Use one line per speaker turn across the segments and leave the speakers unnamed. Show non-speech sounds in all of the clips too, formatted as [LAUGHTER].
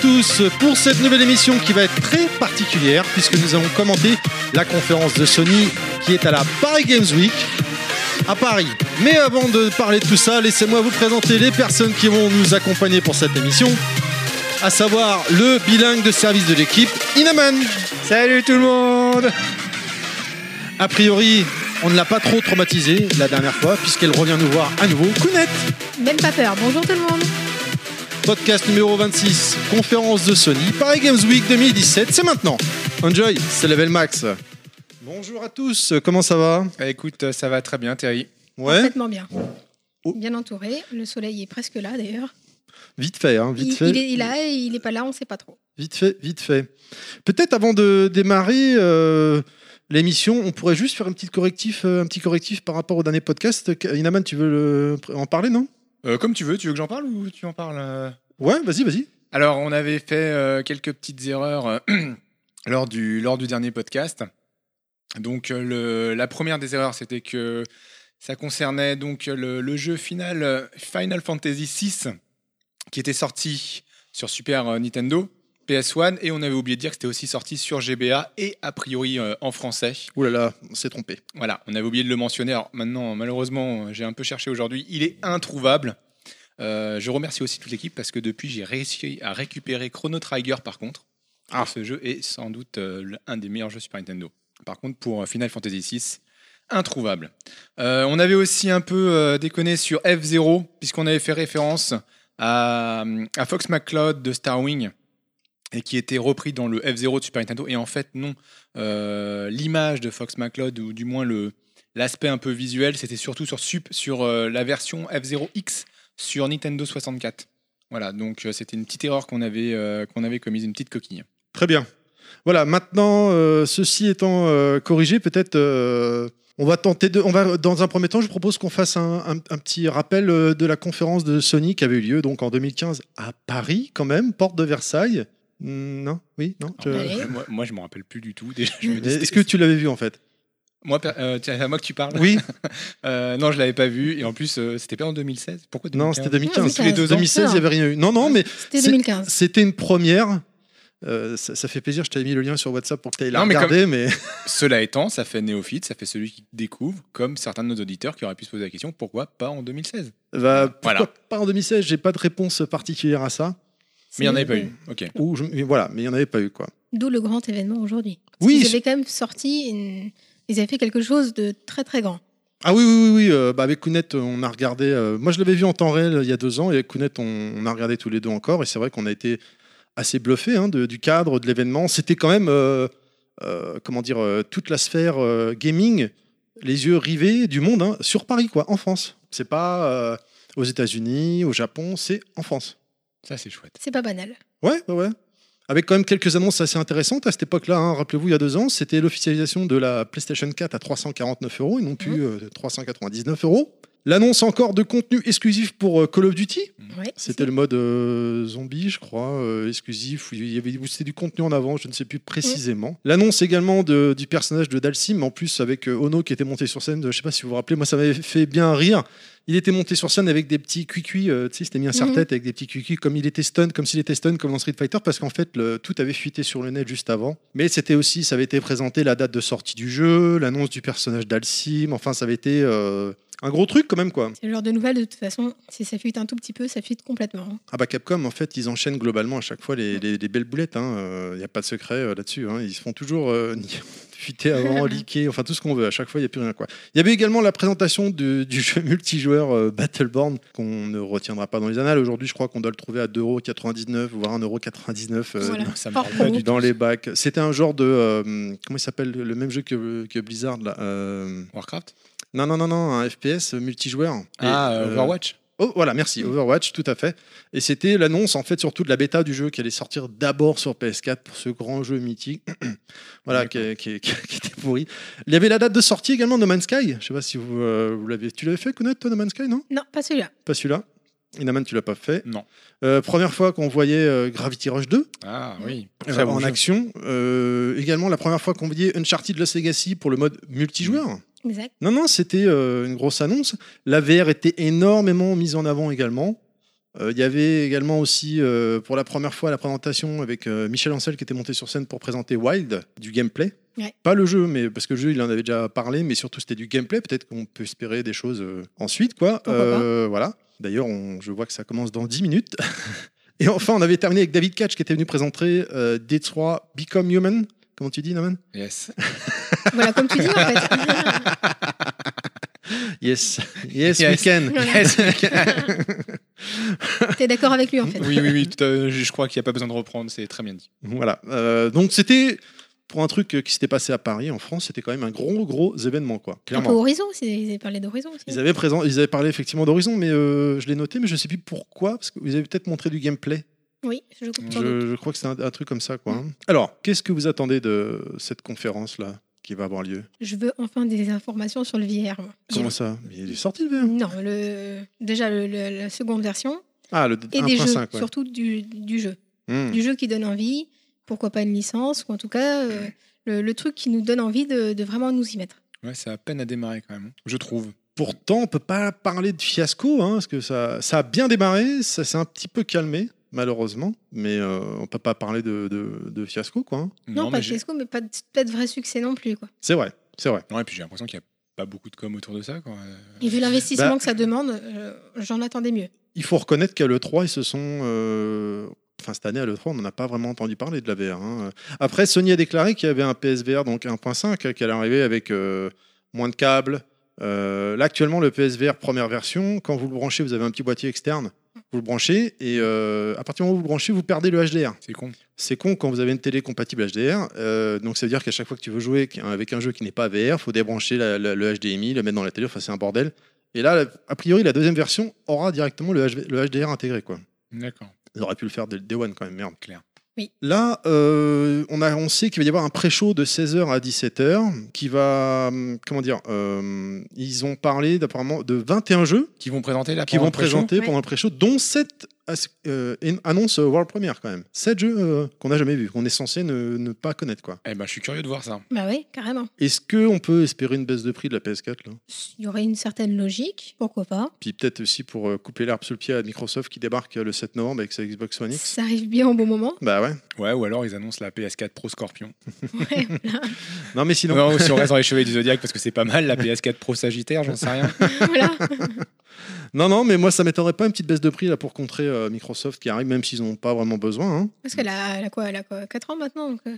tous pour cette nouvelle émission qui va être très particulière puisque nous allons commenter la conférence de Sony qui est à la Paris Games Week à Paris. Mais avant de parler de tout ça, laissez-moi vous présenter les personnes qui vont nous accompagner pour cette émission, à savoir le bilingue de service de l'équipe, Inaman.
Salut tout le monde
A priori, on ne l'a pas trop traumatisée la dernière fois puisqu'elle revient nous voir à nouveau. Kounette
Même pas peur, bonjour tout le monde
Podcast numéro 26, conférence de Sony, Paris Games Week 2017, c'est maintenant. Enjoy, c'est Level Max. Bonjour à tous, comment ça va
Ah, Écoute, ça va très bien, Terry.
Ouais,
Parfaitement bien.
Oh.
Bien entouré, le soleil est presque là d'ailleurs.
vite fait, hein,
Il,
vite fait.
il est il est là, et il est pas là, on sait pas trop.
Vite fait, vite fait. Peut-être avant de démarrer euh, l'émission, on pourrait juste faire un petit correctif, euh, un petit correctif par rapport au dernier podcast. Euh, Inaman, tu veux le- en parler, non
Euh, comme tu veux, tu veux que j'en parle ou tu en parles euh
Ouais, vas-y, vas-y.
Alors, on avait fait euh, quelques petites erreurs euh, [CLEARS THROAT] lors, du, lors du dernier podcast. Donc, euh, le- la première des erreurs, c'était que ça concernait donc le, le jeu final euh, Final Fantasy VI qui était sorti sur Super euh, Nintendo, PS1, et on avait oublié de dire que c'était aussi sorti sur GBA et a priori euh, en français.
Ouh là là, on s'est trompé.
Voilà, on avait oublié de le mentionner. Alors maintenant, malheureusement, j'ai un peu cherché aujourd'hui. Il est introuvable. Euh, je remercie aussi toute l'équipe parce que depuis, j'ai réussi à récupérer Chrono Trigger par contre.
Ah.
Ce jeu est sans doute euh, un des meilleurs jeux Super Nintendo. Par contre, pour euh, Final Fantasy VI, introuvable. Euh, on avait aussi un peu euh, déconné sur F0 puisqu'on avait fait référence à, à Fox McCloud de Star Wing et qui était repris dans le F0 de Super Nintendo. Et en fait, non euh, l'image de Fox McCloud, ou du moins le- l'aspect un peu visuel, c'était surtout sur, sup- sur euh, la version F0X sur Nintendo 64. Voilà, donc euh, c'était une petite erreur qu'on avait, euh, qu'on avait commise, une petite coquille.
Très bien. Voilà, maintenant, euh, ceci étant euh, corrigé, peut-être euh, on va tenter de. On va, dans un premier temps, je propose qu'on fasse un, un- un petit rappel euh, de la conférence de Sony qui avait eu lieu donc en 2015 à Paris, quand même, porte de Versailles. Hmm, Non Oui Non je-
Alors,
Ah Ouais.
moi- moi, moi, je me rappelle plus du tout. [LAUGHS] Déjà, je me dis,
Est-ce que tu l'avais vu en fait
moi, per- euh, tiens, c'est à moi que tu parles.
Oui,
Euh, non, je l'avais pas vu. Et en plus, euh, c'était pas en 2016. Pourquoi
non,
2015?
c'était
Non,
2015.
c'était Tous les
deux ans.
2016, il n'y avait rien eu. Non,
Ah.
non, mais
C'était
C'est-
2015.
c'était une première. Euh, ça, ça fait plaisir, je t'avais mis le lien sur WhatsApp pour que tu ailles la
Non, mais
regarder, mais
Cela étant, ça fait néophyte, ça fait celui qui découvre, comme certains de nos auditeurs qui auraient pu se poser la question pourquoi pas en 2016
bah, pourquoi
Voilà.
pas en 2016 J'ai pas de réponse particulière à ça.
Mais il n'y en avait pas eu. Ok.
Ou je- mais voilà, mais il n'y en avait pas eu quoi.
D'où le grand événement aujourd'hui.
Oui,
Ils avaient quand même sorti, une- ils avaient fait quelque chose de très très grand.
Ah oui, oui, oui, oui. euh, bah, avec Kounet, euh, on a regardé. euh, moi, je l'avais vu en temps réel euh, il y a deux ans, et avec Kounet, on, on a regardé tous les deux encore. Et c'est vrai qu'on a été assez bluffés hein, de- du cadre, de l'événement. C'était quand même, euh, euh, comment dire, euh, toute la sphère euh, gaming, les yeux rivés du monde, hein, sur Paris, quoi, en France. C'est pas euh, aux États-Unis, au Japon, c'est en France.
Ça, c'est chouette.
C'est pas banal.
Ouais, ouais, ouais. Avec quand même quelques annonces assez intéressantes à cette époque-là. hein. Rappelez-vous, il y a deux ans, c'était l'officialisation de la PlayStation 4 à 349 euros et non plus euh, 399 euros. L'annonce encore de contenu exclusif pour euh, Call of Duty.
Ouais,
C'était le mode euh, zombie, je crois, euh, exclusif. où Il y avait où c'était du contenu en avant, je ne sais plus précisément. L'annonce également de- du personnage de Dalsim, en plus avec euh, Ono qui était monté sur scène. Je ne sais pas si vous vous rappelez, moi ça m'avait fait bien rire. Il était monté sur scène avec des petits cuicuis, euh, tu sais, il s'était mis un serre-tête avec des petits cuicuis, comme il était stun, comme s'il était stun, comme dans Street Fighter, parce qu'en fait le- tout avait fuité sur le net juste avant. Mais c'était aussi, ça avait été présenté la date de sortie du jeu, l'annonce du personnage d'Alcim. Enfin, ça avait été euh, un gros truc quand même quoi.
c'est le genre de nouvelles, de toute façon, si ça fuite un tout petit peu, ça fuite complètement. hein.
Ah bah Capcom, en fait, ils enchaînent globalement à chaque fois les, les- les belles boulettes. Il n'y a pas de secret euh, là-dessus. hein. Ils se font toujours euh, [LAUGHS] fuiter
[LAUGHS]
avant, liquer, enfin tout ce qu'on veut. À chaque fois, il n'y a plus rien. quoi. Il y avait également la présentation [LAUGHS] du, du jeu multijoueur euh, Battleborn qu'on ne retiendra pas dans les annales. Aujourd'hui, je crois qu'on doit le trouver à 2,99€, voire 1,99€. euh,
Voilà.
ça me
Hors
parle pas
promo.
du tout.
Dans les bacs. C'était un genre de. euh, comment il s'appelle Le même jeu que, que Blizzard là. euh,
Warcraft
non, non, non, non, un FPS multijoueur.
Ah,
Et,
euh,
euh,
Overwatch
Oh, voilà, merci. Overwatch, tout à fait. Et c'était l'annonce, en fait, surtout de la bêta du jeu qui allait sortir d'abord sur PS4 pour ce grand jeu mythique. [CLEARS THROAT] voilà, qui, qui- qui- qui était pourri. Il y avait la date de sortie également de No Man's Sky. Je sais pas si vous, euh, vous l'avez. Tu l'avais fait, connaître toi, No Man's Sky, non
Non, pas celui-là.
Pas celui-là Inaman, tu l'as pas fait
Non.
Euh, première fois qu'on voyait euh, Gravity Rush 2
Ah oui.
euh,
Très bon
en
jeu.
action. Euh, également, la première fois qu'on voyait Uncharted Lost Legacy pour le mode multijoueur.
Exact.
Non, non, c'était euh, une grosse annonce. La VR était énormément mise en avant également. Euh, Il y avait également aussi, euh, pour la première fois, la présentation avec euh, Michel Ancel qui était monté sur scène pour présenter Wild, du gameplay.
Ouais.
Pas le jeu, mais parce que le jeu, il en avait déjà parlé, mais surtout c'était du gameplay. Peut-être qu'on peut espérer des choses euh, ensuite, quoi.
Pourquoi
Euh, Voilà. D'ailleurs, on- je vois que ça commence dans 10 minutes. [LAUGHS] Et enfin, on avait terminé avec David Catch qui était venu présenter euh, D3 Become Human. Comment tu dis, Naman
Yes.
Voilà, comme tu dis en
[LAUGHS]
fait.
Yes. Yes, we
Yes.
can.
Voilà. T'es d'accord avec lui en fait.
oui, oui, oui. tout à- je crois qu'il n'y a pas besoin de reprendre. C'est très bien dit.
Voilà. Euh, donc c'était pour un truc euh, qui s'était passé à Paris en France, c'était quand même un gros gros événement quoi.
Un peu
Clairement.
Horizon aussi, ils avaient parlé d'Horizon aussi.
Ils avaient présent, ils avaient parlé effectivement d'Horizon, mais euh, je l'ai noté, mais je sais plus pourquoi parce que vous avez peut-être montré du gameplay.
Oui, je coupe sans doute.
Je, je crois que c'est un, un truc comme ça
Mm.
quoi. hein. Alors qu'est-ce que vous attendez de cette conférence là qui va avoir lieu
Je veux enfin des informations sur le VR. moi. J'ai-
Comment ça Mais il est sorti le E VR
Non, le... déjà le- le- la seconde version
Ah le
et des jeux,
1.5 ouais.
surtout du, du jeu.
Hmm.
Du jeu qui donne envie, pourquoi pas une licence, ou en tout cas
Hmm.
euh, le, le truc qui nous donne envie de, de vraiment nous y mettre.
Ouais, c'est à peine à démarrer quand même. hein. Je trouve.
Pourtant, on peut pas parler de fiasco, hein, parce que ça, ça a bien démarré, ça s'est un petit peu calmé, malheureusement, mais euh, on peut pas parler de, de- de fiasco, quoi. hein.
Non, pas
mais
de
j'ai-
fiasco, mais pas de, pas de vrai succès non plus. Quoi.
C'est vrai, c'est vrai.
Non, et puis j'ai l'impression qu'il n'y a pas beaucoup de com autour de ça. Quoi. Euh,
Et vu l'investissement
Bah-
que ça demande, euh, j'en attendais mieux.
Il faut reconnaître qu'à l'E3, ils se sont... euh, Enfin, cette année, à l'E3, on n'en a pas vraiment entendu parler de la VR. hein. Après, Sony a déclaré qu'il y avait un PSVR, donc 1.5, qui allait arriver avec euh, moins de câbles. Euh, là, actuellement, le PSVR première version, quand vous le branchez, vous avez un petit boîtier externe. Vous le branchez, et euh, à partir du moment où vous le branchez, vous perdez le HDR.
C'est con.
C'est con quand vous avez une télé compatible HDR. euh, donc, ça veut dire qu'à chaque fois que tu veux jouer avec un jeu qui n'est pas VR, faut débrancher la- la- le HDMI, le mettre dans la télé. Enfin, c'est un bordel. Et là, la- a priori, la deuxième version aura directement le, HV le HDR intégré. Quoi.
D'accord.
Ils auraient pu le faire dès le Day One quand même, merde.
Clair.
Oui.
Là, euh, on, a, on sait qu'il va y avoir un pré-show de 16h à 17h qui va. hum, Comment dire euh, Ils ont parlé d'apparemment de 21 jeux
Qui vont présenter là
qui vont
pendant le show
présenter
Ouais.
pendant le pré-show, dont 7 annonces euh, World Premiere quand même. 7 jeux euh, qu'on n'a jamais vus, qu'on est censé ne, ne pas connaître. quoi.
Eh ben, je suis curieux de voir ça.
Bah oui, carrément.
Est-ce qu'on peut espérer une baisse de prix de la PS4 là
Il y aurait une certaine logique, pourquoi pas.
Puis peut-être aussi pour euh, couper l'herbe sous le pied à Microsoft qui débarque euh, le 7 novembre avec sa Xbox One X.
Ça arrive bien au bon moment. [LAUGHS]
Bah ouais.
Ouais, ou alors ils annoncent la PS4 Pro Scorpion.
Ouais.
Non mais sinon,
Non, si on reste dans les cheveux du Zodiac, parce que c'est pas mal, la PS4 Pro Sagittaire, j'en sais rien.
voilà.
non non, mais moi ça m'étonnerait pas une petite baisse de prix là pour contrer euh, Microsoft qui arrive même s'ils n'ont pas vraiment besoin. hein.
Parce qu'elle a, elle a quoi Elle a quoi 4 ans maintenant donc, euh,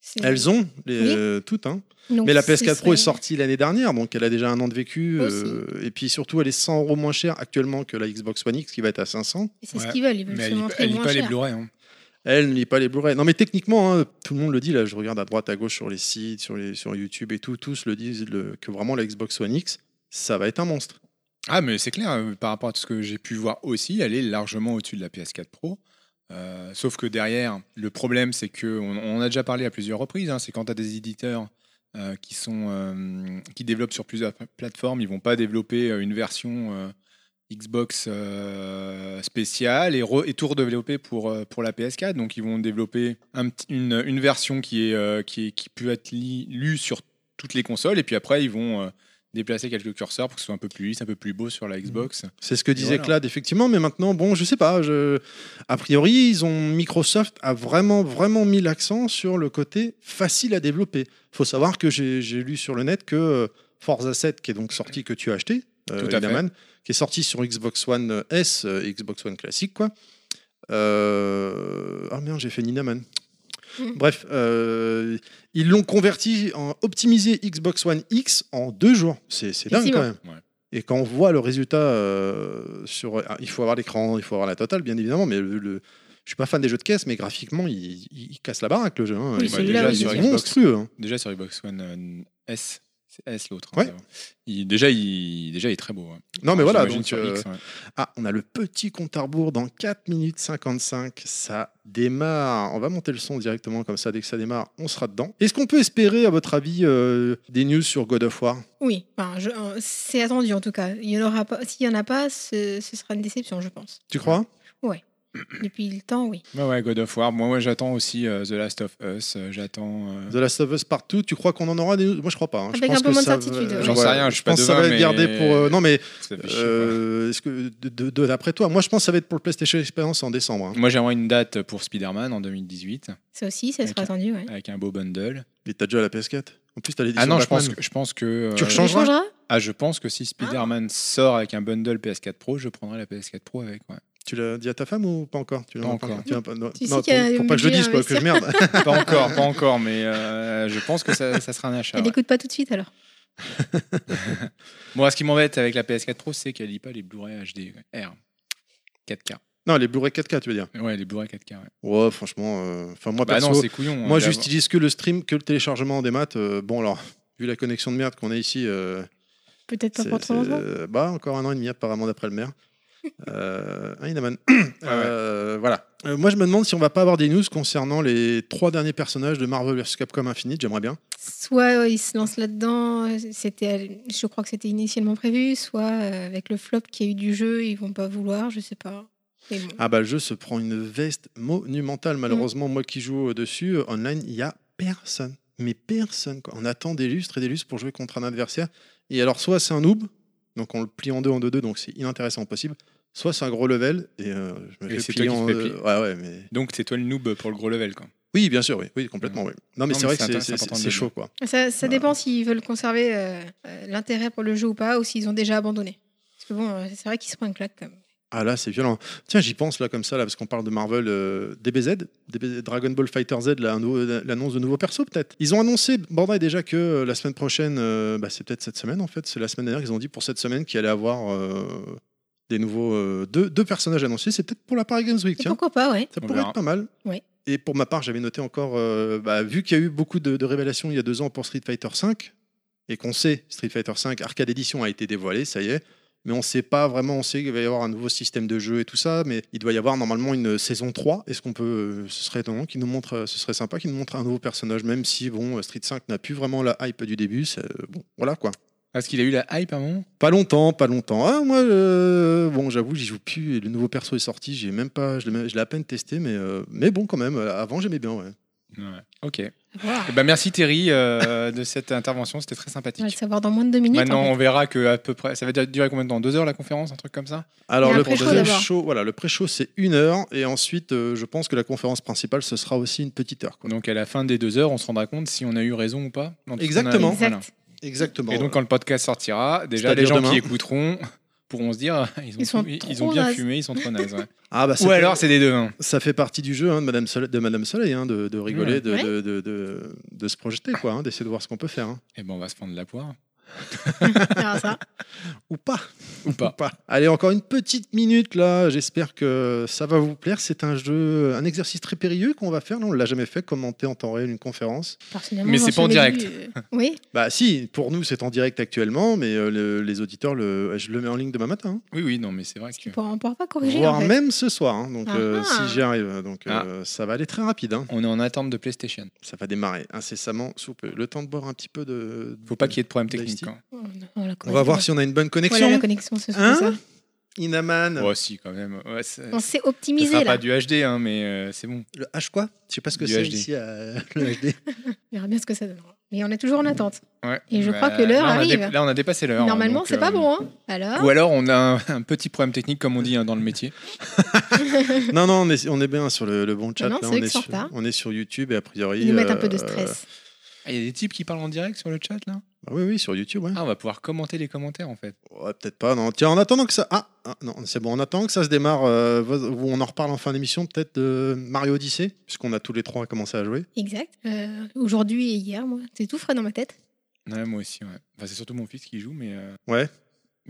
c'est-
Elles ont les,
Oui.
euh, toutes. Hein.
donc
Mais la
ce
PS4 Pro est
serait-
sortie l'année dernière, donc elle a déjà un an de vécu. euh, et puis surtout, elle est 100 euros moins chère actuellement que la Xbox One X qui va être à 500.
et C'est ce
Ouais.
qu'ils veulent, ils veulent
Mais
se
elle lit,
montrer
elle lit
moins
pas les
cher.
Blu-ray. hein.
Elle ne lit pas les Blu-ray. Non, mais techniquement, hein, tout le monde le dit. Là, je regarde à droite, à gauche sur les sites, sur, les, sur YouTube et tout. Tous le disent le- que vraiment la Xbox One X, ça va être un monstre.
Ah, mais c'est clair, euh, par rapport à tout ce que j'ai pu voir aussi, elle est largement au-dessus de la PS4 Pro. Euh, sauf que derrière, le problème, c'est que on, on en a déjà parlé à plusieurs reprises, hein, c'est quand tu as des éditeurs euh, qui, sont, euh, qui développent sur plusieurs pla- plateformes, ils vont pas développer euh, une version euh, Xbox euh, spéciale et, re- et tout redévelopper pour, euh, pour la PS4. Donc ils vont développer un petit- une, une version qui, est, euh, qui, est- qui peut être li- lue sur toutes les consoles, et puis après, ils vont... euh, déplacer quelques curseurs pour que ce soit un peu plus lisse, un peu plus beau sur
Mhm.
la Xbox.
C'est ce que disait
voilà.
Clad, effectivement. Mais maintenant, bon, je sais pas. je- A priori, ils ont Microsoft a vraiment, vraiment mis l'accent sur le côté facile à développer. Faut savoir que j'ai j'ai lu sur le net que euh, Forza 7, qui est donc sorti, que tu as acheté, euh,
Tout à fait.
Inaman, qui est sorti sur Xbox One S, euh, Xbox One classique, quoi. Euh, Ah merde, j'ai fait Ninaman.
Mm.
Bref, euh, ils l'ont converti en optimisé Xbox One X en deux jours. C'est c'est dingue quand même.
Effectivement. Ouais.
Et quand on voit le résultat euh, sur, ah, il faut avoir l'écran, il faut avoir la totale, bien évidemment. Mais le, le- je suis pas fan des jeux de caisse, mais graphiquement, il, il- il casse la baraque le jeu. hein.
Oui,
Il-
celui-là,
il-
oui,
il
c'est
est
sûr.
monstrueux. hein.
Déjà sur Xbox One euh, S, c'est S l'autre.
Ouais.
d'abord. il, déjà, il, déjà, il est très beau. hein.
Non, mais voilà.
J'imagine
donc,
sur
euh,
X, ouais.
Ah, on a le petit compte à rebours dans 4 minutes 55. Ça démarre. On va monter le son directement comme ça. Dès que ça démarre, on sera dedans. Est-ce qu'on peut espérer, à votre avis, euh, des news sur God of War
Oui, enfin, je- euh, c'est attendu en tout cas. Il y en aura pas. S'il y en a pas, ce, ce sera une déception, je pense.
Tu crois
Ouais. depuis le temps, oui.
Ouais, ouais, God of War. Moi, ouais, j'attends aussi euh, The Last of Us. euh, J'attends. euh,
The Last of Us partout, tu crois qu'on en aura des Moi, je crois pas. hein. Je
Avec
pense
un peu
que
moins de
ça va-
certitude, ouais.
J'en sais rien, je suis
Je
pas
pense que ça va
devin,
être gardé
mais-
pour. euh, non, mais
ça fait chier,
euh, est-ce que de, de- de- d'après toi, moi, je pense que ça va être pour le PlayStation Experience en décembre. hein.
quoi. Moi, j'aimerais une date pour Spider-Man en 2018
Ça aussi, ça sera
Ok.
attendu,
Euh,
ouais.
avec un beau bundle.
Mais t'as déjà la PS4 En plus, t'as l'édition.
Ah non, je
Batman.
pense que. Je pense que euh,
Tu Ah.
Tu
Changera
changeras
ah, je pense que si Spider-Man sort avec un bundle PS4 Pro, je prendrai la PS4 Pro avec.
[LAUGHS]
Ouais.
Tu l'as dit à ta femme ou pas encore Tu l'as
Pas encore.
Tu l'as pas- Non,
Tu sais
non,
qu'il y a
pour,
le
pour pas que je le
budget
dise,
à
quoi, que je merde. [LAUGHS]
pas encore, pas encore, mais euh, je pense que ça, ça sera un achat.
Elle
Ah ouais.
n'écoute pas tout de suite alors.
Moi, ce qui m'embête avec la PS4 Pro, c'est qu'elle lit pas les Blu-ray HD R 4K.
non, les Blu-ray 4K, tu veux dire
Ouais, les Blu-ray 4K. ouais.
Ouais, franchement. euh, Enfin, moi,
Bah
perso,
non, c'est couillon. hein,
moi,
d'avoir-
j'utilise que le stream, que le téléchargement des maths. euh, bon, alors, vu la connexion de merde qu'on a ici, euh,
Peut-être pas
c'est-
pour trop longtemps.
c'est- bah, encore un an et demi apparemment d'après le maire. Euh, hein, Inaman. [CLEARS THROAT] Euh, voilà. Euh, moi, je me demande si on va pas avoir des news concernant les trois derniers personnages de Marvel vs Capcom Infinite. J'aimerais bien.
Soit euh, il se lance là-dedans, euh, c'était, je crois que c'était initialement prévu, soit euh, avec le flop qu'il y a eu du jeu, ils vont pas vouloir, je sais pas. Mais bon.
Ah bah le jeu se prend une veste monumentale. Malheureusement, moi qui joue euh, dessus, euh, online, il y a personne. Mais personne. Quoi. On attend des lustres et des lustres pour jouer contre un adversaire. Et alors, soit c'est un noob, donc on le plie en deux, en deux, deux, donc c'est inintéressant possible. Soit c'est un gros level et euh, je me
Et
fais
c'est
plier
toi qui
en
te fais
deux.
plier.
Ouais, ouais, mais...
Donc, c'est toi le noob pour le gros level. Quoi.
Oui, bien sûr, oui, oui complètement. Oui. Non, mais
Euh, Non,
c'est
mais
vrai que
c'est
c'est-
intér- c'est
c'est
important de
c'est
le
chaud, quoi.
Ça, ça dépend s'ils veulent conserver euh, euh, l'intérêt pour le jeu ou pas, ou s'ils ont déjà abandonné. Parce que bon, euh, c'est vrai qu'ils se prennent une claque quand même.
Ah là, c'est violent. Tiens, j'y pense là comme ça, là, parce qu'on parle de Marvel euh, DBZ, DBZ, Dragon Ball Fighter Z, l'annonce de nouveaux persos peut-être. Ils ont annoncé, Bandai déjà que euh, la semaine prochaine, euh, bah, c'est peut-être cette semaine en fait, c'est la semaine dernière qu'ils ont dit pour cette semaine qu'il allait avoir euh, des nouveaux euh, deux, deux personnages annoncés. C'est peut-être pour la Paris Games Week.
Et
Tiens,
pourquoi pas, ouais.
ça
On
pourrait
verra.
être pas mal.
Ouais.
Et pour ma part, j'avais noté encore, euh, bah, vu qu'il y a eu beaucoup de, de révélations il y a deux ans pour Street Fighter V, et qu'on sait Street Fighter V Arcade Edition a été dévoilé, ça y est. Mais on ne sait pas vraiment, on sait qu'il va y avoir un nouveau système de jeu et tout ça, mais il doit y avoir normalement une saison 3. Est-ce qu'on peut. euh, Ce serait étonnant qu'il nous montre. euh, Ce serait sympa qu'il nous montre un nouveau personnage, même si, bon, euh, Street 5 n'a plus vraiment la hype du début. c'est, euh, bon, voilà quoi.
Parce qu'il a eu la hype à un moment.
Pas longtemps, pas longtemps. Ah, moi, euh, bon, j'avoue, j'y joue plus. Et le nouveau perso est sorti, j'ai même pas, je l'ai je l'ai à peine testé, mais, euh, mais bon, quand même. euh, Avant, j'aimais bien. Ouais.
Ouais. Ok.
À voir.
Eh ben, merci Terry euh, [LAUGHS] de cette intervention, c'était très
On va le
sympathique.
savoir dans moins de deux minutes.
Maintenant,
en fait.
on verra que à peu près, ça va durer combien de temps Deux heures la conférence, un truc comme ça
Alors
Il y a
le
un pré-show
pré-show,
d'abord.
voilà, le pré-show c'est une heure, et ensuite, euh, je pense que la conférence principale ce sera aussi une petite heure. Quoi.
Donc à la fin des deux heures, on se rendra compte si on a eu raison ou pas. Dans tout ce qu'on a-
Exactement.
Exact. [LAUGHS]
Voilà.
Exactement.
Et donc quand le podcast sortira, déjà
C'est-à-dire
les gens
demain.
qui écouteront pourront se dire ah, ils ont,
Ils sont
ils- ils
trop
ont bien
nazes.
fumé, ils sont trop nazes. [LAUGHS] ouais.
ah bah, ça
ou
fait-
alors c'est des hein. devins.
ça fait partie du jeu hein, de Madame Soleil, de, Madame Soleil, hein, de, de rigoler,
Ouais.
de,
Mmh. Ouais.
de, de- de- de se projeter, quoi, hein, d'essayer de voir ce qu'on peut faire. hein.
Et ben on va se prendre la poire.
On verra ça.
Ou pas.
Ou pas.
Allez, encore une petite minute là. J'espère que ça va vous plaire. C'est un jeu, un exercice très périlleux qu'on va faire. Non, on l'a jamais fait, commenter en temps réel une conférence.
Personnellement,
Mais
j'en
c'est pas en
suis
direct.
venue, euh, Oui,
Bah si, pour nous c'est en direct actuellement, mais euh, le- les auditeurs, le, je le mets en ligne demain matin, hein.
Oui oui non mais c'est vrai que
tu pourras- on pourra pas corriger.
voire
en fait.
même ce soir. hein. donc
Ah
euh,
ah.
si j'y arrive, donc
Ah.
euh, ça va aller très rapide. hein.
on est en attente de PlayStation.
Ça va démarrer incessamment sous peu. Le temps de boire un petit peu de.
Faut pas qu'il y ait de problème technique.
Dynasty.
hein.
Oh, non, la
On va voir
connexion.
si on a une bonne connexion.
Voilà la connexion, ce sera
Hein
ça.
Inaman,
Ouais Oh, si quand même. Ouais, c'est-
On s'est
ce sera
optimisé
pas
là.
du HD hein, mais euh, c'est bon.
le H quoi Je sais pas ce que
Du
c'est
HD.
ici à le HD.
On verra bien ce que ça donnera. Mais on est toujours en attente.
Ouais.
Et je
Bah,
crois que l'heure
là, on a dé-
arrive.
Là on a dépassé l'heure. hein,
Normalement,
donc,
c'est pas
euh,
bon. Hein Alors,
Ou alors on a un, un petit problème technique comme on dit hein, dans le métier.
Non, non, on est, on est bien sur le, le bon chat.
Non, non, c'est
là, on,
eux qui
est
sont en
sur,
retard.
on est sur YouTube et a priori.
ils nous mettent un
euh,
peu de stress.
Ah, [LAUGHS] Il y a des types qui parlent en direct sur le chat là.
bah oui, oui, sur YouTube, ouais.
Ah on va pouvoir commenter les commentaires en fait.
Ouais, Peut-être pas, non. Tiens, en attendant que ça. Ah, ah, non, c'est bon, en attendant que ça se démarre, euh, vo- ou on en reparle en fin d'émission, peut-être de Mario Odyssey, puisqu'on a tous les trois commencé à jouer.
Exact. Euh, Aujourd'hui et hier, moi, c'est tout frais dans ma tête.
Ouais, moi aussi, ouais. Enfin, c'est surtout mon fils qui joue, mais. euh,
Ouais.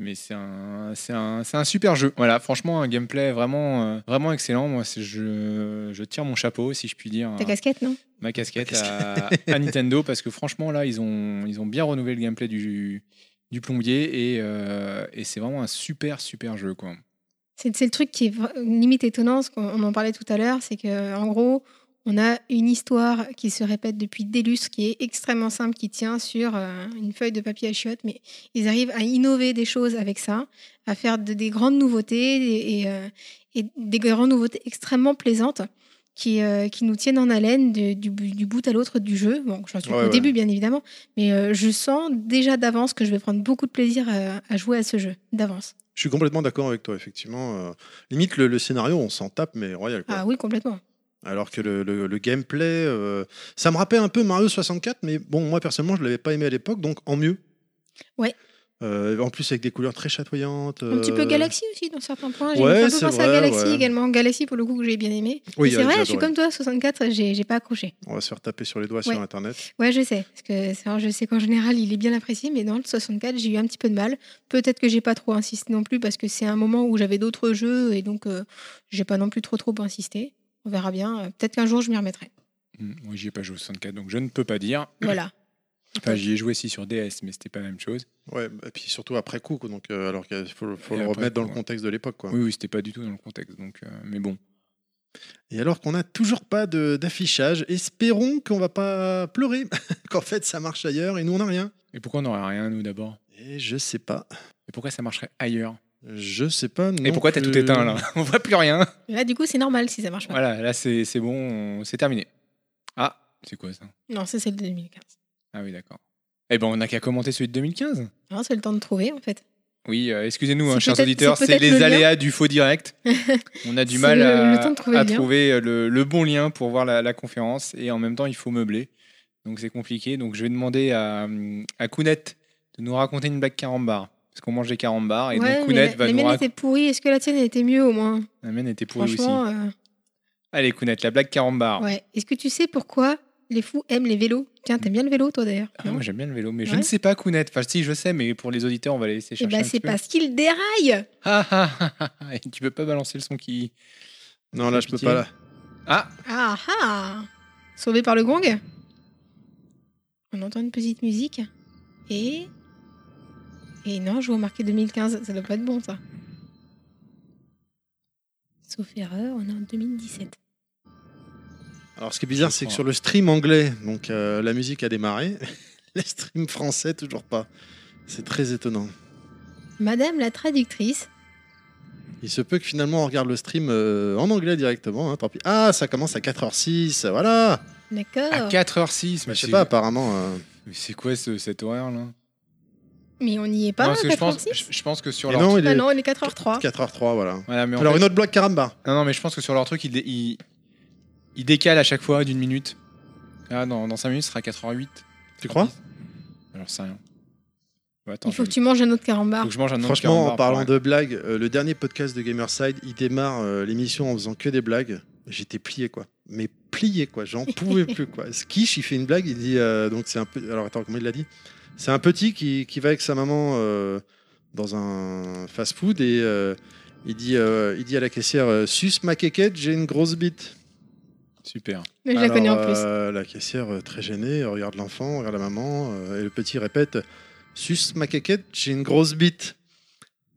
Mais c'est un, c'est un, c'est un super jeu. Voilà, franchement, un gameplay vraiment, euh, vraiment excellent. Moi, c'est- je, je tire mon chapeau, si je puis dire,
Ta
à-
casquette, non
ma casquette
Ta
à, à Nintendo, parce que franchement, là, ils ont, ils ont bien renouvelé le gameplay du, du plombier et, euh, et c'est vraiment un super, super jeu, quoi.
C'est c'est le truc qui est vra- limite étonnant, parce qu'on- on en parlait tout à l'heure, c'est que en gros, On a une histoire qui se répète depuis Délus, qui est extrêmement simple, qui tient sur euh, une feuille de papier à chiottes, mais ils arrivent à innover des choses avec ça, à faire de- des grandes nouveautés et, et, euh, et des grandes nouveautés extrêmement plaisantes qui, euh, qui nous tiennent en haleine de- du, bu- du bout à l'autre du jeu. Bon, j'en suis
Ouais,
au
ouais.
début, bien évidemment, mais euh, je sens déjà d'avance que je vais prendre beaucoup de plaisir euh, à, à jouer à ce jeu, d'avance.
Je suis complètement d'accord avec toi, effectivement. euh, limite, le, le scénario, on s'en tape, mais royal. Quoi.
Ah oui, complètement.
Alors que le, le- le gameplay, euh, ça me rappelle un peu Mario 64, mais bon, moi personnellement, je l'avais pas aimé à l'époque, donc en mieux.
Ouais.
Euh, en plus, avec des couleurs très chatoyantes.
Un petit peu
euh,
Galaxy aussi, dans certains points. J'ai
ouais,
un peu
c'est
pensé à
vrai,
Galaxy
ouais.
également. Galaxy, pour le coup, que j'ai bien aimé.
Oui,
Mais c'est
ouais,
vrai,
j'ai
je suis
adoré.
comme toi, 64, j'ai j'ai pas accroché.
On va se faire taper sur les doigts
Ouais.
sur Internet.
Ouais, je sais. Parce que c'est vrai, je sais qu'en général, il est bien apprécié, mais dans le 64, j'ai eu un petit peu de mal. Peut-être que j'ai pas trop insisté non plus, parce que c'est un moment où j'avais d'autres jeux, et donc euh, j'ai pas non plus trop trop insisté. On verra bien. Euh, Peut-être qu'un jour, je m'y remettrai.
Hmm, Moi, j'y ai pas joué au 64, donc je ne peux pas dire.
Voilà.
Enfin, j'y ai joué aussi sur DS, mais c'était pas la même chose.
Ouais, et puis surtout après coup, quoi, donc, euh, alors qu'il faut, faut
Et
le
après
remettre dans
coup,
le
ouais.
contexte de l'époque. quoi.
Oui, oui, c'était pas du tout dans le contexte. Donc, euh, mais bon.
Et alors qu'on n'a toujours pas de- d'affichage, espérons qu'on va pas pleurer, [LAUGHS] qu'en fait ça marche ailleurs et nous on n'a rien.
Et pourquoi on n'aurait rien, nous, d'abord
Et je sais pas.
Et pourquoi ça marcherait ailleurs
Je sais pas.
Et
non
pourquoi t'as
plus.
tout éteint, là [LAUGHS] On voit plus rien.
Là, du coup, c'est normal si ça marche pas.
Voilà, là, c'est c'est bon, on- c'est terminé. Ah, c'est quoi ça
Non, ça, c'est le 2015.
Ah oui, d'accord. Eh ben, on n'a qu'à commenter celui de 2015.
Non, c'est le temps de trouver, en fait.
Oui, euh, excusez-nous,
C'est
hein, chers
peut-être-
auditeurs,
c'est
c'est
peut-être
les
le lien.
aléas du
[LAUGHS]
faux direct. On a du
C'est
mal
le-
à,
le temps de trouver
à
le lien.
trouver le, le bon lien pour voir la, la conférence et en même temps, il faut meubler. Donc, c'est compliqué. Donc, je vais demander à, hum, à Kounet de nous raconter une blague carambar. Parce qu'on mange des carambars Ah, et
ouais,
donc
mais
Kounet
la,
va
la
nous
mienne
raconter.
était pourrie. Est-ce que la tienne elle était mieux au moins
La mienne était pourrie aussi.
Franchement, euh,
Allez, Kounet, la blague carambar.
ouais. Est-ce que tu sais pourquoi les fous aiment les vélos Tiens, t'aimes bien le vélo, toi d'ailleurs
Ah, moi j'aime bien le vélo, mais je
Ouais.
ne sais pas Kounet. Enfin, si je sais, mais pour les auditeurs, on va les laisser
Et
chercher.
bah,
un
c'est
petit peu.
parce qu'ils déraillent
Ah, ah, ah, ah, ah, et tu peux pas balancer le son qui.
Non, là je peux
Pitié.
pas. Là.
Ah,
Ah ah Sauvé par le gong On entend une petite musique. Et. Et non, je vois marqué 2015. Ça doit pas être bon, ça. Sauf erreur, on est en 2017.
Alors ce qui est bizarre,
Je
c'est que
crois.
sur le stream anglais, donc euh, la musique a démarré, [LAUGHS] le stream français toujours pas. C'est très étonnant.
Madame la traductrice.
Il se peut que finalement on regarde le stream euh, en anglais directement. hein, tant pis. Ah, ça commence à 4h06, voilà.
D'accord.
à 4h06.
Mais
Mais
Bah, je sais
Bah, c'est-
pas, apparemment. euh,
Mais c'est quoi ce- cette horaire là
Mais on n'y est pas,
Non,
à
parce que je pense,
4h06?
je, je pense que sur
et
leur.
non, il
Ah
est
non, il est 4h03.
4h03, voilà.
Voilà, mais en
Alors
fait-
une autre blague caramba.
Non, non, mais je pense que sur leur truc, ils, dé- ils... ils décalent à chaque fois d'une minute. Ah, dans, dans 5 minutes, ce sera 4h08.
Tu crois
Alors, c'est rien. Bon, attends,
Il faut
je-
que tu manges un autre carambar.
faut que je mange un autre
Franchement, en
carambar,
parlant
ouais.
de blagues, euh, le dernier podcast de Gamerside, il démarre euh, l'émission en faisant que des blagues. J'étais plié, quoi. Mais plié, quoi. J'en pouvais plus, quoi. Skish, il fait une blague, il dit. euh, donc, c'est un peu. Alors, attends, comment il l'a dit C'est un petit qui, qui va avec sa maman euh, dans un fast-food et euh, il, dit, euh, il dit à la caissière euh, Suce ma kékette, j'ai une grosse bite.
Super.
Mais je la connais en
Alors,
plus.
euh, la caissière, euh, très gênée, euh, regarde l'enfant, regarde la maman, euh, et le petit répète Suce ma caquette, j'ai une grosse bite.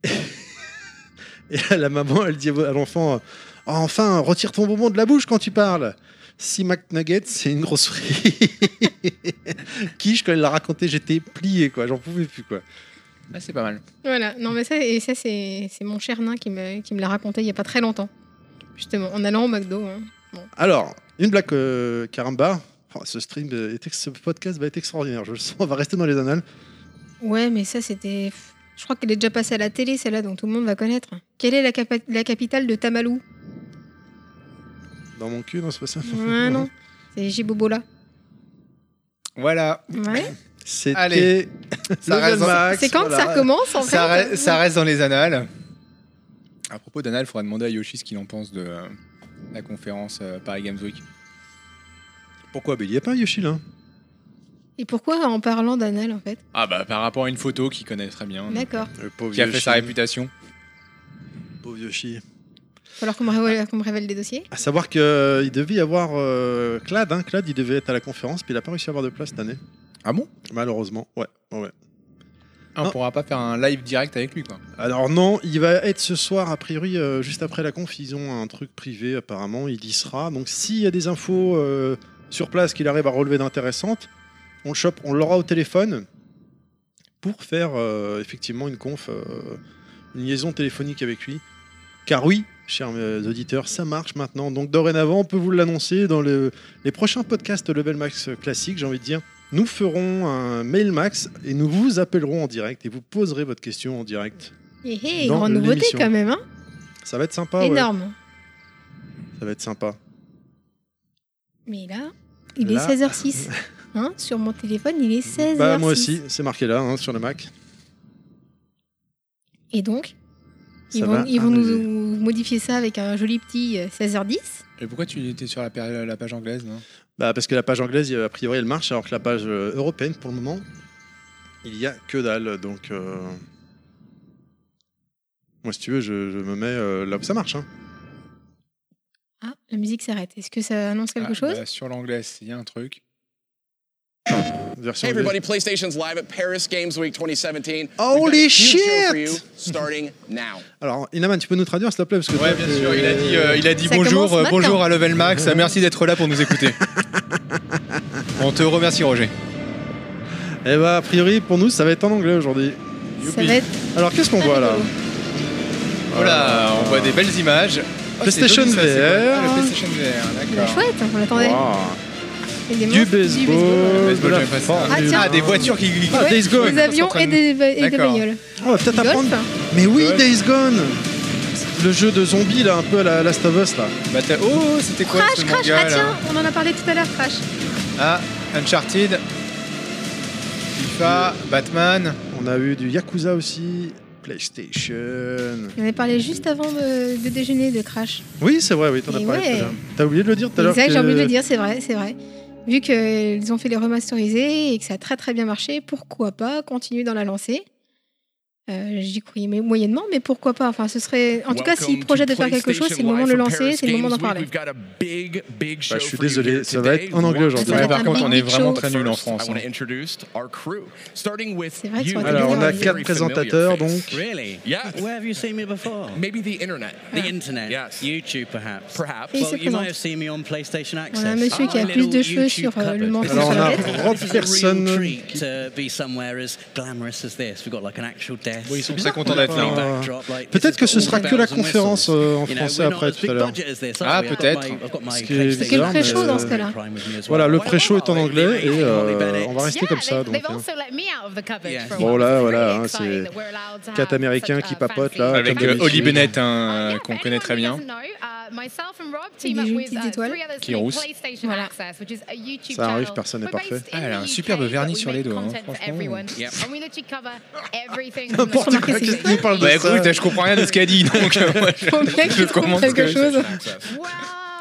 [LAUGHS] et là, la maman, elle dit à l'enfant Ah, Enfin, retire ton bonbon de la bouche quand tu parles. Si McNugget, c'est une grosse frite. [LAUGHS] Quiche, quand elle l'a raconté, j'étais plié, quoi. J'en pouvais plus, quoi.
Là, c'est pas mal.
Voilà, non mais ça, et ça c'est c'est mon cher nain qui me, qui me l'a raconté il y a pas très longtemps. Justement, en allant au McDo. hein.
Alors, une blague euh, caramba. Oh, ce stream, euh, est ex- ce podcast va être extraordinaire. Je le sens, on va rester dans les annales.
Ouais, mais ça c'était. pff, Je crois qu'elle est déjà passée à la télé, celle-là, donc tout le monde va connaître. Quelle est la, capa- la capitale de Tamalou
Dans mon cul, non, c'est pas ça.
Ouais, non. C'est Jibobola.
Voilà.
Ouais.
C'était [LAUGHS]
Allez. Ça
Level
reste dans-
Max,
C'est quand que ça
Ah, voilà.
commence en fait
ça, re- ça reste dans les annales. À propos d'annales, il faudra demander à Yoshi ce qu'il en pense de euh, la conférence euh, Paris Games Week.
Pourquoi Ben, Il n'y a pas Yoshi là.
Et pourquoi en parlant d'anal en fait
Ah bah par rapport à une photo qu'il connaît très bien,
D'accord.
Le pauvre
qui a fait sa réputation.
Pauvre Yoshi.
Falloir qu'on me, révèle- qu'on me révèle des dossiers
À savoir qu'il devait y avoir euh, Clad. Hein. Clad, il devait être à la conférence, puis il n'a pas réussi à avoir de place cette année.
Ah bon
Malheureusement, ouais. ouais, ouais.
Ah, on
Non.
pourra pas faire un live direct avec lui, quoi.
Alors non, il va être ce soir, a priori, euh, juste après la conf, ils ont un truc privé apparemment, il y sera. Donc s'il y a des infos euh, sur place qu'il arrive à relever d'intéressantes, on le chope, on l'aura au téléphone pour faire euh, effectivement une conf, euh, une liaison téléphonique avec lui. Car oui, chers euh, auditeurs, ça marche maintenant. Donc dorénavant, on peut vous l'annoncer dans le- les prochains podcasts Level Max classique, j'ai envie de dire. Nous ferons un mail max et nous vous appellerons en direct et vous poserez votre question en direct.
Hé hé,
Dans
Eh, grande nouveauté
l'émission.
quand même, hein
Ça va être sympa, ouais.
Énorme.
Ça va être sympa.
Mais là, il
Là.
est
[LAUGHS]
16h06. Hein sur mon téléphone, il est 16h06.
Bah, moi aussi, c'est marqué là, hein, sur le Mac.
Et donc, ils
Ça
vont,
va Ah,
ils vont
arriver.
nous modifier ça avec un joli petit euh, 16h10.
Et pourquoi tu étais sur la, pa- la page anglaise, non
Bah, parce que la page anglaise, a priori, elle marche, alors que la page euh, européenne, pour le moment, il y a que dalle. Donc, euh, moi, si tu veux, je, je me mets euh, là où ça marche. hein.
Ah, la musique s'arrête. Est-ce que ça annonce quelque
Ah,
chose
bah, Sur l'anglaise, il y a un truc.
Version
Hey everybody, PlayStation's live at Paris Games Week 2017.
Holy
We've got a huge show for
shit!
you, starting now.
anglaise. Alors, Inaman, tu peux nous traduire, s'il te plaît parce que toi,
Ouais, bien
t'es-
sûr, il a dit, euh, il a dit
Ça
bonjour,
commence
euh,
maintenant.
bonjour à Level Max, euh, merci d'être là pour
[LAUGHS]
nous écouter. on te remercie, Roger.
Eh bah, a priori, pour nous, ça va être en anglais aujourd'hui.
bah,
Ça va être.
Alors, qu'est-ce qu'on
très
voit là
rigolo.
Voilà, Oh on voit des belles images. Oh, c'est
PlayStation
joli, ça, c'est
VR.
quoi Ah, le PlayStation VR,
Bah,
d'accord.
chouette, on l'attendait.
Waouh.
Et des
Du
monstres,
baseball,
ouais.
Baseball,
de la
j'aime pas ça.
forme,
Ah,
du-
tiens.
Ah, des voitures qui. qui-
Ah, Days Gone.
Des avions et des, et des
D'accord.
bagnoles.
On va peut-être
Du golf.
apprendre Mais oui,
Ouais.
Days Gone Le jeu de zombies, là, un peu à la Last of Us, là.
Bah, t'as- oh, c'était quoi
Crash,
ce
crash,
manga,
ah
là
tiens, on en a parlé tout à l'heure, crash.
Ah, Uncharted, FIFA, Batman.
On a eu du Yakuza aussi, PlayStation...
On en a parlé juste avant de, de déjeuner de crash.
Oui, c'est vrai, oui, t'en as
Et
parlé
ouais.
tout à l'heure. T'as oublié de le dire tout à l'heure
Exact, j'ai
que-
envie de le dire, c'est vrai, c'est vrai. Vu qu'ils ont fait les remasterisés et que ça a très très bien marché, pourquoi pas continuer dans la lancée euh, J'y croyais mais moyennement, mais pourquoi pas enfin, ce serait... En tout cas, s'ils projettent de faire quelque chose, c'est le moment de le lancer, c'est le moment d'en parler.
Bah, je suis désolé, ça va être en anglais aujourd'hui.
Ça va
Ouais,
être
par
un
contre,
big
on est vraiment
show.
très nul en France. hein.
C'est vrai que ça aurait été
Alors, on a
Very
quatre présentateurs, donc...
Really?
Yes.
Where have you seen me before?
Maybe the internet.
The internet.
Yes.
YouTube, perhaps.
Perhaps.
Et il
Well,
se
you might have
présente.
seen me on PlayStation Access. Ah,
On a un monsieur qui a plus de cheveux sur euh, le manche de
Alors,
sa
on a
tête.
Rob
This is a real
Personne...
treat to be somewhere as glamorous as this. We've got like an actual desk.
Oui, ils sont très contents d'être là. hein.
Backdrop like this.
Peut-être que
It's
ce
got
sera
all the
que la
bells and
conférence
whistles.
euh,
You
en
know,
français
we're not
après
as
tout à
big
l'heure.
budget as this,
Ah,
are we? I've got
peut-être.
my- I've got my
Ce qui est
PlayStation
bizarre,
Prime
mais,
with me
euh,
as well.
Voilà, le
Why
pré-show
not?
est en
They-
anglais
they-
et
they-
euh,
Bennett.
on va rester
Yeah,
comme ça.
they've-
Donc,
they've
hein.
also let me out of the cupboard
Yeah.
for
Bon,
once.
là,
It's
voilà,
really
hein,
exciting
c'est
that we're allowed to
quatre
have
Américains
such
qui
a
papotent,
fancy
là,
event.
Avec
Comme
euh,
d'habitude.
Oli Bennett, hein,
Uh, yeah,
qu'on
for
connaît très bien.
anyone who doesn't know, uh, myself and Rob
Il
team
y a
up
une
with,
petite
uh,
étoile.
three others to
Qui
make
rousse.
PlayStation
Voilà.
Access, which is a YouTube
Ça arrive,
channel.
personne n'est
We're based
parfait.
in
Ah, elle a un
the
superbe
UK, but
vernis
we
sur les
make
doigts, hein,
content for
franchement.
everyone.
Yep.
And we literally cover everything from the
N'importe
start
quoi,
to
qu'est-ce
the
qu'il parle de
Bah
ça
écoute, je comprends rien de ce qu'elle dit, [LAUGHS] donc euh, moi, je,
[LAUGHS] Faut bien
je
qu'ils trouvent
commence que
quelque chose.
end. Well,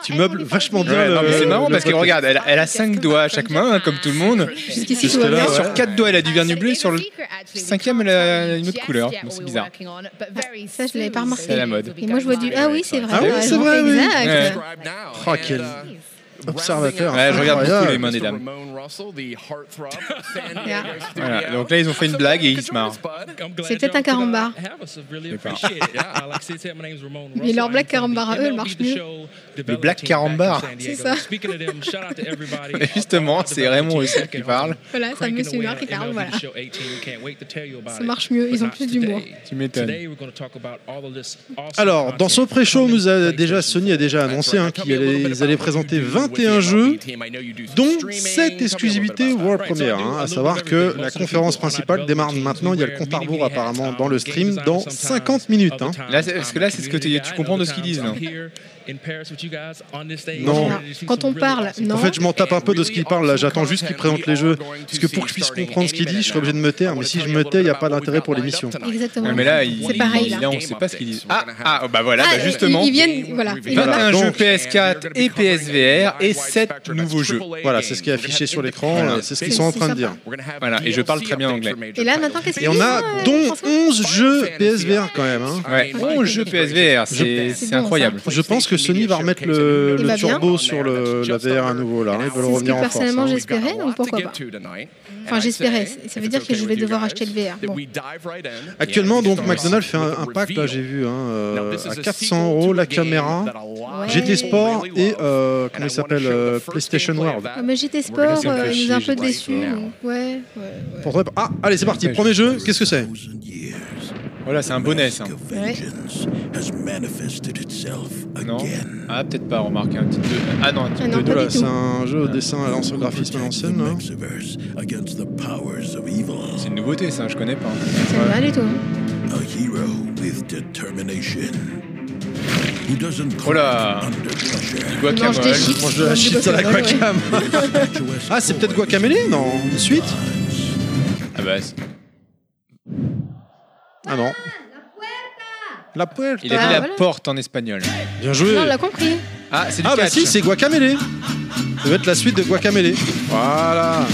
Tu meubles
everybody
vachement bien,
Ouais,
le-
non, mais c'est
le-
marrant
le
parce qu'elle
podcast.
regarde, elle, elle a cinq doigts à chaque main, hein, comme tout le monde.
Jusqu'ici, tout
Jusque-là,
va bien.
ouais.
Sur quatre doigts, elle a du
Uh,
vernis
so
bleu.
it is
Sur
a
le [LAUGHS]
secret, actually. We
cinquième,
can't
elle a
tell you
une autre
just
couleur.
yet
Donc, c'est
what we're
bizarre.
working on, but very
Ça, je l'avais
soon
pas remarqué.
C'est la mode.
Et moi, je vois du. Ah oui, c'est vrai.
Ah oui,
t'as
c'est
raison,
vrai, oui.
Exact.
Ouais.
now.
Oh,
and,
quel
uh,
observateur.
Ouais, je regarde beaucoup les
incroyable.
mains des dames.
Ramon Russell, the heartthrob of San Diego
Yeah.
studio.
Voilà, donc là, ils ont fait une blague et ils se
Could join
marrent.
us, bud.
C'est peut-être un
uh,
carambar. Mais
Mais
leur black carambar à eux, elle marche mieux.
Le black carambar.
C'est ça.
[LAUGHS] Et justement, c'est Raymond aussi qui parle.
Voilà, c'est un monsieur noir qui parle, voilà. Ça marche mieux, ils ont plus d'humour.
Tu m'étonnes.
Alors, dans ce pré-show, on nous a déjà, Sony a déjà annoncé hein, qu'ils allaient, ils allaient présenter 21 jeux, dont 7 exclusivités World Premiere. hein, à savoir que la conférence principale démarre maintenant. Il y a le compte à rebours apparemment dans le stream dans 50 minutes. hein.
Là, c'est- parce que là, c'est ce que tu- tu comprends de ce qu'ils disent, là.
Non.
Quand on parle, non.
En fait, je m'en tape un peu de ce qu'il parle là. J'attends juste qu'il présente les jeux. Parce que pour que je puisse comprendre ce qu'il dit, je serais obligé de me taire. Mais si je me tais, il n'y a pas d'intérêt pour l'émission.
Exactement.
Ouais, mais là, il,
C'est pareil,
il-
là.
on sait pas ce qu'ils disent. Ah, ah, bah voilà,
Ah,
bah justement.
Ils, ils viennent, voilà. Ils en
Voilà.
a-
21 jeux
donc-
PS4 et PSVR et sept nouveaux jeux.
Voilà, c'est ce qui est affiché sur l'écran, Voilà.
c'est
c'est ce qu'ils sont en train de dire.
Voilà, et je parle très bien anglais.
Et là, maintenant, qu'est-ce
Et on a dont 11 jeux PSVR quand même. hein.
Ouais, bon jeu PSVR, c'est
Je-
c'est
Ah, C'est bon,
incroyable.
Je pense que Sony va remettre le,
Eh
le
bah, bien.
turbo sur le, la VR à nouveau là. Ils
C'est
veulent
ce que
revenir en force.
personnellement
hein.
j'espérais, donc pourquoi pas. Enfin, j'espérais. Ça- ça veut dire que je vais devoir acheter le VR. Bon.
Actuellement, donc McDonald's fait un, un pack là, j'ai vu, hein, euh, à 400 euros la caméra, GT Sport et euh, comment il s'appelle euh, PlayStation World.
Ah, mais GT Sport
laisser
euh,
le
il nous a un
chier,
peu
j'ai
déçus.
pas eu.
donc, Ouais, ouais,
Pour toi, Ah, allez, c'est parti. Premier jeu, qu'est-ce que c'est
Voilà, Oh c'est un bonnet, ça.
ouais.
Non Ah, peut-être pas, remarque. Un petit deux. Ah non, un petit
Ah non,
deux.
pas
Voilà,
du tout.
C'est un jeu au dessin à l'ancien graphisme à l'ancienne. hein. là.
C'est une nouveauté, ça, je connais pas.
Ça me va du tout.
Oh là
Il mange des chips.
Mange de la
mange du
shit à la
guacamole, ouais.
guacam. [LAUGHS] Ah, c'est peut-être Guacamele Non, une suite
Ah bah, c'est-
Ah non. La puerta.
il a dit
Ah,
la
voilà.
porte en espagnol.
Bien joué.
Non, on l'a compris.
Ah, c'est du
Ah bah
catch.
si, c'est Guacamele. Ça doit être la suite de Guacamele. Voilà.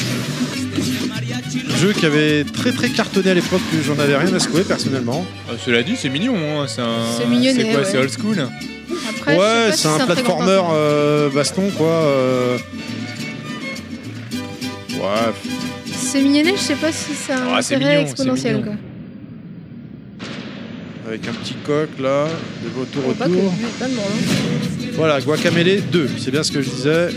Jeu qui avait très très cartonné à l'époque que j'en avais rien à secouer personnellement.
Euh, Cela dit, c'est mignon. Hein. C'est un...
C'est mignonnet,
C'est quoi
ouais.
C'est old school
Après, je sais
ouais,
pas si
c'est un
très grand
platformer
intérêt.
euh, baston quoi. euh. Ouais,
C'est mignonnet, je sais pas si ça a un
Ah, c'est
intérêt
mignon, c'est
exponentiel.
mignon.
Quoi.
avec un petit coq là, de votre
Faut pas que-
retour.
mais pas de branle, hein.
Voilà, Guacamele 2, c'est bien ce que je disais.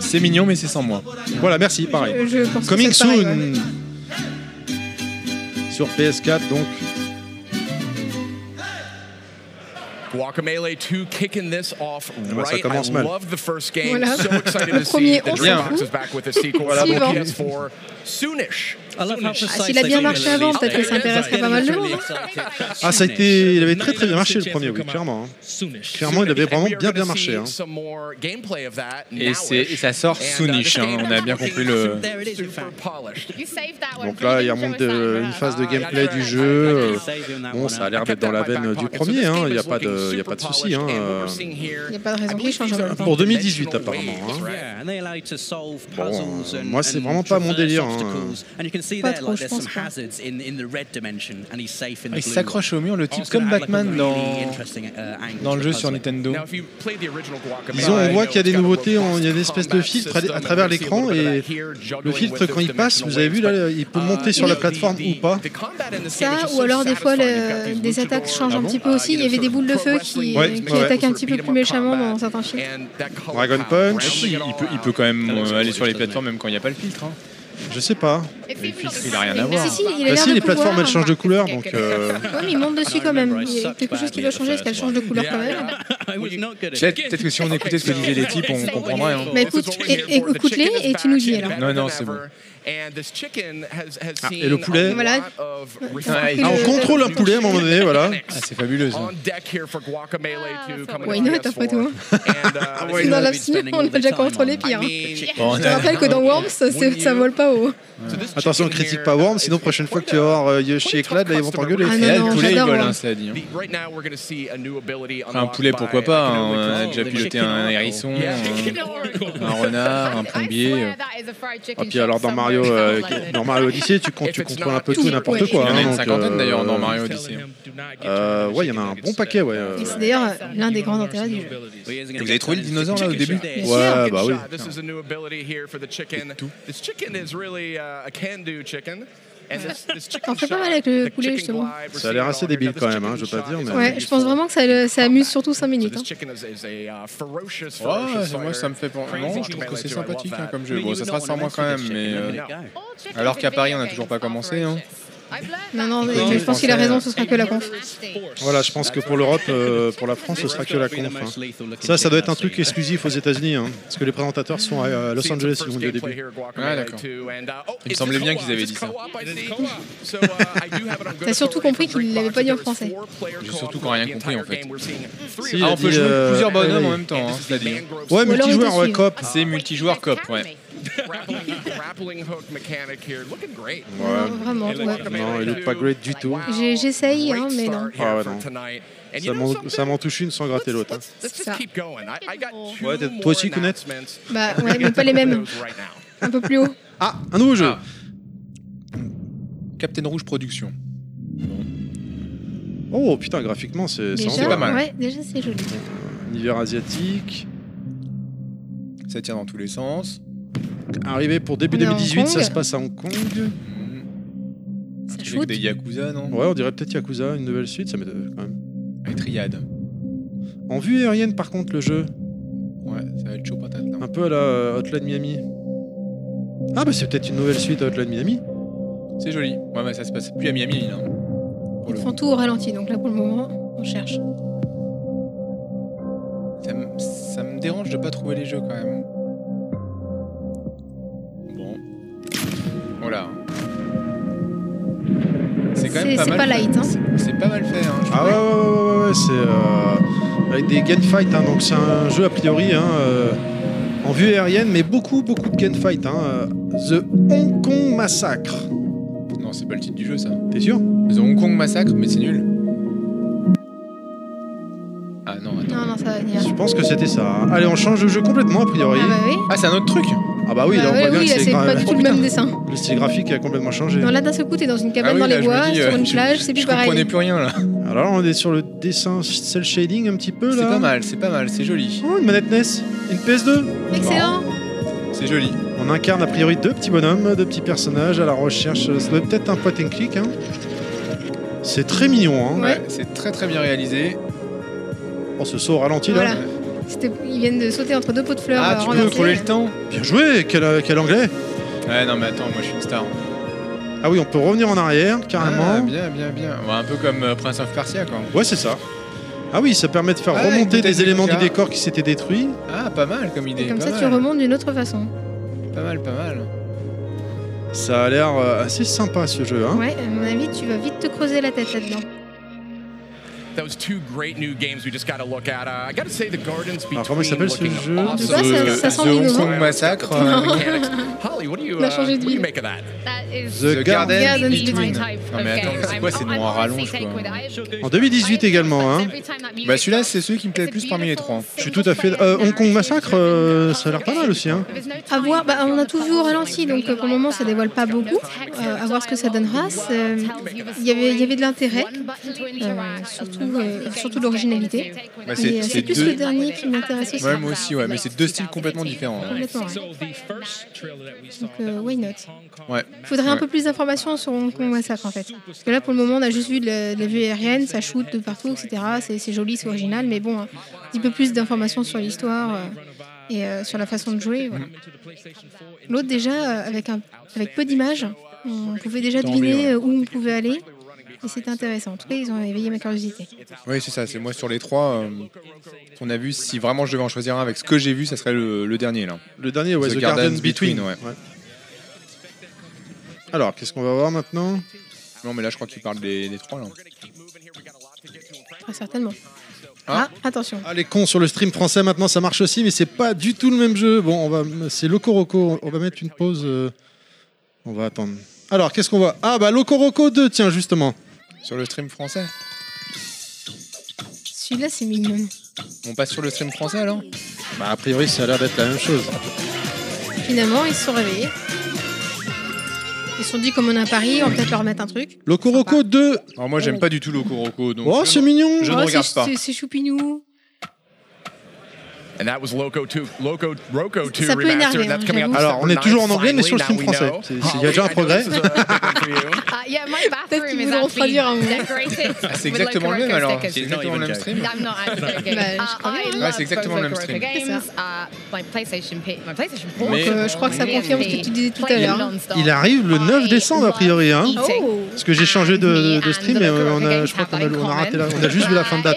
C'est mignon, mais c'est sans moi.
Voilà, merci, pareil.
Euh, Je pense que
Coming
c'est pareil, ouais.
soon Sur PS4 donc.
Guacamelee 2 kicking this off
bah, ça
right. I
commence mal.
loved the first game.
Voilà. [LAUGHS]
So excited
Le
to see
premier,
the
on
Dreambox
s'en
is back with a sequel
Voilà,
on
bon.
PS4 soonish.
I love how
Ah,
precise
s'il a
they
bien
do
marché
the
avant,
release
peut-être que
date.
ça intéresserait pas mal de monde, hein.
Ah, ça a été. Il avait très très bien marché le premier, oui, clairement. hein.
Soonish.
Clairement, il avait
And
vraiment
we are
bien bien
gonna see
marché. hein.
some more gameplay of that
Et, c'est- et ça sort
now-ish.
sous niche.
And, uh, this
Hein.
game
On a bien compris le.
There it is, in
Super
fact.
polished.
You saved that one.
Donc
for
là,
the
il
game
remonte
show,
euh,
right?
une phase de
Ah,
gameplay
ah,
du
ah,
jeu. euh,
Saving that
Bon,
one
ça a
up.
l'air d'être dans la veine du premier, hein, il n'y a pas de, il y a pas de souci. Hein, euh.
Il n'y a pas de raison qu'il change en même temps.
Pour 2018, apparemment. hein.
Yeah, and they allow you to solve
Bon,
puzzles
euh,
and-
moi, c'est
and
vraiment pas mon
traverse
délire, hein.
obstacles. And you can see
Pas
there,
trop,
like,
je
there's some
pense pas.
hazards in- in the red dimension, and he's safe in the blue
Il s'accroche au mur, le
one.
type,
It's
comme
gonna add, like, a
Batman
really
dans,
interesting, uh, angle
dans
to
le
the
jeu
puzzle.
sur Nintendo.
Disons, on voit qu'il y a des nouveautés, on- il y a des espèces de filtres à, à travers l'écran et le filtre, quand il passe, vous avez vu là, il peut monter sur la plateforme ou pas.
Ça, ou alors des fois, le- des attaques changent un petit peu aussi. Il y avait des boules de feu qui,
Ouais,
qui
ouais.
attaquent un petit peu plus méchamment dans certains films.
Dragon Punch.
Ah si, il peut, il peut quand même euh, aller sur les plateformes même quand il n'y a pas le filtre. hein.
Je sais pas.
It seems like
il a rien à
something
voir.
now,
Si, si, il a
but-
l'air
Bah si,
[LAUGHS]
de
les plateformes, elles
pouvoir.
changent de couleur,
[LAUGHS]
donc euh,
Ouais, mais il monte dessus quand même. Il y a quelque chose qui doit changer, est-ce qu'elle change de couleur quand même
[LAUGHS] I was not good at
Peut-être peut-être que si on écoutait ce que disaient les types, on comprendrait. hein.
Mais Bah, écoute, é- é- écoute-les et tu nous dis alors.
Non, non, c'est bon.
Ah, et le poulet.
Voilà.
Ouais,
Ah, on contrôle un poulet à un moment donné, voilà.
Ah, c'est fabuleux. ça.
On deck here for Guacamelee 2 coming
Why
to
not,
PS4.
après tout, hein. [LAUGHS]
And, uh,
Ouais,
Parce que Dans
il a
la
envie de
ciné,
spending
on
all
l'a
the
déjà
time on
contrôlé
it.
pire. hein.
I mean,
Bon, on
Je
[LAUGHS]
[LAUGHS]
te
a-
rappelle que dans Worms, c'est- ça vole pas haut.
so this
Attention, on
chicken
critique
here,
pas Worms,
uh,
sinon
is-
prochaine fois que tu vas
uh,
voir euh, Yoshi et Clad, là ils vont t'engueuler. Eh,
Ah
Et là,
non,
le poulet, il
j'adore,
vole,
moi.
hein, ça a dit. hein.
the- right now, we're gonna see a new ability
Enfin, un
unlocked
poulet,
by-
pourquoi pas. hein. On a
economic-
déjà piloté un hérisson,
Yeah.
euh, un
I
renard, un plombier. euh. Oh,
swear that is a fried
Et
chicken
Ah, puis alors
shop
dans Mario,
somewhere
euh,
in South London.
dans Mario Odyssey, tu, comptes- tu
If it's
contrôles un
not
peu tout
tout,
et n'importe
ouais.
quoi.
Il y en a
hein,
une
donc,
cinquantaine
euh,
d'ailleurs dans Mario Odyssey. hein.
Euh, ouais, il y en a un bon paquet, ouais. euh.
Et c'est d'ailleurs l'un des grands intérêts du jeu.
Vous avez trouvé le dinosaure là au début
Ouais,
Good
bah oui.
shot. This is a new ability here for the chicken. This chicken is really uh, a can-do chicken. And this- this
T'en
chicken
fais pas mal
shot,
avec le
the
poulet,
chicken
justement.
glide, we're
Ça a l'air
seeing it
assez
all here.
débile
Now,
quand
this
même, hein,
chicken
je veux pas
shot
dire,
is
mais-
a
Ouais, je pense vraiment que ça, le- ça amuse surtout 5
So
minutes.
this
hein.
chicken is- is a, uh, ferocious,
Ouais,
ferocious
Oh, moi ça me fait penser.
fighter.
Non,
Crazy
je trouve que c'est
Guacamelee too, I love
sympathique
that.
hein, comme jeu. Bon, ça sera sans moi quand même, mais. euh,
All chickens
Alors
in
qu'à Paris,
video
on a toujours
games
pas
are
commencé, hein.
ferocious. I've learned
Non,
that
non, mais
because
je pense qu'il a raison, ce sera que la conf.
Voilà, je pense que pour l'Europe, euh, pour la France, ce sera que la conf. hein. Ça, ça doit être un truc exclusif aux États-Unis, hein, parce que les présentateurs sont à euh, Los
Seen
Angeles,
some
ils
first
vont dit au
gameplay
début.
here, Guacamelee
Ah, d'accord.
too, and, uh, oh,
Il me
it's
semblait
a
bien qu'ils
co-op,
avaient
it's
dit ça.
co-op, I see. So, uh, I do have it on good
T'as surtout
authority
compris
from
qu'il
Dreambox
l'avait pas dit en
that there is
français.
four-player
J'ai
co-op
surtout
throughout
rien
the
compris,
entire
en fait.
game. We're seeing three
Si, il
Ah,
a
on peut
dit,
jouer
euh,
plusieurs bonhommes en
euh,
même temps, hein, cela dit.
mangrove
Ouais,
Ou
mais
alors
multijoueur,
ils te
ouais,
suivent.
cop.
C'est multijoueur cop, ouais.
grappling, grappling hook mechanic here, looking great.
Non, vraiment, ouais.
Non, il est pas great du tout.
J'ai- J'essaye, hein, mais non.
Ah ouais, non.
And
Ça
you know
m'en-
something?
ça m'en touche une sans gratter
Let's,
l'autre. hein.
let's- let's just
Ça.
keep going. I, I got two
Ouais, t'as-
more
toi aussi, Kounet
announcements.
Bah ouais, mais pas les mêmes.
Those right now.
Un peu plus haut.
Ah, un nouveau jeu.
Ah. Captain Rouge Production.
Oh putain, graphiquement, c'est ça
Déjà,
envoie.
pas mal.
Ouais, déjà c'est joli.
Univers asiatique.
Ça tient dans tous les sens.
Arrivé pour début
On est à
2018,
Hong
ça
Kong.
se passe à Hong Kong.
Ça
Avec
shoot.
des Yakuza, non
Ouais, on dirait peut-être Yakuza, une nouvelle suite, ça m'étonne quand même.
Avec Triade.
En vue aérienne, par contre, le jeu,
Ouais, ça va être chaud patate là.
un peu à la euh, Hotline Miami. Ah, bah c'est peut-être une nouvelle suite à Hotline Miami.
C'est joli. Ouais, mais ça se passe plus à Miami hein. là. Pour
Ils
le
font tout au ralenti, donc là pour le moment, on cherche.
Ça me, ça me dérange de pas trouver les jeux quand même. Bon. Voilà. C'est quand même
C'est-
pas
c'est
mal.
pas
fait.
light, hein.
C'est- C'est pas mal fait. Hein, je
Ah ouais, ouais, ouais, ouais, ouais, c'est euh, avec des gunfights, hein, donc c'est un jeu a priori hein, euh, en vue aérienne, mais beaucoup, beaucoup de gunfights. Hein, euh, The Hong Kong Massacre.
trouve. Non, c'est pas le titre du jeu ça.
T'es sûr
The Hong Kong Massacre, mais c'est nul. Ah non, attends.
Non, non, ça va venir.
Je pense que c'était ça. hein. Allez, on change de jeu complètement a priori.
Ah bah oui.
Ah, c'est un autre truc
Ah bah oui,
Bah
là on
ouais,
voit bien
oui,
que
là
c'est
c'est
quand
pas
même-
du tout
Oh,
le
[LAUGHS]
même dessin.
Le style graphique a complètement changé.
Non, là d'un seul coup, t'es dans une cabane
Ah oui,
dans
là,
les
je me
bois,
dis, euh,
sur une
je-
plage, c'est plus
Je comprenais
pareil. Oh
plus rien là.
Alors là, on est sur le dessin cel shading un petit peu là.
C'est pas mal, c'est pas mal, c'est joli.
Oh, une manette NES, une PS2.
Excellent.
C'est joli.
On incarne a priori deux petits bonhommes, deux petits personnages à la recherche. Ça doit être peut-être un point and click. Hein. C'est très mignon. Hein.
Ouais.
c'est très très bien réalisé.
On se saut au ralenti là.
Voilà. C'était- Ils viennent de sauter entre deux pots de fleurs.
Ah,
euh,
tu peux
renversés.
contrôler le temps
Bien joué, quel, euh, quel anglais
Ouais, non, mais attends, moi je suis une star.
Ah oui, on peut revenir en arrière,
Ah,
carrément.
bien, bien, bien. Ouais, un peu comme euh, Prince of Persia, quoi.
ouais, c'est ça. Ah oui, ça permet de faire
Ah, une
remonter
bouteille
des
de
éléments du
Coca.
décor qui s'étaient détruits.
Ah, pas mal comme idée.
Et comme
pas
ça,
mal.
tu remontes d'une autre façon.
Pas mal, pas mal.
Ça a l'air euh, assez sympa ce jeu. Hein.
Ouais, à mon avis, tu vas vite te creuser la tête là-dedans.
Those two great new games we just got to look at. Uh, I got to say the gardens between
Alors, Ah, comment il s'appelle ce
looking
jeu
awesome.
Ça, ça- ça sent
The Hong
mignon.
Kong Massacre. euh,
Mechanics.
[LAUGHS]
Holly, what do you,
On a
uh,
changé de
what do you
ville.
make of that?
That is
The Garden
Garden
my
Between.
type
Non,
of
mais attends,
game.
c'est quoi
I'm-
ces
I'm
noms à
honestly
rallonge,
taken
quoi.
with it.
En 2018 également. Hein.
Every time that music
Bah, celui-là,
comes,
c'est celui qui me plaît le plus parmi les trois.
Je suis tout à fait. euh, Hong Kong Massacre, euh, ça a l'air pas mal aussi. Hein.
There's no
À
time
voir, bah, on a
to
tout
focus
vu au
on
ralenti,
something
donc euh,
really
pour le moment
like
ça
that.
dévoile pas beaucoup. Euh, à voir ce que ça donnera. C'est, euh, Il y avait, il y avait de l'intérêt, euh, surtout, euh, surtout de l'originalité.
Bah,
Mais,
c'est
euh,
c'est
c'est plus
deux-
le dernier qui m'intéresse aussi.
Ouais, moi aussi, ouais, mais c'est deux styles complètement différents. hein.
Complètement, ouais.
So the first trailer that we saw
Donc, euh,
that
why
was
not
Hong Kong
Ouais.
Faudrait un
Ouais.
peu plus d'informations sur Hong Kong Massacre en fait. Parce que là pour le moment on a juste vu de la, de la vue aérienne, ça shoot de partout, etc. C'est, c'est joli, c'est original, mais bon, un petit peu plus d'informations sur l'histoire euh, et euh, sur la façon de jouer. voilà.
to the PlayStation 4 in
L'autre déjà, euh, avec, un, avec peu d'images, on pouvait déjà
T'as envie, ouais.
deviner euh, où on pouvait aller. Et c'était intéressant. En tout cas, ils ont éveillé ma curiosité.
Oui, c'est ça. C'est moi sur les trois euh, qu'on a vu. Si vraiment je devais en choisir un avec ce que j'ai vu, ça serait le, le dernier là.
Le dernier, ouais,
The
The,
Gardens
Garden, Between.
Between, ouais.
ouais. Alors, qu'est-ce qu'on va voir maintenant
Non, mais là, je crois qu'il parle des, des trois là.
Très certainement.
Ah.
Ah, attention.
Ah, les cons sur le stream français maintenant, ça marche aussi, mais c'est pas du tout le même jeu. Bon, on va, c'est Locoroco. On va mettre une pause. euh, On va attendre. Alors, qu'est-ce qu'on voit Ah, bah Locoroco 2, tiens, justement.
Sur le stream français.
Celui-là, c'est mignon.
On passe sur le stream français alors
Bah, a priori, ça a l'air d'être la même chose.
Finalement, ils se sont réveillés. Ils se sont dit, comme on est à Paris, on va peut-être leur mettre un truc.
Locoroco 2.
Alors moi, j'aime pas du tout le Kuroko. Donc
Oh,
je-
c'est mignon.
Je ne
c'est-
regarde pas.
c'est- C'est choupinou.
And that was Loco 2, Loco, Roco 2
Ça peut
remastered,
énerver,
and that's
hein,
coming out
j'avoue.
Alors, on est
December
toujours en
9th,
anglais, mais sur le
finally,
stream
now we
français.
know.
C'est- c'est- il y a déjà un
Holly, I know
progrès.
this is
[LAUGHS]
a big one for you.
Uh, yeah, my bathroom
qu'ils
is
voudront
actually
traduire un mot.
Ah,
decorated with
c'est exactement le
Loco
même
Roco
alors.
stickers.
C'est exactement le même stream.
I'm not actually joking.
Bah, je crois
Uh, I
bien.
Ouais,
love
c'est exactement
both
le même
Loco Roco
stream.
games.
C'est
Uh, My PlayStation P- my PlayStation Pro.
Mais-
Donc, euh, je crois que ça confirme ce que tu disais tout à l'heure. hein.
Il arrive le 9 décembre, a priori. Hein.
Oh
Parce que j'ai changé de, de stream et on a, je crois qu'on a, on a raté la, on a juste vu la
Uh,
fin de date.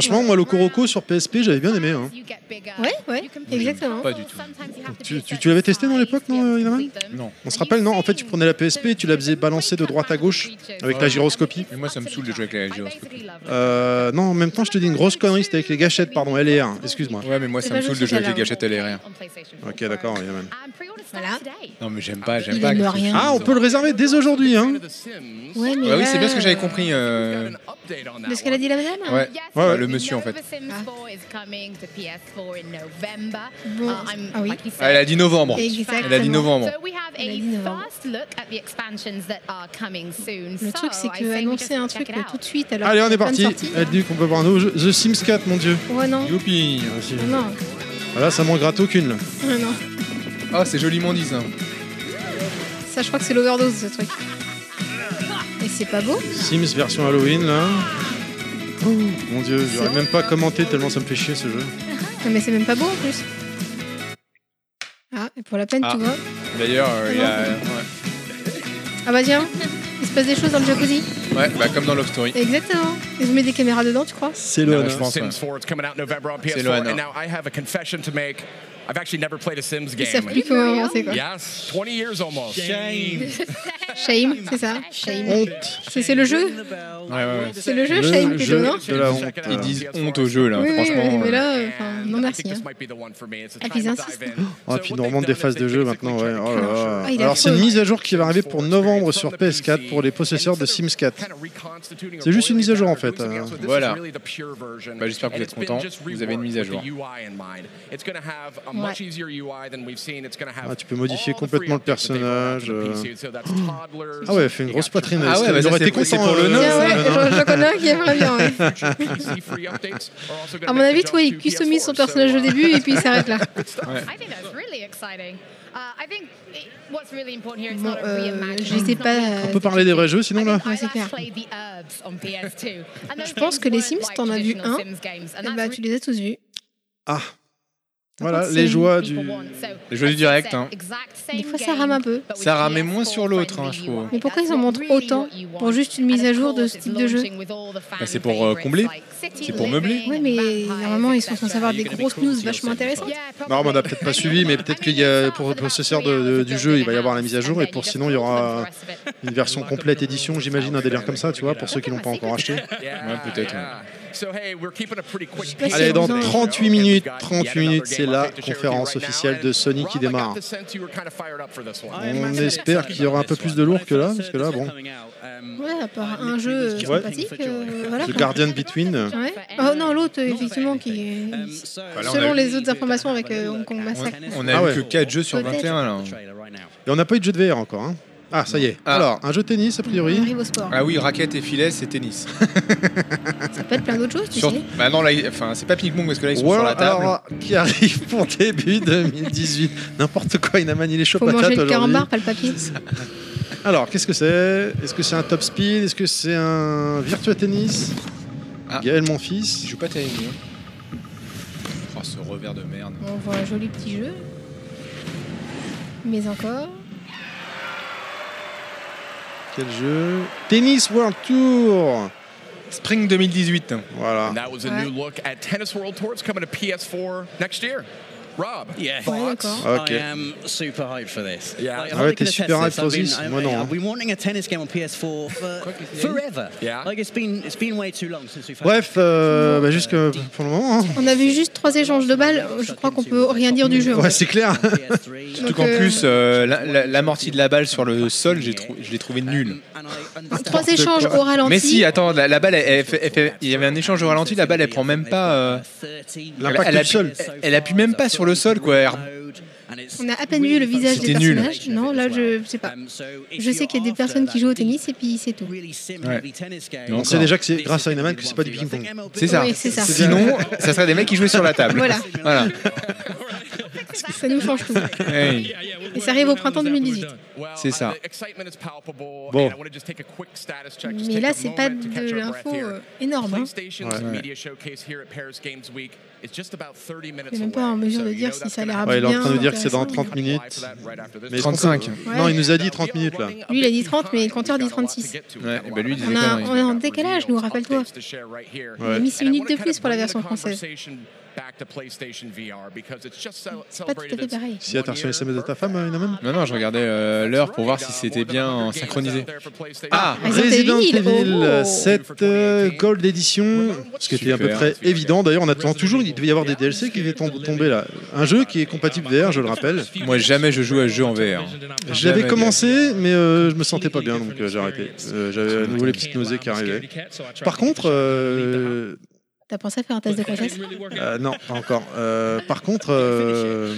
Franchement, moi, Locoroco sur PSP, j'avais bien aimé. Hein.
Ouais, ouais, exactement.
Pas du tout.
Tu- tu- tu l'avais testé dans l'époque, non, euh, Inaman
Non.
On se rappelle, non En fait, tu prenais la PSP et tu la faisais balancer de droite à gauche avec la gyroscopie.
Mais moi, ça me saoule de jouer avec la gyroscopie.
Euh, non, en même temps, je te dis une grosse connerie, c'était avec les gâchettes, pardon, LR, excuse-moi.
Ouais, mais moi,
C'est
ça
pas
me saoule
juste
de jouer
ça,
avec les
là.
gâchettes LRR.
Ok, d'accord, il y en a même.
Voilà.
Non, mais j'aime pas,
Il
j'aime pas.
aime
que-
rien.
Ah, on peut le réserver dès aujourd'hui. Hein.
Ouais, mais
Bah oui, c'est bien
là,
ce que j'avais compris. euh,
De ce qu'elle a dit la madame
Ouais.
Ouais, ouais.
bah, le monsieur, en fait.
Ah. Bon. Ah
Ah
oui.
oui.
Elle a dit novembre.
Exactement.
Elle a dit novembre.
So we have
Elle a
a
dit novembre.
first look at the expansions that are coming soon.
Le truc, c'est
que
qu'annoncer un truc euh, tout de suite. Alors
Allez, on
qu'il y
est
a plein de
parti.
sorties.
Elle dit qu'on peut voir un nouveau jeu. The Sims 4, mon dieu.
Ouais, non.
Youpi
Vas-y.
Ah, Non,
Ah, Là, ça m'en gratte aucune. là.
Ah, non.
Ah, c'est joliment dit ça.
Ça, je crois que c'est l'overdose, ce truc. Et c'est pas beau.
Sims version Halloween, là. Ouh, mon dieu, j'aurais même pas commenté tellement ça me fait chier ce jeu.
Non, mais c'est même pas beau en plus. Ah, et pour la peine,
Ah.
tu vois.
D'ailleurs, euh, il y a-
Ah bah tiens, il se passe des choses dans le jacuzzi.
ouais, Ouais, bah, comme dans Love Story.
Exactement. Ils ont mis des caméras dedans, tu crois
C'est
Non,
le
je pense,
Sims 4. It's coming out in November on
C'est
PS4.
Loana.
And now I have a confession to make. I've actually never played a Sims
Ils savent
game.
plus comment avancer quoi.
Yes, 20 years almost.
Shame, c'est ça. Shame.
Honte.
C'est c'est le jeu
Ouais, ouais, ouais.
C'est le jeu,
Le
Shame,
jeu.
plutôt, non
de la honte.
uh,
Ils disent honte au jeu, là,
Oui, oui,
franchement.
mais
euh,
là, euh, enfin, non merci. hein. Ah, puis ils insistent.
Ah, puis Normande des phases de jeu maintenant, ouais. Oh là là.
Ah, il a
Alors, c'est
feu.
une mise à jour qui va arriver pour novembre sur PS4 pour les possesseurs de Sims 4. C'est juste une mise à jour, en fait, euh.
Voilà. Bah, j'espère que vous êtes contents. Vous avez une mise à jour.
Ah, tu peux modifier complètement le personnage, euh. Ah
Ah
ouais, elle fait une grosse poitrine.
Ah ouais,
elle
bah ça,
aurait été
c'est- c'est
content
pour le
euh,
nom,
Tiens,
ça.
le
ouais,
nom.
j'en j'en connais un qui hein. aimerait bien, ouais. À mon avis, toi, il customise son personnage au début et puis il s'arrête là.
I think that's really exciting. Uh, I think it- what's really important here is
Bon,
not a
euh,
reimagining.
je sais
It's not
pas.
really-
euh,
On peut parler des vrais jeux sinon,
I
là
think
Ouais,
I
c'est
last
clair.
played the Herbs on
[LAUGHS]
PS2. And those
Je pense
games
que les
weren't
Sims,
like
t'en as vu
traditional
un.
Sims games, and
Eh
that's
bah,
really
tu les as tous vus.
Ah,
Ça
Voilà,
compte,
les
c'est-
joies.
what
du-
people want. So,
Les jeux
as
du
you
direct,
said,
hein.
exact
Des
same
fois, ça
game,
rame un peu.
but with
Ça ramait
PS4
moins sur l'autre, hein, je
friendly
trouve.
UI.
Mais pourquoi
That's
ils en
what
montrent
really
autant
what you want.
pour juste une mise à jour de ce type de jeu
Bah, c'est pour, euh, combler. C'est pour meubler.
Ouais, mais normalement, ils sont censés avoir des grosses news vachement intéressantes.
Non, mais on n'a peut-être pas suivi, mais peut-être qu'il y a pour le possesseur de- de- du jeu, il va y avoir la mise à jour, et pour sinon, il y aura une version complète édition, j'imagine, un délire comme ça, tu vois, pour ceux qui l'ont pas encore acheté.
Ouais, peut-être,
pas si
Allez, dans
vous en-
38 minutes, 38 minutes, c'est la conférence officielle de Sony qui démarre. On espère qu'il y aura un peu plus de lourd que là, parce que là, bon.
um,
Ouais, à part un jeu euh,
Ouais.
sympathique. euh, voilà,
The
quoi.
Guardian Between. euh,
Ouais. Oh non, l'autre, euh, effectivement, qui est.
Euh,
Voilà, on
Selon
a-
les autres informations avec euh, Hong Kong Massacre.
On a
Ah
vu
ouais.
que 4 jeux sur
Peut-être.
21, là.
Et on n'a pas eu de jeu de VR encore. hein. Ah, ça y est.
Ah.
Alors, un jeu de tennis, a
On
priori.
arrive au sport.
Ah oui, raquette et filet, c'est
[LAUGHS]
tennis.
Ça peut être plein d'autres choses, tu
Sur-
sais.
Bah non, là, ils- enfin, c'est pas ping-pong parce que là, ils sont sur la
World
table.
Aura qui arrive pour début 2018. N'importe quoi, il a manié les
Faut
chopatates
manger le
aujourd'hui.
carambar, pas le papier.
Alors, qu'est-ce que c'est Est-ce que c'est un top speed Est-ce que c'est un Virtua Tennis
Ah.
Gaël, mon
Je
fils.
joue pas terrible. hein. Oh, ce revers de merde.
On voit un joli petit jeu. Mais encore.
Quel jeu Tennis World Tour
Spring 2018.
Voilà.
That was a new look at Tennis World Tour. It's coming to PS4 next year. Rob.
Yeah.
Ouais, d'accord.
Ok.
I am super hyped for this.
Yeah.
Like,
Ah
Harley
ouais, t'es
can
super
attest
hyped
to
for
this.
this,
I've been-
moi
I-
non.
I've been wanting a tennis game on PS4 for forever.
Yeah.
Like it's been it's been way too long since we've had.
Bref, euh, bah, jusque pour le moment. hein.
On a vu juste trois échanges de balles. Je crois qu'on peut rien dire du jeu. en
Ouais,
fait.
[LAUGHS]
c'est clair.
PS3.
Donc,
Surtout qu'en
euh,
plus, euh, la- la- l'amorti de la balle sur le sol, j'ai trou- je l'ai trouvé nul.
And I understand-
Trois échanges au ralenti.
Mais si, attends, la, la balle, elle- elle fait- elle fait- il y avait un échange au ralenti, la balle, elle prend même pas. euh,
L'impact
elle,
du
appuie-
sol.
elle- elle appuie même pas sur le sol, quoi. Elle-
On a à peine vu le visage des
C'était nul.
personnages. Non, là, je sais pas. Je sais qu'il y a des personnes qui jouent au tennis et puis c'est tout.
On sait déjà que c'est grâce à Inaman que c'est pas du ping-pong.
C'est ça.
Oui, c'est ça.
Sinon, ça serait des mecs qui jouaient sur la table.
Voilà.
Voilà.
Ça nous change
[LAUGHS]
[LAUGHS]
tout.
Hey.
Et ça arrive au printemps 2018.
Well,
C'est ça.
uh, the excitement is palpable,
Bon.
and I wanna just take a quick status check, just
Mais
take
là,
a
c'est pas
moment to catch
de
our breath
l'info
here.
euh, énorme. hein.
PlayStation's
Ouais.
media showcase here at Paris Games Week is just about 30 minutes
On est même pas en
away.
mesure
So
de
you
dire
know
si
that's
ça a
gonna
l'air
happen.
Ouais, il est en train de dire que c'est
intéressant,
dans
mais-
30 minutes. Mais est-ce qu'on peut-
35.
Non, il nous a dit 30 minutes là.
Lui, il a dit 30, mais quand il dit 36.
Ouais, et ben lui, il disait
on, a,
conneries.
on est en décalage, nous, rappelle-toi.
On a mis 6 minutes de plus pour la version française.
C'est
C'est pas tout à fait pareil.
Si, attention, SMS de ta femme, euh, Inaman
Non, non, je regardais euh, l'heure pour voir si c'était bien synchronisé. Ah,
Resident
Resident
Evil,
Evil
oh.
7 euh, Gold Edition, ce qui était à peu
Super.
près évident. D'ailleurs, on attend toujours, il devait y avoir des DLC qui devaient tom- tomber là. Un jeu qui est compatible VR, je le rappelle.
Moi, jamais je joue à ce jeu en hein. VR.
J'avais
Jamais.
commencé, mais euh, je me sentais pas bien, donc euh, j'ai arrêté. Euh, J'avais à nouveau les petites nausées qui arrivaient. Par contre, euh,
T'as pensé à faire un test de grossesse
euh, non, pas encore. Euh, par contre, euh,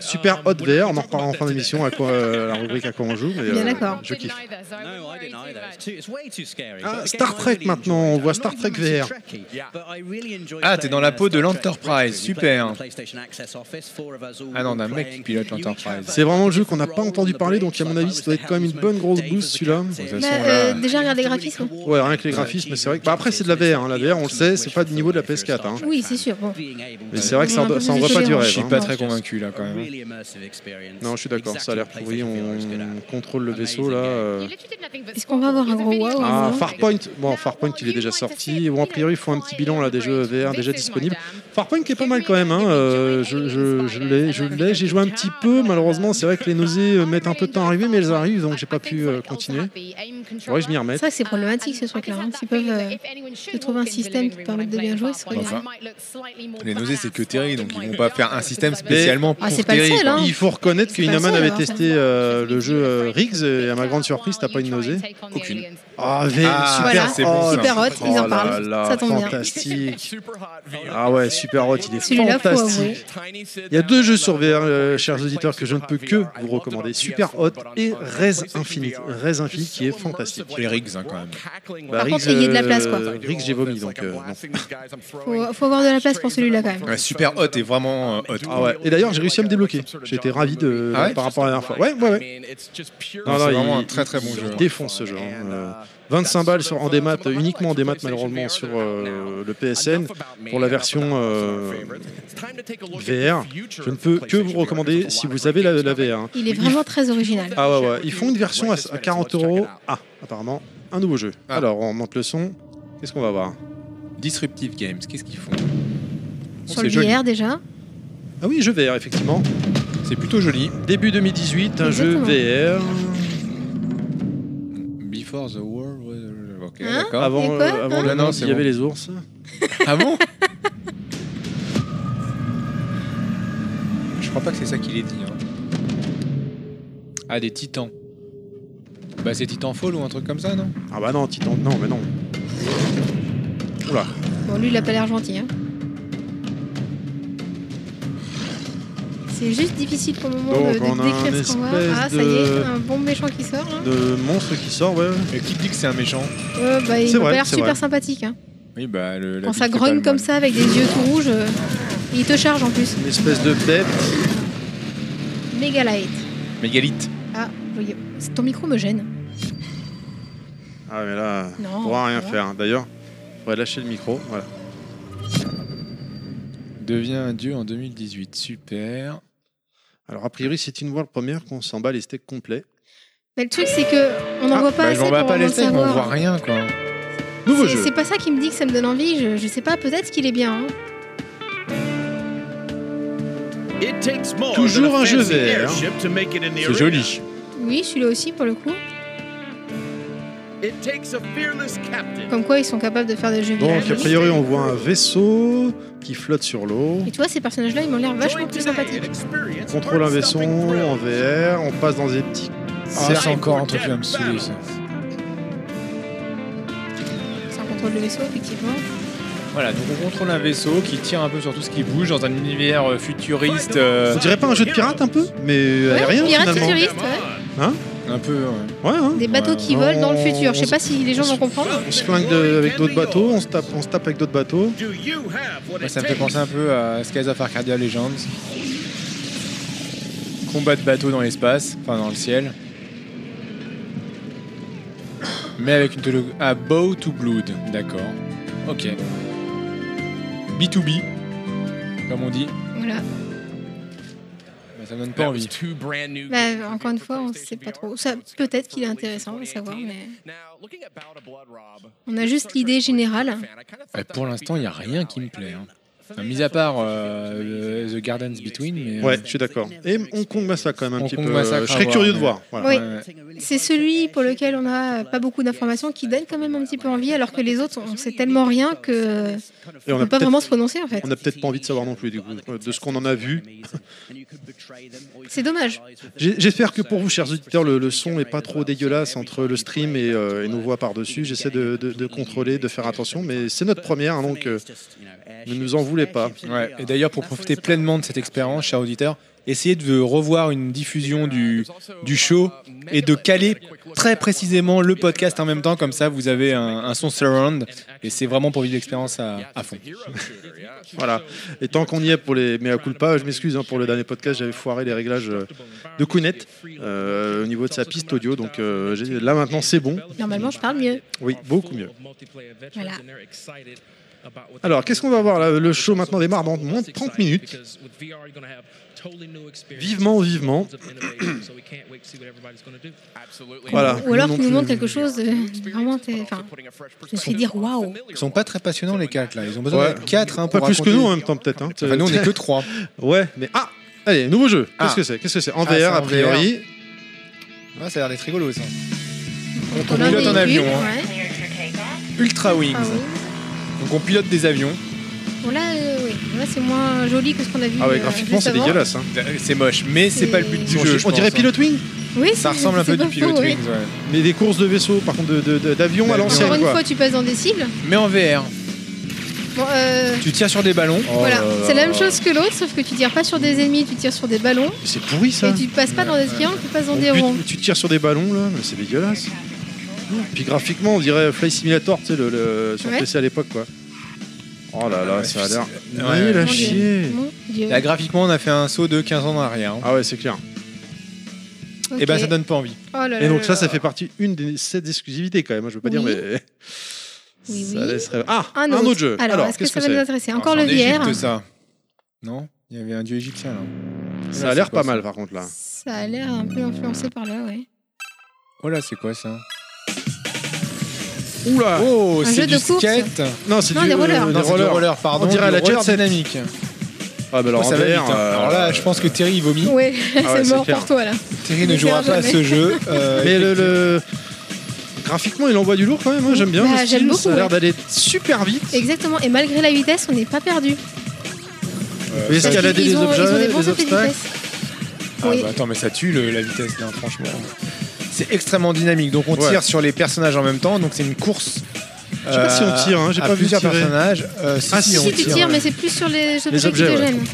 Super Hot VR, on en reparlera en fin d'émission à quoi euh, la rubrique à quoi on joue. Mais,
Bien
euh,
d'accord.
je kiffe.
No, I didn't either. It's, too, it's way too scary.
Ah,
But the
Star
game I
Trek
really
maintenant,
enjoyed.
on voit
I'm
Star
not
Trek
even a
VR.
Trekkie, but I really enjoyed
Ah, t'es dans
playing,
la
uh,
peau de
Star Trek
l'Enterprise,
Rescue. We played
super.
on the PlayStation Access Office, four of us all
Ah non, d'un
were
mec qui
playing.
pilote
You each
l'Enterprise.
have a
C'est vraiment le jeu qu'on n'a
role
pas
on
entendu
the
parler, donc
bridge,
à mon
like I
avis,
was
ça
the
doit être quand même une bonne grosse
helmsman,
bouse
Dave
celui-là.
was the captain.
Bah,
Bah,
sont
euh,
là.
déjà, regardez les graphismes.
Ouais, rien que les graphismes, mais c'est vrai que. Bah, après, c'est de la VR. hein. La VR, on le sait, c'est pas du niveau de la PS4. hein.
Oui, c'est sûr. Bon.
Mais c'est vrai que ça, en- ça envoie pas du
Je
rêve.
suis
hein.
pas très convaincu là quand même.
Non, je suis d'accord, ça a l'air pourri. On contrôle le vaisseau là. euh.
Est-ce qu'on va avoir un gros wow
Ah,
non
Farpoint, bon, Farpoint il est déjà sorti. Bon, a priori, ils font un petit bilan là des jeux VR déjà disponibles. Farpoint qui est pas mal quand même. Hein. Euh, je je, je l'ai, je l'ai, j'ai joué un petit peu. Malheureusement, c'est vrai que les nausées euh, mettent un peu de temps à arriver, mais elles arrivent donc j'ai pas pu euh, continuer. Faudrait que je m'y
remets.
C'est
remette.
vrai que c'est problématique ce truc-là. hein. S'ils peuvent euh,
se trouver un système qui te permette de bien jouer, ce serait
Enfin,
bien.
Les nausées, c'est que Terry, donc ils vont pas faire un système spécialement pour
Ah, c'est pas le
Terry,
seul,
quoi.
hein.
Il faut reconnaître que
C'est pas hein.
Inaman
ça,
avait
alors.
testé euh, le jeu euh, Riggs et à ma grande surprise, t'as pas une nausée.
Aucune.
Ah, V-
Ah,
voilà.
super,
c'est bon, ça.
super hot, ils en
Oh là
parlent.
là,
ça tombe bien.
Fantastique. [LAUGHS] Ah ouais, super hot, il est
Celui-là, faut avouer.
fantastique. Il y a deux jeux sur VR, euh, chers auditeurs, que je ne peux que vous recommander. Super Hot et Res Infinite. Res Infinite qui est fantastique.
Et Riggs, hein, quand même.
Bah,
Par
Riggs,
contre, ayez de la place, quoi.
euh, Riggs, j'ai vomi, donc euh, non.
Faut, faut avoir de la place pour celui-là quand même.
Ouais, super hot et vraiment euh, hot.
Ah ouais. Et d'ailleurs, j'ai réussi à me débloquer. J'étais ravi de,
Ah ouais
par rapport à la dernière fois. Ouais, ouais, ouais.
Non, c'est vraiment
il-
un très, très bon
il
jeu.
défonce ce jeu. hein.
uh,
Euh, 25 balles sur, en démat, uniquement en démat malheureusement sur euh, le PSN pour la version euh, VR. Je ne peux que vous recommander si vous avez la, la VR. hein.
Il est vraiment très original.
Ah ouais, ouais. Ils font une version à, à 40 euros. Ah, apparemment, un nouveau jeu.
Ah.
Alors, on monte le son. Qu'est-ce qu'on va voir
Disruptive Games, qu'est-ce qu'ils font Oh,
Sur
C'est
le
joli.
VR déjà.
Ah oui, jeu VR, effectivement.
C'est plutôt joli.
Début 2018, un jeu VR.
Before the World. was- Ok,
Hein
d'accord.
Avant,
Et quoi
euh, avant
Hein
le
Non, non,
monde,
c'est
il y avait
bon.
les ours.
Ah bon Je crois pas que c'est ça qu'il est dit. hein. Ah, des titans. Bah, c'est Titanfall ou un truc comme ça, non
Ah bah non, Titan, non, mais non. Oula.
Bon, lui, il a pas l'air gentil. hein. C'est juste difficile pour le moment
Donc,
de, de
on a un
décrire ce qu'on voit.
espèce
Ah, ça y est,
de-
un bon méchant qui sort. hein. là.
Le monstre qui sort, ouais. ouais.
Mais qui dit que c'est un méchant
Ouais, bah, il
C'est
a
vrai,
pas l'air
c'est
super
vrai.
sympathique. hein.
Oui, bah, le. la
Quand
bite
ça
fait pas le
grogne comme
mal.
ça avec des yeux tout rouges, euh, et il te charge en plus.
Une espèce de bête.
Méga light.
Mégalith.
Ah, joli. C'est- ton micro me gêne.
Ah mais là,
Non,
on pourra rien
ça va.
faire. hein. D'ailleurs, on va lâcher le micro. Voilà.
Devient un dieu en 2018. Super.
Alors a priori, c'est une world première qu'on s'en bat les steaks complets.
Mais le truc, c'est que on n'en
Ah,
voit pas
bah,
assez
on
pour
va pas
vraiment le
laisser, mais on voit
savoir.
rien, quoi.
Nouveau
C'est-
jeu.
C'est pas ça qui me dit que ça me donne envie. Je, je sais pas, peut-être qu'il est bien. hein.
Toujours un jeu hein. vert.
C'est joli.
Oui, celui-là aussi pour le coup.
It takes a fearless captain.
Comme quoi, ils sont capables de faire des jeux
Donc
vidéo.
a priori, on voit un vaisseau qui flotte sur l'eau.
Et tu vois, ces personnages-là, ils m'ont l'air vachement plus sympathiques.
On Contrôle un vaisseau en VR. On passe dans des petits.
Ah, c'est
cercles.
encore un truc qui va me saouler, ça.
Ça contrôle le vaisseau, effectivement.
Voilà, donc on contrôle un vaisseau qui tire un peu sur tout ce qui bouge dans un univers euh, futuriste. euh,
On dirait pas un jeu de pirate un peu, mais euh,
Ouais,
aérien
pirate
finalement. Ouais,
futuriste, ouais.
Un peu. ouais.
hein.
Des bateaux qui
on-
volent dans le futur. Je sais
on-
pas si les gens vont comprendre.
On se flingue de- avec d'autres bateaux, on se tape, on se tape avec d'autres bateaux.
Do you have what
Moi,
it
ça me fait
takes?
penser un peu à Skies of Arcadia Legends. Combat de bateaux dans l'espace, enfin dans le ciel. Mais avec une tolo- Ah, Bow to Blood, d'accord. Ok. B2B, comme on dit.
Voilà.
Bah, ça me donne pas envie.
Bah, encore une fois, on sait pas trop. Ça- peut-être qu'il est intéressant à savoir, mais- On a juste l'idée générale.
Ouais, pour l'instant, il n'y a rien qui me plaît. hein. Enfin, mis à part euh, le- The Gardens Between, mais, euh,
Ouais, je suis d'accord. Et Hong Kong Massacre, quand même, un
Hong
petit
Kong
peu.
Massacre,
je
à
serais
voir,
curieux
ouais.
de voir. voilà.
Oui.
Ouais.
C'est celui pour lequel on n'a euh, pas beaucoup d'informations qui donne quand même un petit peu envie, alors que les autres, on sait tellement rien que
Et
on
on
ne
a
peut pas
peut-être-
vraiment se prononcer en fait.
On n'a peut-être pas envie de savoir non plus, du coup, euh, de ce qu'on en a vu.
[LAUGHS] C'est dommage.
J'ai- J'espère que pour vous, chers auditeurs, le, le son n'est pas trop dégueulasse entre le stream et, euh, et nos voix par-dessus. J'essaie de, de- de contrôler, de faire attention, mais c'est notre première, hein, donc euh, ne nous en voulez pas.
Ouais. Ah, Et d'ailleurs, pour profiter pleinement de cette expérience, chers auditeurs, essayez de revoir une diffusion du, du show et de caler très précisément le podcast en même temps, comme ça vous avez un, un son surround et c'est vraiment pour vivre l'expérience à, à fond.
voilà. Et tant qu'on y est pour les mea culpa, je m'excuse hein, pour le dernier podcast, j'avais foiré les réglages euh, de Kounet euh, au niveau de sa piste audio, donc euh, j'ai- là maintenant c'est bon.
Normalement, je parle mieux.
Oui, beaucoup mieux.
Voilà.
Alors, qu'est-ce qu'on va voir là Le show maintenant démarre dans moins de 30 minutes.
Vivement, vivement. Voilà.
Ou alors
Nous non
qu'il nous
plus.
montre quelque chose de vraiment. t'es- Enfin, je me suis dire waouh.
Ils sont pas très passionnants les quatre là. Ils ont besoin
Ouais.
de quatre hein,
Pas
pour
plus que
raconter-
nous en même temps, peut-être. hein.
Enfin, nous on
[LAUGHS]
est que trois.
Ouais, mais ah Allez, nouveau jeu. Qu'est-ce
Ah.
que c'est Qu'est-ce que c'est En
Ah, c'est
VR,
en
a priori.
Ah, ça a l'air d'être rigolo ça.
On a un
pilote en
véhicule,
avion, hein.
ouais.
Ultra Wings.
Ah oui.
Donc on pilote des avions.
Bon là, euh, oui. Là, c'est moins joli que ce qu'on a vu.
Ah ouais,
euh,
graphiquement,
juste
c'est
avant.
dégueulasse. hein.
C'est moche, mais c'est pas le but du
On-
jeu. je
on dirait
pense, hein.
Pilot Wing,
Oui, c'est-
Ça ressemble un
c'est
peu du
pas
Pilot
faux, ouais.
Wings. ouais.
mais des courses de vaisseaux, par contre, d'avion de, de- d'avion à
D'avion.
l'ancienne.
Encore une
quoi.
fois, tu passes dans des cibles.
Mais en VR,
Bon, euh,
tu tires sur des ballons.
Oh
voilà,
euh,
c'est la même chose que l'autre, sauf que tu tires pas sur des ennemis, tu tires sur des ballons.
Mais C'est pourri ça.
Et tu passes pas dans des triangles, tu passes dans
On
des
bute-
ronds.
tu tires sur des ballons là, mais c'est dégueulasse. Puis graphiquement, on dirait Fly Simulator, tu sais, le, le- sur
Ouais.
PC à l'époque quoi. Oh là là,
Ouais,
ça a l'air
c'est-
nul
ouais,
à
ouais.
Mon Dieu.
chier.
Mon Dieu.
Là, graphiquement, on a fait un saut de 15 ans en arrière.
Ah ouais, c'est clair. Eh
Et ben,
Ok.
ça donne pas envie.
Oh là
Et
là
donc
là
ça, ça
là.
fait partie une des sept exclusivités quand même. hein, Je veux pas
Oui.
dire, mais
Oui,
[LAUGHS] ça
oui.
laisse rêver. Ah,
Un autre,
jeu.
Alors,
Alors,
est-ce que
qu'est-ce
ça
que
va nous
c'est
intéresser Encore le
C'est en
VR.
Égypte, ça. Non Il y avait un dieu égyptien là.
Ça
Là,
a
c'est
l'air
quoi,
pas
ça
mal par contre là.
Ça a l'air un peu influencé par là, ouais.
Oh là, c'est quoi ça
Oula.
Oh,
Un
c'est
jeu
du
de course.
skate
Non, c'est
Non,
du
des rollers.
euh,
Non, c'est du roller, pardon.
On dirait
du
la
roller
Jet Set.
dynamique.
Ah bah alors
Oh,
en
ça va vite,
VR,
hein.
euh,
Alors là, je pense que Terry, il vomit.
Ouais,
ouais,
[LAUGHS] c'est
c'est
mort
clair.
pour toi là.
Terry ne
Il
jouera
verra
pas à ce
jamais.
jeu. euh,
Mais le, le- graphiquement, il envoie du lourd quand même. hein, J'aime bien.
Bah,
le style,
j'aime beaucoup,
Ça a l'air
ouais.
d'aller super vite.
Exactement. Et malgré la vitesse, on n'est pas perdu.
Vous escaladez
Ils
des
ont- ils ont
objets,
des bons
des
effets de
obstacles.
vitesse.
Ah
Oui.
bah attends, mais ça tue le- la vitesse là, franchement. C'est extrêmement dynamique. Donc on tire
Ouais.
sur les personnages en même temps. Donc c'est une course. euh,
sais pas si on tire, hein, j'ai
à
pas vu
plusieurs
tirer.
personnages. Euh, si,
Ah,
si,
si,
on
Si tu
tire.
tires, mais c'est plus sur les objets,
objets,
qui te
ouais.
gênent.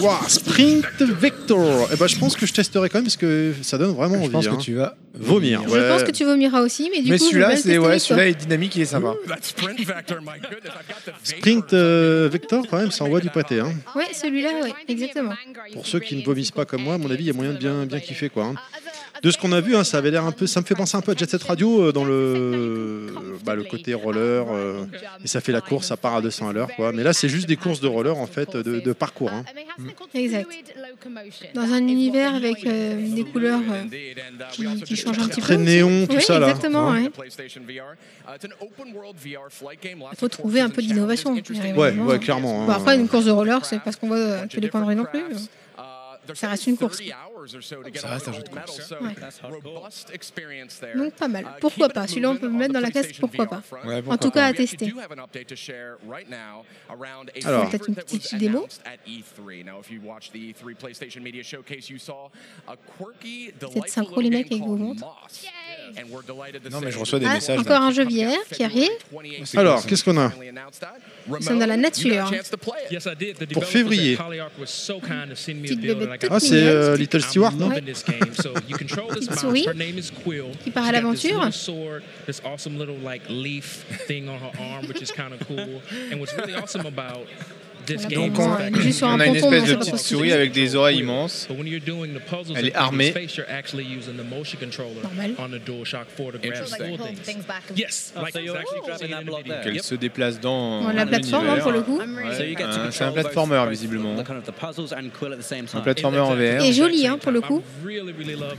Ouah, Sprint Vector. Et bah, je pense que je testerai quand même parce que ça donne vraiment
Je
envie.
pense
hein.
que tu vas
Vomir.
Je
Ouais.
pense que tu vomiras aussi, mais du
mais
coup,
celui-là, c'est ouais, celui-là
celui-là.
est dynamique, il est sympa.
That sprint vector, my goodness, I've got the
Sprint euh, Vector, quand même, ça envoie du pâté. hein.
Ouais, celui-là, ouais, exactement.
Pour ceux qui ne vomissent pas comme moi, à mon avis, il y a moyen de bien, bien kiffer. quoi. hein. De ce qu'on a vu, hein, ça avait l'air un peu. Ça me fait penser un peu à Jet Set Radio euh, dans le, euh, bah, le côté roller. euh, et ça fait la course, à part à 200 à l'heure. quoi. Mais là, c'est juste des courses de roller, en fait, de, de parcours. hein.
Mm. Exact. Dans un univers avec euh, des couleurs euh, qui, qui changent un petit
Très
peu.
néon, tout
Oui,
ça, là.
exactement,
Hein.
ouais.
Il
faut trouver un peu d'innovation, mais
Ouais,
Vraiment.
ouais, clairement.
Bon,
hein.
après, une course de roller, c'est parce qu'on voit euh, tous les coins de rue non plus. Ça reste une course.
Ça reste un jeu de course.
Ouais. Donc, pas mal. Pourquoi pas Celui-là, on peut le mettre dans la case, pourquoi pas
Ouais,
En
pourquoi
tout cas,
pas.
à tester.
Alors.
Alors,
Peut-être une petite démo. E Peut-être synchro, les mecs, avec vos montres.
Non, mais je reçois des
Ah,
messages.
encore
là.
un jeu VR qui arrive.
C'est
Alors,
cool,
qu'est-ce qu'on a
Nous
sommes dans la nature.
Pour février.
Petite
Petite bébête toute
Ah, c'est euh, Little Stewart, non
Ouais. [LAUGHS] Petite souris qui part à l'aventure.
Donc
on-
on,
Elle est juste sur
on
un
a une
ponton,
espèce
mais
de
on sait pas
petite
trop ce que
souris
c'est.
avec des oreilles immenses. Elle
Elle
est armée.
Normal.
Yes, like
Ah, so you're
exactly
actually grabbing
that
that block
video.
there.
Qu'elle se déplace dans.
Bon, la plateforme, hein,
l'univers.
pour le coup.
So you get to
Un-
control
euh, c'est un
both-
platformer,
both
visiblement.
the kind of the puzzles and quill at the same time.
platformer en VR.
Et joli, hein, pour le coup.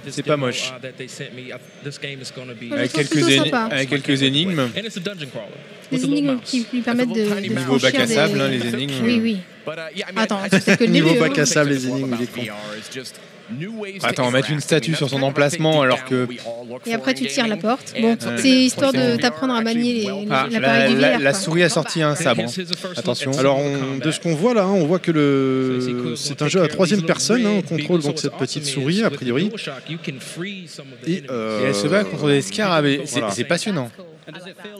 C'est pas moche.
Je
Avec
trouve
quelques,
plutôt
éni-
sympa.
avec quelques énigmes.
Des énigmes qui lui permettent de, de
Niveau bac à
franchir des-
sable, hein, les énigmes.
Oui, oui, oui.
But, uh, yeah, I mean,
Attends,
I- I
c'est
just-
que le
Niveau
début,
bac à
hein.
sable, les énigmes, il est con.
con.
Attends, mettre une statue sur son emplacement alors que-
Et après, tu tires la porte. Bon, c'est histoire de t'apprendre à manier les- les-
Ah,
l'appareil du
la, la-
VR,
la
quoi.
souris a sorti un sabre. Attention.
Attention.
Alors, on- de ce qu'on voit là, hein, on voit que le, Euh, c'est un jeu à troisième personne. hein, on contrôle donc cette petite souris, a priori. Et, euh,
Et elle se bat contre des scarabées. C'est
Voilà.
c'est passionnant.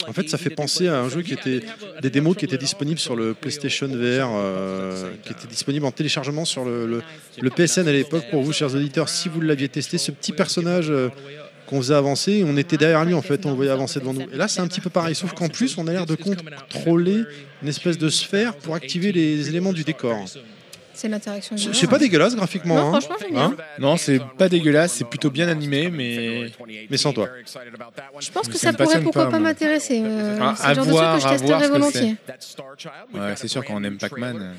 En fait, ça fait penser à un jeu qui était des démos qui étaient disponibles sur le PlayStation VR, euh, qui étaient disponibles en téléchargement sur le, le- le PSN à l'époque. Pour vous, chers auditeurs, si vous l'aviez testé, ce petit personnage euh, qu'on faisait avancer, on était derrière lui en fait, on le voyait avancer devant nous. Et là, c'est un petit peu pareil, sauf qu'en plus, on a l'air de contrôler une espèce de sphère pour activer les éléments du décor.
C'est l'interaction. du
C'est
joueur.
c'est pas dégueulasse graphiquement.
Non,
hein.
franchement, génial.
Hein
Non, c'est pas dégueulasse, c'est plutôt bien animé, mais-
Mais sans toi.
Je pense que
Mais ça
ça
me
pourrait
passionne
pourquoi
pas,
pas,
moi.
m'intéresser. euh,
Ah,
c'est le
à
genre
voir,
de truc
à
que je
voir ce
testerais
que
volontiers.
Ouais, c'est sûr, quand on aime Pac-Man,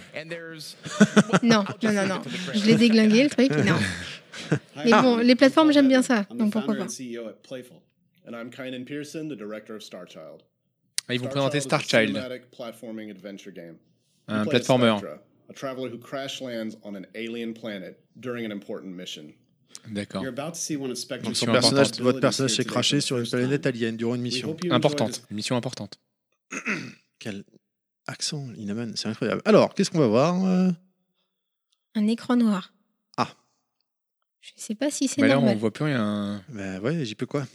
Non, non, non, non. Je l'ai déglingué le truc. Non. Mais bon, les plateformes, j'aime bien ça. Donc pourquoi pas.
CEO at Playful, and I'm Kynan Pearson, the director of StarChild.
Ah, Ils vont présenter
Star Child is a
Starchild,
cinematic platforming adventure game. You
un
play as
platformer.
Spectra, A traveler who crash lands on an alien planet during an important mission.
D'accord.
You're about to see one of Spectra's
son
Son personnage- votre personnage s'est craché sur une planète
alien.
alien durant une mission.
Importante. Une mission importante.
Quel accent, Inaman, c'est incroyable. Alors, qu'est-ce qu'on va voir euh
Un écran noir.
Ah.
Je sais pas si c'est
Bah là, on
normal.
voit plus rien.
Ben ouais, j'y peux quoi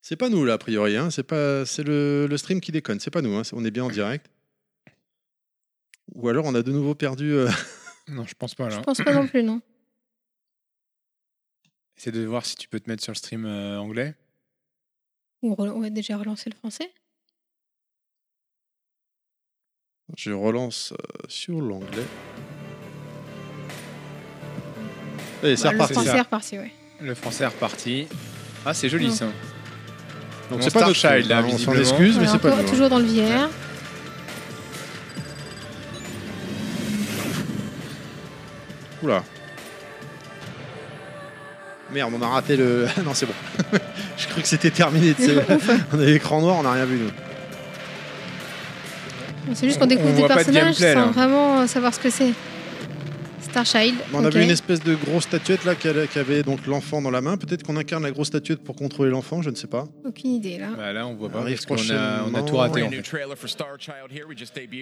C'est pas nous là, a priori. Hein. C'est pas, c'est le, le stream qui déconne. C'est pas nous. hein. C'est- On est bien en direct. Ou alors on a de nouveau perdu. euh, [LAUGHS]
Non, je pense pas
Je
là.
pense pas non plus, non.
Essaye de voir si tu peux te mettre sur le stream euh, anglais.
Ou rel- on va déjà relancer le français.
Je relance euh, sur l'anglais. Allez, c'est
Bah, le
reparti.
français
ça.
est reparti, ouais.
Le français est reparti. Ah, c'est joli
Non.
ça.
Donc
Mon
c'est pas notre
Star
child
Child, là,
On s'en
visiblement.
excuse, mais
Voilà,
c'est pas
encore-
nous. hein.
toujours dans le VR.
Oula. Merde, on a raté le. [LAUGHS] Ah non, c'est bon. Je crois que c'était terminé. tu sais. on a l'écran noir, on a rien vu nous.
C'est juste
On-
qu'on
on
découvre des
voit pas de
personnages
gameplay, là.
sans vraiment euh, savoir ce que c'est. Starchild.
Mais On a
ok.
vu une espèce de grosse statuette là qui a- qui avait donc l'enfant dans la main. Peut-être qu'on incarne la grosse statuette pour contrôler l'enfant, je ne sais pas.
Aucune idée là.
Bah, là, on voit pas.
Arrive
Parce qu'on a, on a tout raté en fait.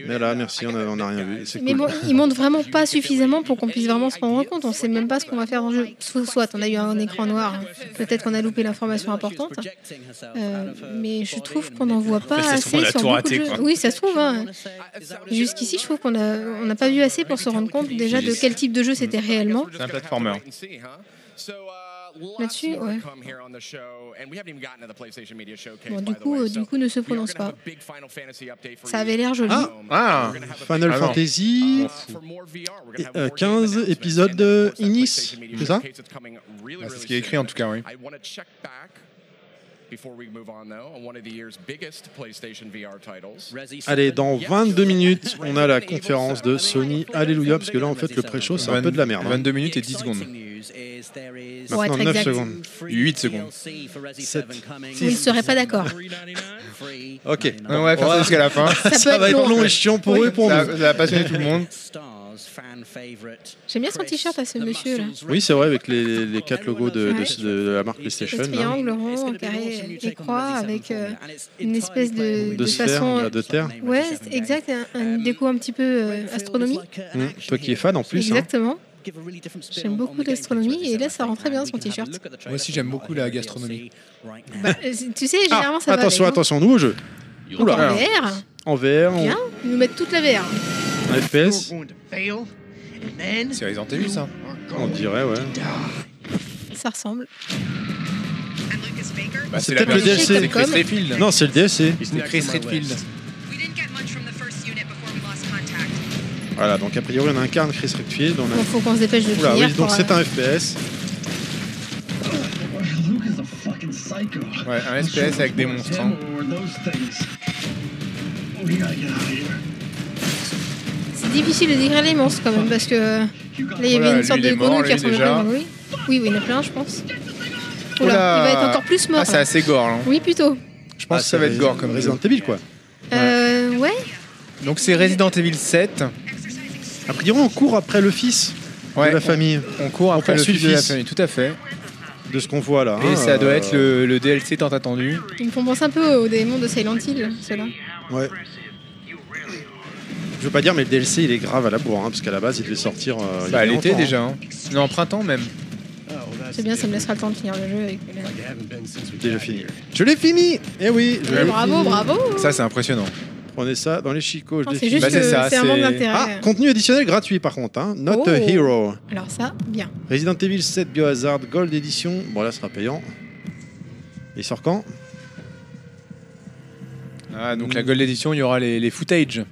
Mais là, merci, on a, on a rien vu. C'est
Mais
cool.
bon, ils montrent vraiment pas suffisamment pour qu'on puisse vraiment se rendre compte. On sait même pas ce qu'on va faire dans le jeu. Soit- Soit on a eu un écran noir, hein. peut-être qu'on a loupé l'information importante. hein. Euh, mais je trouve qu'on n'en voit pas
ça se trouve,
assez
on a
sur
tout
beaucoup
raté,
de
quoi.
jeux. Oui, ça se trouve. hein. Jusqu'ici, je trouve qu'on a- on n'a pas vu assez pour se rendre compte déjà de quel type de jeu c'était réellement.
C'est un platformer.
Là-dessus,
Là-dessus, ouais.
ouais.
Bon, du coup, euh, du coup, ne se prononce pas. Ça avait l'air joli.
Ah,
Ah
Final
Ah non.
Fantasy. euh, 15 épisodes de Inis, c'est ça
Bah, C'est ce qui est écrit en tout cas, oui.
I want to check back before we move on, though, on one of the year's biggest PlayStation VR titles.
Allez, dans 22 minutes, on a la conférence de Sony. Alléluia, parce que là, en fait, le pré-show, c'est un peu de la merde. hein.
22 minutes et 10 secondes.
Maintenant,
Ouais, très
9
exact.
secondes.
8 secondes.
Vous ne serez pas d'accord.
Ok.
Ouais, on va faire ça jusqu'à la
[LAUGHS]
fin.
Ça peut
[LAUGHS] Ça va
être
être
long.
long et chiant pour eux et pour
Ça,
nous.
ça va passionner tout
[LAUGHS]
le monde.
J'aime bien son t-shirt à ce monsieur, là.
Oui, c'est vrai, avec les, les quatre logos de, de- de la marque PlayStation. hein.
Le
là.
triangle rond, carré et croix avec euh, une espèce de,
De sphère,
façon.
là, de terre.
Ouais, c'est exact, un, un déco un petit peu euh, astronomie.
Hum, Toi qui es fan en plus. hein.
Exactement. J'aime beaucoup l'astronomie et là, ça rend très bien son t-shirt.
Moi aussi, j'aime beaucoup la gastronomie.
Bah, euh, tu sais,
Ah,
généralement, ça
attention,
va. hein.
attention, nous au jeu. Oula.
En VR,
En VR, en-
bien, ils nous mettent toute la VR.
en FPS,
C'est Resident Evil, ça.
on dirait, ouais.
Ça ressemble.
Bah,
C'est
la
peut-être
même
le
chose.
DLC.
C'est Chris Redfield.
Non, c'est le DLC.
c'est Chris Redfield.
Voilà, donc a priori, on incarne Chris Redfield. On a-
Bon, faut qu'on se dépêche de
Oula,
finir.
oui, donc
pour,
c'est
euh,
un FPS.
Ouais, un SPS avec des monstres. hein.
C'est difficile de décrire les monstres quand même parce que euh, là, il y avait
Voilà,
une sorte
lui, il
de
est mort,
grenouille qui
lui,
ressemblait
déjà.
à une grenouille. Oui, oui, il y en a plein, je pense. Oula,
Oula.
il va être encore plus mort.
Ah, c'est
là.
assez gore, là.
Oui, plutôt.
Je
Ah, ça va être gore comme
Resident Evil, quoi.
Euh, ouais.
Donc c'est Resident Evil 7.
A priori, on court après le fils
Ouais,
de la famille,
On, on court après
On
le
poursuit
fils
le
de la
fils.
famille, tout à fait.
de ce qu'on voit là.
Et
hein,
ça doit
euh,
être le, le DLC tant attendu.
Ils me font penser un peu aux démons de Silent Hill, ceux-là.
Ouais. Je veux pas dire, mais le DLC il est grave à la bourre, hein, parce qu'à la base il devait sortir. euh, il y a
Bah, à l'été
longtemps, hein.
déjà. hein. Non, en printemps même. Ah,
C'est bien, ça me laissera le temps de finir le jeu. Avec...
Déjà fini. Je l'ai fini Eh oui je l'ai
Bravo,
fini.
bravo
Ça, c'est impressionnant.
Prenez ça dans les chicots, je
Non,
l'ai
C'est
fini.
juste
Bah, c'est
que
ça,
c'est un
c'est-
manque
Ah,
d'intérêt.
contenu additionnel gratuit par contre, hein. Not a
Oh.
Hero.
Alors ça, bien.
Resident Evil 7 Biohazard Gold Edition. Bon là, ce sera payant. Il sort quand
Ah, donc la Gold Edition, il y aura les, les footage.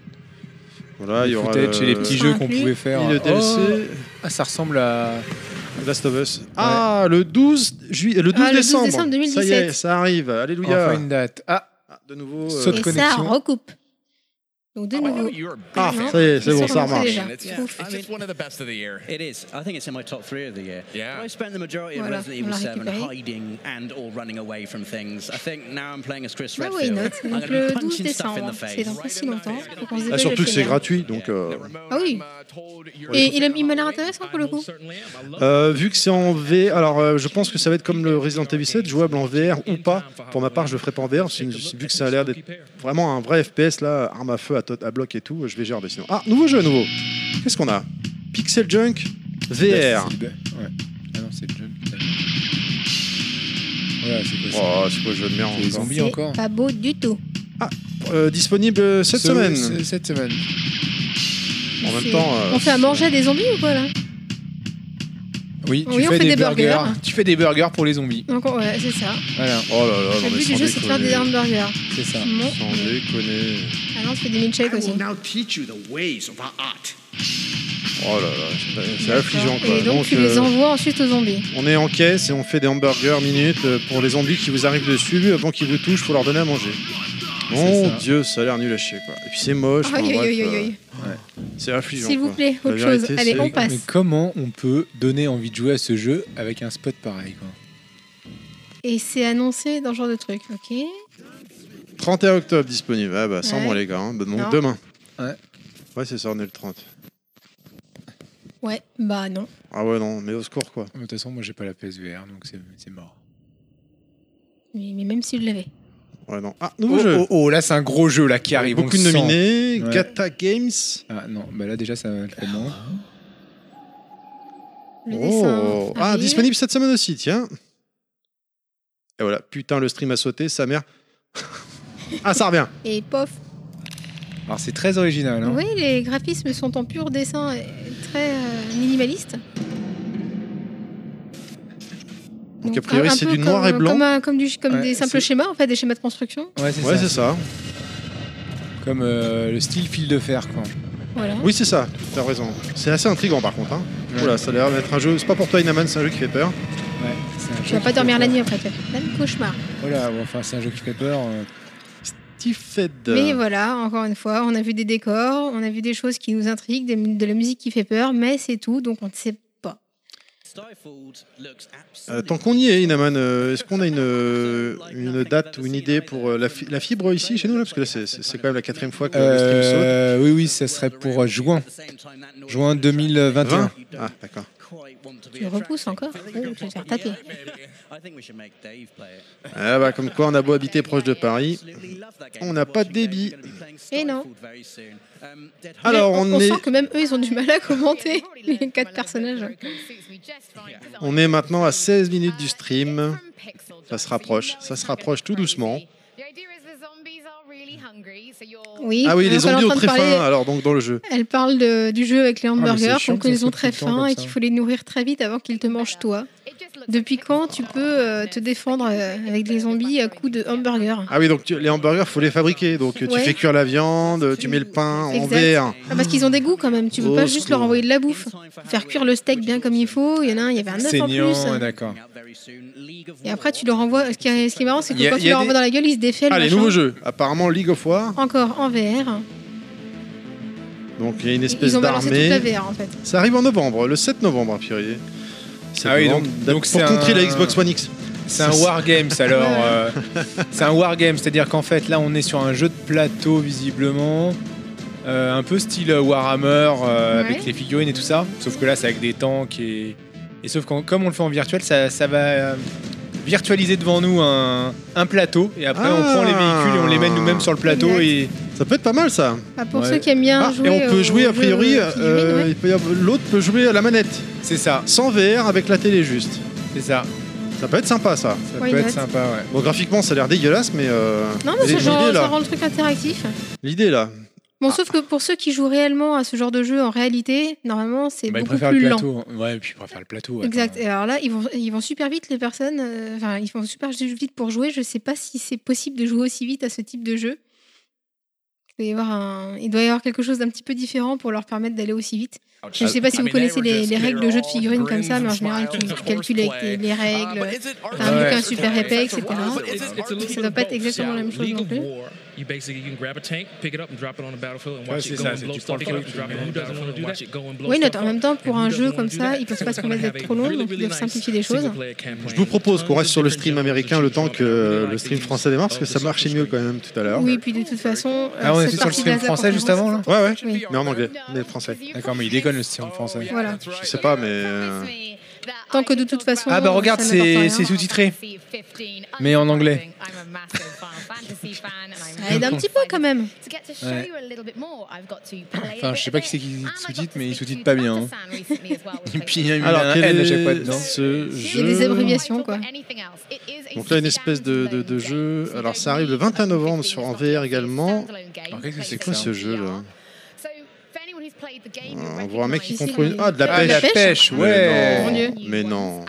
Voilà, Mm. Ah, il
les
y aura
footage
le-
et les petits
Ça
jeux qu'on
inclut
pouvait faire.
et le DLC
Oh, ah, ça ressemble à.
Last of Us. Ah, le 12 juillet, le 12
Ah, le 12
décembre.
décembre
Ça y est,
2017.
ça arrive. Alléluia.
Enfin une date. Ah,
Ah, de nouveau. euh,
Saute.
Et ça
connexion.
recoupe. Donc de nouveau.
Ah,
Non,
ça y est, c'est
ils
bon,
sont
ça
rentrés
remarche.
déjà.
It's,
Ouf.
it's just one of the best of the year.
It is. I think it's in my top three of the year.
Yeah.
I spent the majority of
Voilà,
Resident
on
Evil
l'a
7
récupéré.
hiding and or running away from things. I think now I'm playing as Chris
Ah
Redfield.
oui, note.
I'm
Donc
gonna be
le 12
punching stuff in
décembre,
the
c'est
face.
dans pas si longtemps. Faut qu'on se
Ah,
dépêche
surtout
de
que c'est
finir.
gratuit, donc. euh,
Ah oui.
uh,
Et il, il m'a l'air intéressant pour le coup.
euh, vu que c'est en V, alors euh, je pense que ça va être comme le Resident Evil 7, jouable en VR ou pas. Pour ma part, je le ferai pas en VR, parce que vu que ça a l'air d'être vraiment un vrai FPS là, arme à feu, à, tot- à bloc et tout, je vais gérer sinon. Ah, nouveau jeu, nouveau. Qu'est-ce qu'on a Pixel Junk VR.
Ouais. Ah non, c'est le jeu. Voilà, c'est quoi ça
Oh, c'est quoi le jeu de merde
C'est les
encore
zombies
C'est
encore
pas beau du tout.
Euh, Disponible cette
Ce-
semaine.
ce- Cette semaine.
En même
C'est-
temps, euh,
on fait à manger à des zombies ou quoi là
Oui, tu
Oui, on fait
fais des,
des
burgers.
burgers.
Tu fais des burgers pour les zombies.
Donc on- ouais, c'est ça.
Voilà,
Oh là là,
Le but du jeu, c'est de faire des hamburgers.
c'est ça.
Bon.
Sans déconner.
Ah non, tu fais des milkshakes aussi.
now teach you the ways of our art.
Oh là là, c'est- c'est affligeant quoi.
Et donc, tu les
euh,
envoies ensuite aux zombies.
on est en caisse et on fait des hamburgers minutes euh, pour les zombies qui vous arrivent dessus. Avant qu'ils vous touchent, faut leur donner à manger. Mon
ça.
dieu, ça a l'air nul à chier quoi. Et puis c'est moche. enfin,
Aïe, aïe,
bref,
aïe,
euh,
aïe, aïe.
C'est affligeant.
S'il vous
quoi.
plaît,
La
autre chose.
vérité,
Allez,
c'est-
on passe.
Mais comment on peut donner envie de jouer à ce jeu avec un spot pareil quoi
Et c'est annoncé dans ce genre de truc, ok
31 octobre disponible. Ah bah, sans
Ouais.
moi les gars. hein. Bah, donc
Non.
demain.
Ouais.
Ouais, c'est ça, on est le 30.
Ouais, bah non.
Ah ouais, non, mais au secours quoi.
De toute façon, moi j'ai pas la PSVR donc c'est c'est mort.
Mais, mais même si je l'avais.
Ouais, non. Ah,
Oh,
nouveau jeu.
oh, oh, là c'est un gros jeu là qui arrive. on
Beaucoup de
le sent.
nominés.
Ouais.
Gata Games.
Ah non, bah là déjà ça va être moins.
Le
Oh.
dessin.
Ah,
arrive.
disponible cette semaine aussi, tiens. Et voilà, putain, le stream a sauté, sa mère. [LAUGHS] ah, ça revient.
Et pof.
Alors c'est très original. Hein.
Oui, les graphismes sont en pur dessin, et très euh, minimaliste.
Donc, a priori,
un
c'est
peu
du noir
comme-
et blanc.
Comme, un- comme du- comme
Ouais,
des simples
c'est-
schémas, en fait, des schémas de construction.
Ouais, c'est
Ouais,
ça.
c'est ça.
Comme euh, le style fil de fer quoi.
Voilà.
Oui, c'est ça, t'as raison. C'est assez intriguant par contre. Hein.
Ouais.
Oula, ça a l'air d'être un jeu. C'est pas pour toi, Inaman, c'est un jeu qui fait peur.
Ouais, c'est un
Tu
jeu
vas
qui
pas
fait
dormir la
peur.
nuit après, tu vas faire même cauchemar.
Voilà, ouais, enfin c'est un jeu qui fait peur. euh.
Tiffed.
Mais voilà, encore une fois, on a vu des décors, on a vu des choses qui nous intriguent, des- de la musique qui fait peur, mais c'est tout, donc on ne sait pas.
Stifled looks absolutely-
Euh, tant qu'on y est, Inaman, euh, est-ce qu'on a une, euh, une date ou une idée pour euh, la, fi- la fibre ici chez nous là Parce que là, c'est- c'est c'est quand même la quatrième fois que le stream saute.
Euh, oui, oui, ça serait pour euh, juin. Juin 2021.
20 Ah, d'accord.
Tu repousses encore Oh, Tu vas te faire taper.
Ah bah, comme quoi, on a beau habiter proche de Paris. On n'a pas de débit.
Eh non.
Um,
Alors,
Mais
on est-
sent que même eux, ils ont du mal à commenter [LAUGHS] les quatre personnages.
On est maintenant à 16 minutes
Euh,
du stream. Ça se rapproche, ça se rapproche tout doucement.
Oui,
Ah
alors
oui, les
qu'on est en
zombies ont
train de
très faim,
parler-
alors donc dans le jeu.
Elle parle de- du jeu avec les
Ah, mais c'est
hamburgers,
chiant
donc
que ça
ils ont
soit
très
tout le temps
faim
comme
et
ça.
qu'il faut les nourrir très vite avant qu'ils te mangent toi. Depuis quand tu peux euh, te défendre euh, avec des zombies à coups de hamburgers
Ah oui, donc tu- les hamburgers, faut les fabriquer. Donc tu
Ouais.
fais cuire la viande, tu mets le pain en
Exact.
verre. Oh,
Ah, parce qu'ils ont des goûts quand même, tu peux
Au
pas juste leur
secours.
envoyer de la bouffe. Faire cuire le steak bien comme il faut, il y en a un, il y avait un œuf en
Saignant,
plus.
d'accord.
Et après tu leur envoies, ce qui est, ce qui est marrant c'est
Il y
que
a-
quand
il y
tu
a
leur
des- Ah,
envoies dans la gueule, ils se défait le
Allez,
machin.
nouveau jeu. Apparemment League of War.
Encore en VR.
Donc il y a une espèce
Ils ont balancé toute la
d'armée.
VR en fait.
Ça arrive en novembre, le 7 novembre, a priori. 7
Ah oui,
novembre,
donc-
date
donc
pour
c'est
contrer
un-
la Xbox One X.
C'est un
[LAUGHS]
wargame, alors. euh, c'est un wargame, c'est-à-dire qu'en fait, là, on est sur un jeu de plateau, visiblement. euh, un peu style Warhammer euh,
Ouais.
avec les figurines et tout ça. Sauf que là, c'est avec des tanks et, et sauf que comme on le fait en virtuel, ça, ça va euh, virtualiser devant nous un, un plateau et après on
Ah.
prend les véhicules et on les mène nous-mêmes sur le plateau et
Ça peut être pas mal ça.
Ah, pour
Ouais.
ceux qui aiment bien
Ah,
jouer. euh,
et on peut
aux
jouer
jeux
a priori.
de figurines,
euh,
ouais.
il peut y avoir- L'autre peut jouer à la manette,
c'est ça,
sans VR, avec la télé juste.
c'est ça.
Ça peut être sympa ça.
Ça
Why
peut être
not
sympa, ouais.
Bon, graphiquement, ça a l'air dégueulasse, mais. euh,
Non, mais
l'idée
ça, rend- ça
là.
rend le truc interactif.
L'idée là.
Bon, sauf que pour ceux qui jouent réellement à ce genre de jeu en réalité, normalement, c'est
Bah, ils
beaucoup
préfèrent
plus
le
lent.
plateau. Ouais, et puis ils préfèrent le plateau. ouais.
Exact. Et alors là, ils vont, ils vont super vite, les personnes. euh, Enfin, ils vont super vite pour jouer. Je sais pas si c'est possible de jouer aussi vite à ce type de jeu. Il doit y avoir, un- il doit y avoir quelque chose d'un petit peu différent pour leur permettre d'aller aussi vite. Je sais pas si vous connaissez les, les règles de jeu de figurines comme ça, mais en général, tu, tu calcules avec tes- les règles.
T'as
T'as un
Ouais.
bouquin super épais, etc.
Ça
doit pas être exactement la même chose non plus.
You basically you can grab a tank, pick it up and drop it on the battlefield and
Ouais,
watch
c'est
it go
ça,
and
c'est
blow
tu
stuff
prends le
up,
truc,
drop it on the battlefield and watch it go and blow
Oui, note,
stuff
en même
up.
temps, pour
And
un
who
jeu
doesn't
comme
wanna do
ça,
that?
ils peuvent
So
pas
it's
se
gonna
permettre
have
d'être
a
trop longs,
really,
donc ils
really
doivent simplifier
nice
les choses.
single-player campaign.
Je vous propose qu'on reste sur le
Tons of
stream
different
américain
genres
le
that
temps
you
que
can really
euh, le
like
stream
the
français démarre, parce que
games
ça
of
marchait
the
mieux quand même tout à l'heure.
Oui, puis de toute façon.
Ah, on
euh,
était
cette
sur le
partie-là,
stream
ça
français juste avant, là
commence-
Ouais, ouais. Mais
Oui.
en anglais, mais français.
D'accord, mais il déconne le système français.
Voilà.
Je sais pas, mais. euh,
Tant que de toute façon,
Ah bah regarde,
ça n'apporte
c'est
rien.
c'est sous-titré. Mais en anglais.
Ça aide un petit peu quand même.
Ouais.
Enfin, je sais pas qui c'est qui sous-titre, mais il sous-titre pas bien. hein. [LAUGHS]
Et puis il y a eu
Alors,
un
quel
N à
est
chaque fois dedans.
euh,
ce
Il y a des
jeu
abréviations, quoi.
Donc là, une espèce de, de- de jeu. Alors, ça arrive le 21 novembre sur en VR également.
Alors, qu'est-ce que c'est
C'est
que
quoi
ça
ce jeu là
Ah, On voit un mec qui
Ici,
comprend une...
il-
Ah, de la
Ah,
pêche.
la
pêche,
pêche, ouais.
Mon Dieu.
Mais non.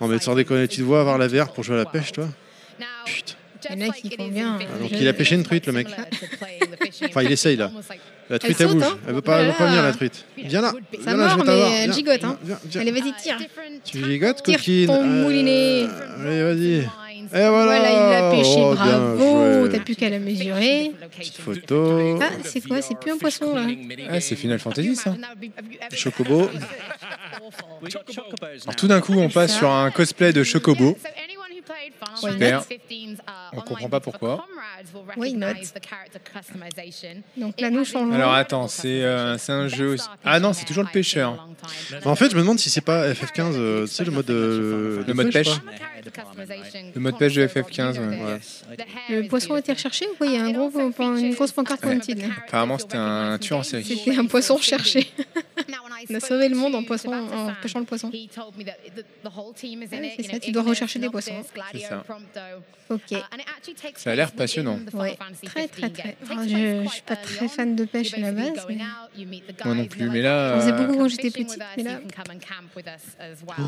Non, mais sans déconner, tu dois avoir la VR pour jouer à la pêche, toi Putain.
Il
y en a qui font bien.
Ah, Donc il a pêché une truite, le mec. enfin, il essaye là.
La truite,
Elle
elle, bouge.
saute, hein
Elle veut pas, elle veut pas
Voilà.
venir, la truite. Viens là.
Ça
viens là, je
mord,
vais t'avoir.
mais elle
Viens,
gigote, hein.
viens, viens.
Allez, vas-y, tire.
Tu gigotes,
Tire
coquine
ton
Euh,
moulinet.
Allez, vas-y. Et voilà.
Voilà, il l'a pêché,
Oh, bien
bravo.
joué.
T'as plus qu'à la mesurer.
Petite photo.
Ah, c'est quoi C'est plus un poisson, là.
Ah, c'est Final Fantasy ça.
Chocobo.
Alors, Euh, tout d'un coup, on passe sur un cosplay de Chocobo.
Super. uh,
On comprend pas pourquoi.
Oui, note. Donc là, nous changeons.
Alors attends, c'est euh, c'est un jeu aussi. Ah non, c'est toujours le pêcheur.
Bah,
Mais en fait, je me demande si c'est pas FF15, euh, tu sais, le mode. euh,
Le mode pêche.
quoi.
Le mode pêche de FF15, ouais.
Le poisson a été recherché ou quoi Il y a un gros, une grosse pancarte pointille. là.
Apparemment, c'était un tueur en série.
C'était un poisson recherché.
On a sauvé le monde en, poisson, en pêchant le poisson.
Ouais, c'est ça, tu dois rechercher des poissons.
C'est ça.
Uh,
Ok.
Ça a l'air passionnant.
Ouais, très très très. Enfin, je, je suis pas très fan de pêche à la base, mais
Moi non plus, mais là,
J'en faisais beaucoup quand j'étais petite, mais là-
au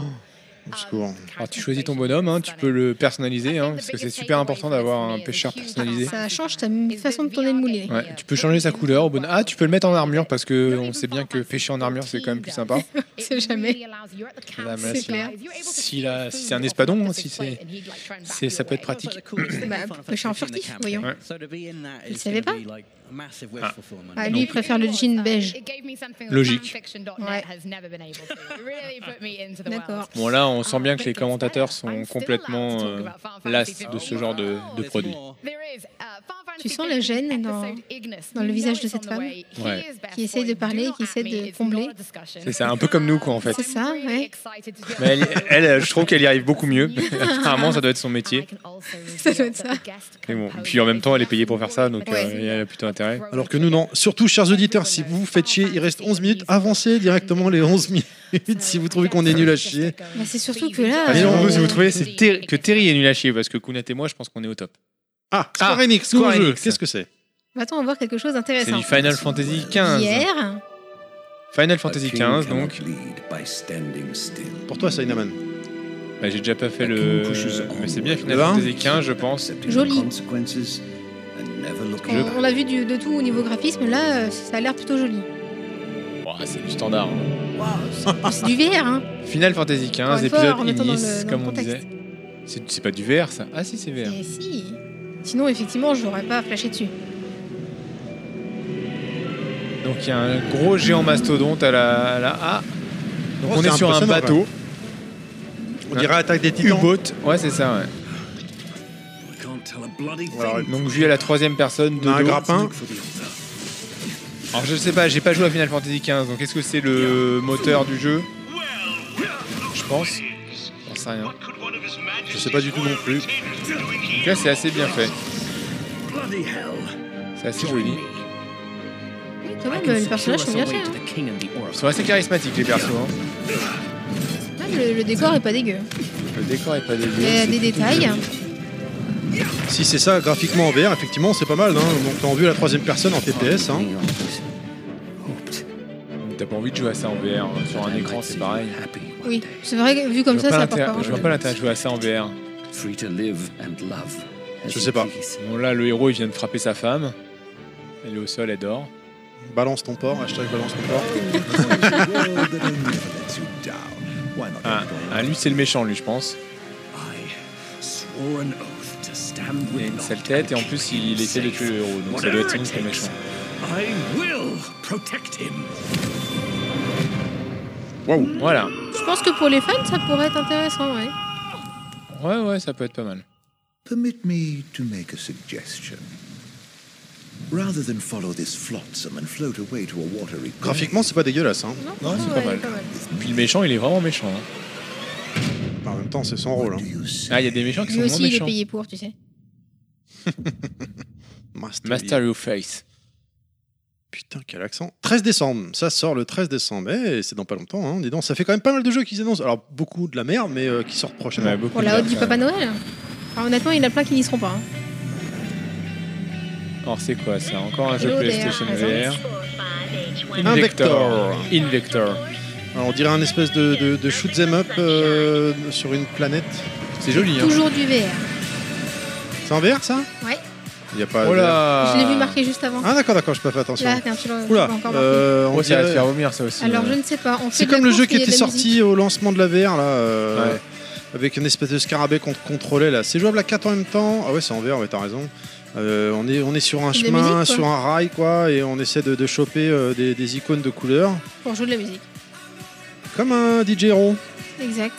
Um,
secours.
Oh, Alors, tu choisis ton bonhomme, hein, tu peux le personnaliser, hein, parce que c'est super important d'avoir
euh,
un pêcheur personnalisé.
ça change ta m- façon de tourner le moulinet.
Ouais, tu peux changer sa couleur. au bon- Ah, tu peux le mettre en armure parce que on sait bien que pêcher en armure c'est quand même plus
[LAUGHS]
sympa.
sait jamais.
Madame, là,
C'est
si-
clair.
Si, la- si c'est un espadon, hein, si c'est, c'est- ça peut être pratique.
[COUGHS] Bah, pêcheur furtif, voyons.
Ouais.
Il savait pas Ah, lui,
Lui,
il préfère le jean beige.
Logique.
D'accord.
Bon là, on sent bien que les commentateurs sont complètement euh, las de ce genre de, de produit.
Tu sens la gêne dans, dans le visage de cette femme
Ouais.
qui essaie de parler, qui essaie de combler.
C'est ça, un peu comme nous, quoi, en fait.
C'est ça, ouais.
Mais elle, elle, euh, je trouve qu'elle y arrive beaucoup mieux. [LAUGHS] Apparemment, ça doit être son métier.
ça doit être ça.
Mais bon, puis en même temps, elle est payée pour faire ça, donc euh,
Ouais.
elle a plutôt intérêt.
Alors que nous, non. Surtout, chers auditeurs, si vous vous faites chier, il reste 11 minutes. Avancez directement les 11 [LAUGHS] minutes si vous trouvez qu'on est nul à chier.
Bah, c'est surtout que là.
Mais non,
euh,
nous, si vous trouvez c'est Ter- que Terry est nul à chier, parce que Kunat et moi, je pense qu'on est au top.
Ah, Square
Ah,
Enix, nouveau
Square
jeu.
Enix.
Qu'est-ce que c'est
Va-t-on avoir quelque chose
C'est
d'intéressant
du hein, Final Fantasy XV.
Hier,
Final Fantasy XV, donc.
Pour toi, Sainaman.
Bah, j'ai déjà pas fait le. Mais c'est bien Final
Le un
Fantasy XV, je pense.
Joli. on,
Je-
on l'a vu du- de tout au niveau graphisme, là, euh, ça a l'air plutôt joli.
Ouah, c'est du standard. hein.
C'est du VR, hein
Final Fantasy
Encore
XV,
une fois,
épisode
remettons dans le-
Ignis,
dans
comme
le
on disait.
contexte.
C'est c'est pas du VR, ça Ah, si, c'est VR.
Et si Sinon, effectivement, je n'aurais pas flashé dessus.
Donc il y a un gros géant mastodonte à la, à la A. Donc
Oh,
on
c'est
est sur un
impressionnant,
bateau,
On dirait Attaque des Titans.
U-boat. Ouais, c'est ça. Ouais.
Alors,
Donc vu à la troisième personne
on
de
a un
dos.
grappin.
Alors je sais pas, j'ai pas joué à Final Fantasy XV, donc est-ce que c'est le moteur du jeu Je pense. J'en sais rien.
Je sais pas du tout non plus.
Donc là, c'est assez bien fait. C'est assez joli.
Quand
Ah,
même, le personnage sont bien faits. hein.
Ils sont assez charismatiques, les persos. hein.
Ah, Le, le décor est pas dégueu.
Le décor est pas dégueu.
Il y a des détails.
Si c'est ça graphiquement en VR, effectivement, c'est pas mal. Hein. Donc t'as en vue à la troisième personne en TPS. Hein.
T'as pas envie de jouer à ça en VR. hein. Sur un écran, c'est pareil.
Oui, c'est vrai que vu comme
Je vois
ça, ça
pas l'intérêt-
part pas.
Je vois pas l'intérêt de jouer à ça en VR.
Je sais pas.
Bon, là, le héros, il vient de frapper sa femme. Elle est au sol, elle dort.
Balance ton port, hashtag balance ton port.
Ah, ah, lui, c'est le méchant, lui, je pense. Il a une sale tête et en plus, il, il essaie de tuer le héros. Donc ça doit être lui, c'est le méchant. Waouh Voilà.
Je pense que pour les fans, ça pourrait être intéressant, ouais.
Ouais, ouais, ça peut être pas mal.
Permit me to make a suggestion. Rather than follow this flotsam and float away to a watery grave,
Graphiquement, c'est pas dégueulasse. Hein.
Non,
c'est
franchement,
pas
ouais,
mal. Puis le méchant, il est vraiment méchant. hein.
En même temps, c'est son rôle.
what
Hein.
do you say?
Ah, il y a des méchants qui sont
Lui
vraiment
aussi, il est
méchants.
payé pour, tu sais.
Master.
Master Your Face.
Putain, quel accent. 13 décembre, ça sort le 13 décembre. Eh, c'est dans pas longtemps. Hein. Dis donc, ça fait quand même pas mal de jeux qu'ils annoncent. Alors, beaucoup de la merde, mais euh, qui sortent prochainement.
Ouais, beaucoup
Pour
de
la haute
gens,
du
ça.
Papa Noël. Ah, honnêtement, il y en a plein qui n'y seront pas. hein.
Alors, c'est quoi ça Encore un jeu
Hello there,
PlayStation
Amazon.
VR.
Invector.
Invector.
Alors, on dirait un espèce de, de, de shoot 'em up euh, sur une planète.
C'est joli, hein
Toujours du VR.
C'est en VR ça
Ouais.
Il y a pas.
Oh là
Je l'ai vu marqué juste avant.
Ah d'accord, d'accord, je peux pas fait attention.
Là, quand tu l'as
Oula,
encore marqué.
euh, on
Oh, ça va te
dirait-
faire vomir, ça aussi. hein.
Alors, je ne sais pas. on fait
C'est
de la
comme le jeu
course,
qui
il y a
était
de la musique.
sorti au lancement de la VR là, euh,
Ouais.
avec une espèce de scarabée qu'on contrôlait là. C'est jouable à 4 en même temps. Ah ouais, c'est en VR, ouais, t'as raison. Euh, on, est, on est sur un
Des
chemin,
musiques, quoi.
sur un rail quoi, et on essaie de, de choper euh, des, des icônes de couleurs,
Pour jouer de la musique.
comme un DJ Hero.
Exact.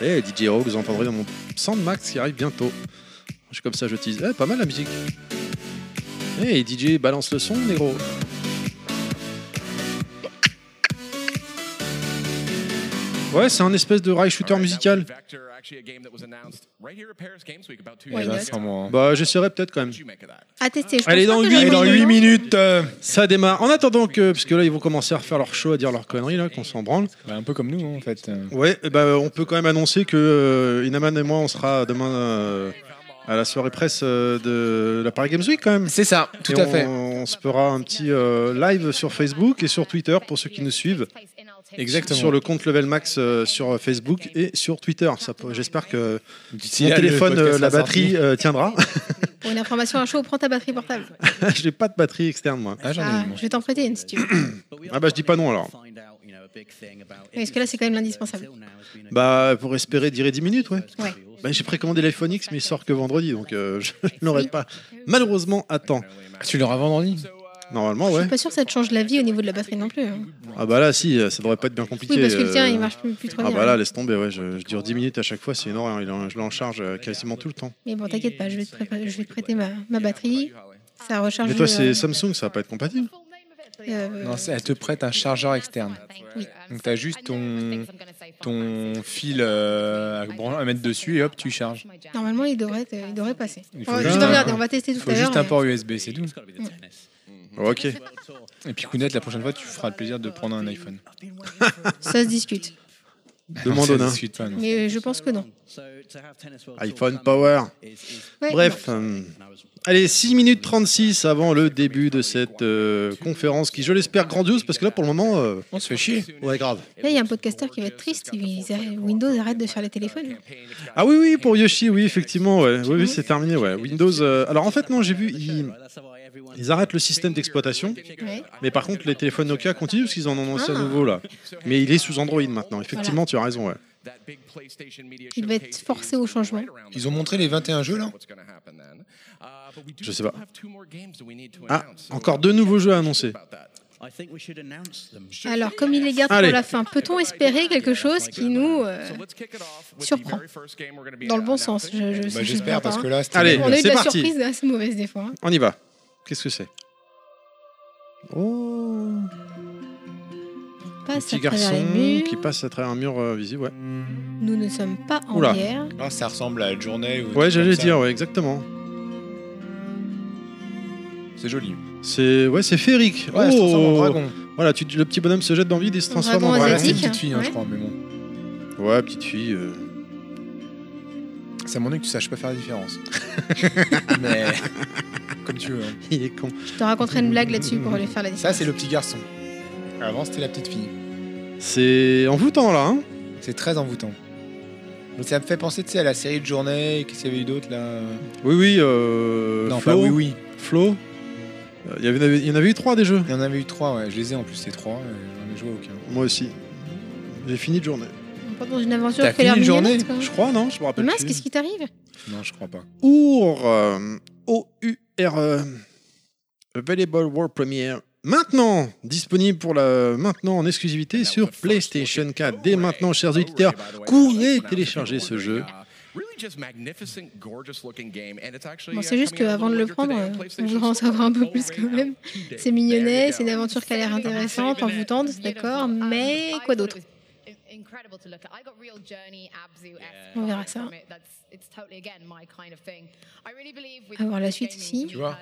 Eh DJ Hero que vous entendrez dans mon Sandmax qui arrive bientôt. Je suis comme ça, je tease. Eh, pas mal la musique. Eh DJ balance le son, négro. Ouais, c'est un espèce de rail shooter musical.
Vector, actually a game that was announced right here at Paris Games Week about two
Why
Eh
years
ben,
not
ago.
sûrement, hein.
Bah, j'essaierai peut-être quand même.
What you make of that?
À tester. Je
Allez,
pense
dans
pas que
huit
j'aurai
minutes,
Allez, dans
le
8
temps.
minutes euh,
Ça démarre. En attendant que, parce que là, ils vont commencer à refaire leur show, à dire leurs conneries, là, qu'on s'en branle.
bah, Un peu comme nous, hein, en fait. euh.
Ouais, eh ben, on peut quand même annoncer que euh, Inaman et moi, on sera demain euh, à la soirée presse euh, de la Paris Games Week quand même.
C'est ça, tout
Et
à
on,
fait.
On se fera un petit euh, live sur Facebook et sur Twitter pour ceux qui nous suivent.
Exactement.
Sur le compte Level Max euh, sur Facebook et sur Twitter. Ça peut- J'espère que
D'ici
mon
là, le
téléphone,
podcast
euh, la
sera
batterie
sorti.
euh, tiendra. [LAUGHS]
Pour une information à chaud, prends ta batterie portable.
Je n'ai pas de batterie externe, moi.
Ah, j'en ai
Ah,
eu, moi.
je vais t'en prêter une si tu veux.
Ah bah, je dis pas non, alors.
Parce que là, c'est quand même l'indispensable.
Bah, pour espérer durer 10 minutes, ouais.
Ouais.
Bah, J'ai précommandé l'iPhone X, mais il sort que vendredi, donc euh, [LAUGHS] je n'aurai pas, malheureusement, à temps.
Tu l'auras vendredi
Normalement,
Je
ouais.
suis pas sûr que ça te change la vie au niveau de la batterie non plus. hein.
Ah bah là, si, euh, ça devrait pas être bien compliqué.
Oui, parce que le tien,
euh.
il marche plus, plus trop
Ah
bien.
bah là, laisse tomber, ouais. Je, je dure 10 minutes à chaque fois, c'est énorme. il en- Je l'ai en charge euh, quasiment tout le temps.
Mais bon, t'inquiète pas, je vais te, prépa- je vais te prêter ma, ma batterie. Ça recharge.
Mais toi,
euh,
c'est Samsung, ça va pas être compatible.
euh,
Non, c'est- elle te prête un chargeur externe. Donc, t'as juste ton- Ton fil euh, à, brancher- à mettre dessus et hop, tu charges.
Normalement, il devrait, être- il devrait passer.
Il faut
Ouais,
juste
je vais
un-
regarder, on va tester
Il
tout
faut
à l'heure.
juste un
mais-
port USB, c'est tout.
Ok.
[LAUGHS]
Et puis, Kounet, la prochaine fois, tu feras le plaisir de prendre un iPhone.
Ça se discute.
Ah, Demande au
Ça
nain.
discute pas, non.
Mais [LAUGHS] euh, je pense que non.
iPhone Power.
Ouais,
Bref. euh, allez, 6 minutes 36 avant le début de cette euh, conférence qui, je l'espère, grandiose, parce que là, pour le moment... euh,
On se fait chier.
Ouais, grave.
Là, il y a un podcasteur qui va être triste. ils arrêtent- Windows arrête de faire les téléphones.
Ah oui, oui, pour Yoshi, oui, effectivement, ouais. Oui, oui, c'est terminé, ouais. Windows... euh, Alors, en fait, non, j'ai vu, ils, ils arrêtent le système d'exploitation,
Ouais.
mais par contre, les téléphones Nokia continuent, parce qu'ils en ont annoncé
Ah.
à nouveau, là. Mais il est sous Android maintenant, effectivement, tu as raison, ouais.
That big PlayStation Media
Il va
Showcase
être
is
forcé au changement.
right around the
Ils ont montré les 21 jeux, là
what's gonna happen then. Uh, but we do
Je sais pas.
still have two more games that we need to
Ah,
announce.
encore deux nouveaux jeux à annoncer.
About that.
Alors, comme il les garde
Allez.
pour la fin, peut-on espérer quelque chose qui nous euh,
Let's kick it off with the
surprend
very first game we're gonna be
Dans le bon sens, je, je-
Bah,
je-
J'espère,
je-
parce que là, c'était.
Allez.
On a eu
C'est
de la
parti.
surprise assez mauvaise des fois. hein.
On y va. Qu'est-ce que c'est Oh
passe
Petit
à travers les
garçon
murs.
qui passe à travers un mur euh, visible, ouais.
Nous ne sommes pas en
Oula.
guerre.
Ah, ça ressemble à une journée. ou
Ouais,
tout
j'allais
comme ça.
dire, ouais, exactement.
C'est joli.
C'est ouais, c'est féerique.
Ouais, ça ressemble à un
Oh
dragon.
Voilà, tu- le petit bonhomme se jette dans le vide et se transforme
dragon
en
Ouais,
dragon.
c'est une
asiatique.
petite fille, hein, je
Ouais.
crois, mais bon.
Ouais, petite fille. euh, [LAUGHS]
Ça m'ennuie que tu saches pas faire
[LAUGHS]
la différence. mais. Comme tu veux. hein.
Il est con.
Je te raconterai une blague là-dessus pour lui faire la
Ça, c'est le petit garçon. Avant, c'était la petite fille.
C'est envoûtant là. Hein
C'est très envoûtant. Mais ça me fait penser, tu sais, à la série de journée. Qu'est-ce qu'il y avait eu d'autre, là
oui, oui. Euh,
Non,
Flo,
pas oui, oui.
Flo. Euh, Il y, avait, il y en avait eu trois des jeux.
Il y en avait eu trois, ouais. Je les ai en plus, les trois. et J'en ai joué aucun.
Moi aussi. J'ai fini de journée.
On part dans une aventure
T'as
qui a l'air
fini une journée
mignonnette, quoi.
Je crois, non Je me rappelle
Mince,
plus.
qu'est-ce qui t'arrive
Non, je crois pas.
Our euh, O-U-R-E. Available E, World Premiere. Maintenant, disponible pour la maintenant en exclusivité sur PlayStation 4. Dès maintenant, chers auditeurs, courez télécharger ce jeu.
Bon, c'est juste qu'avant de le prendre,
euh,
on voudrait en savoir un peu plus quand même.
C'est mignonnet, c'est une aventure qui a l'air intéressante, envoûtante, d'accord, mais quoi d'autre On verra ça. À voir la suite aussi.
Tu vois.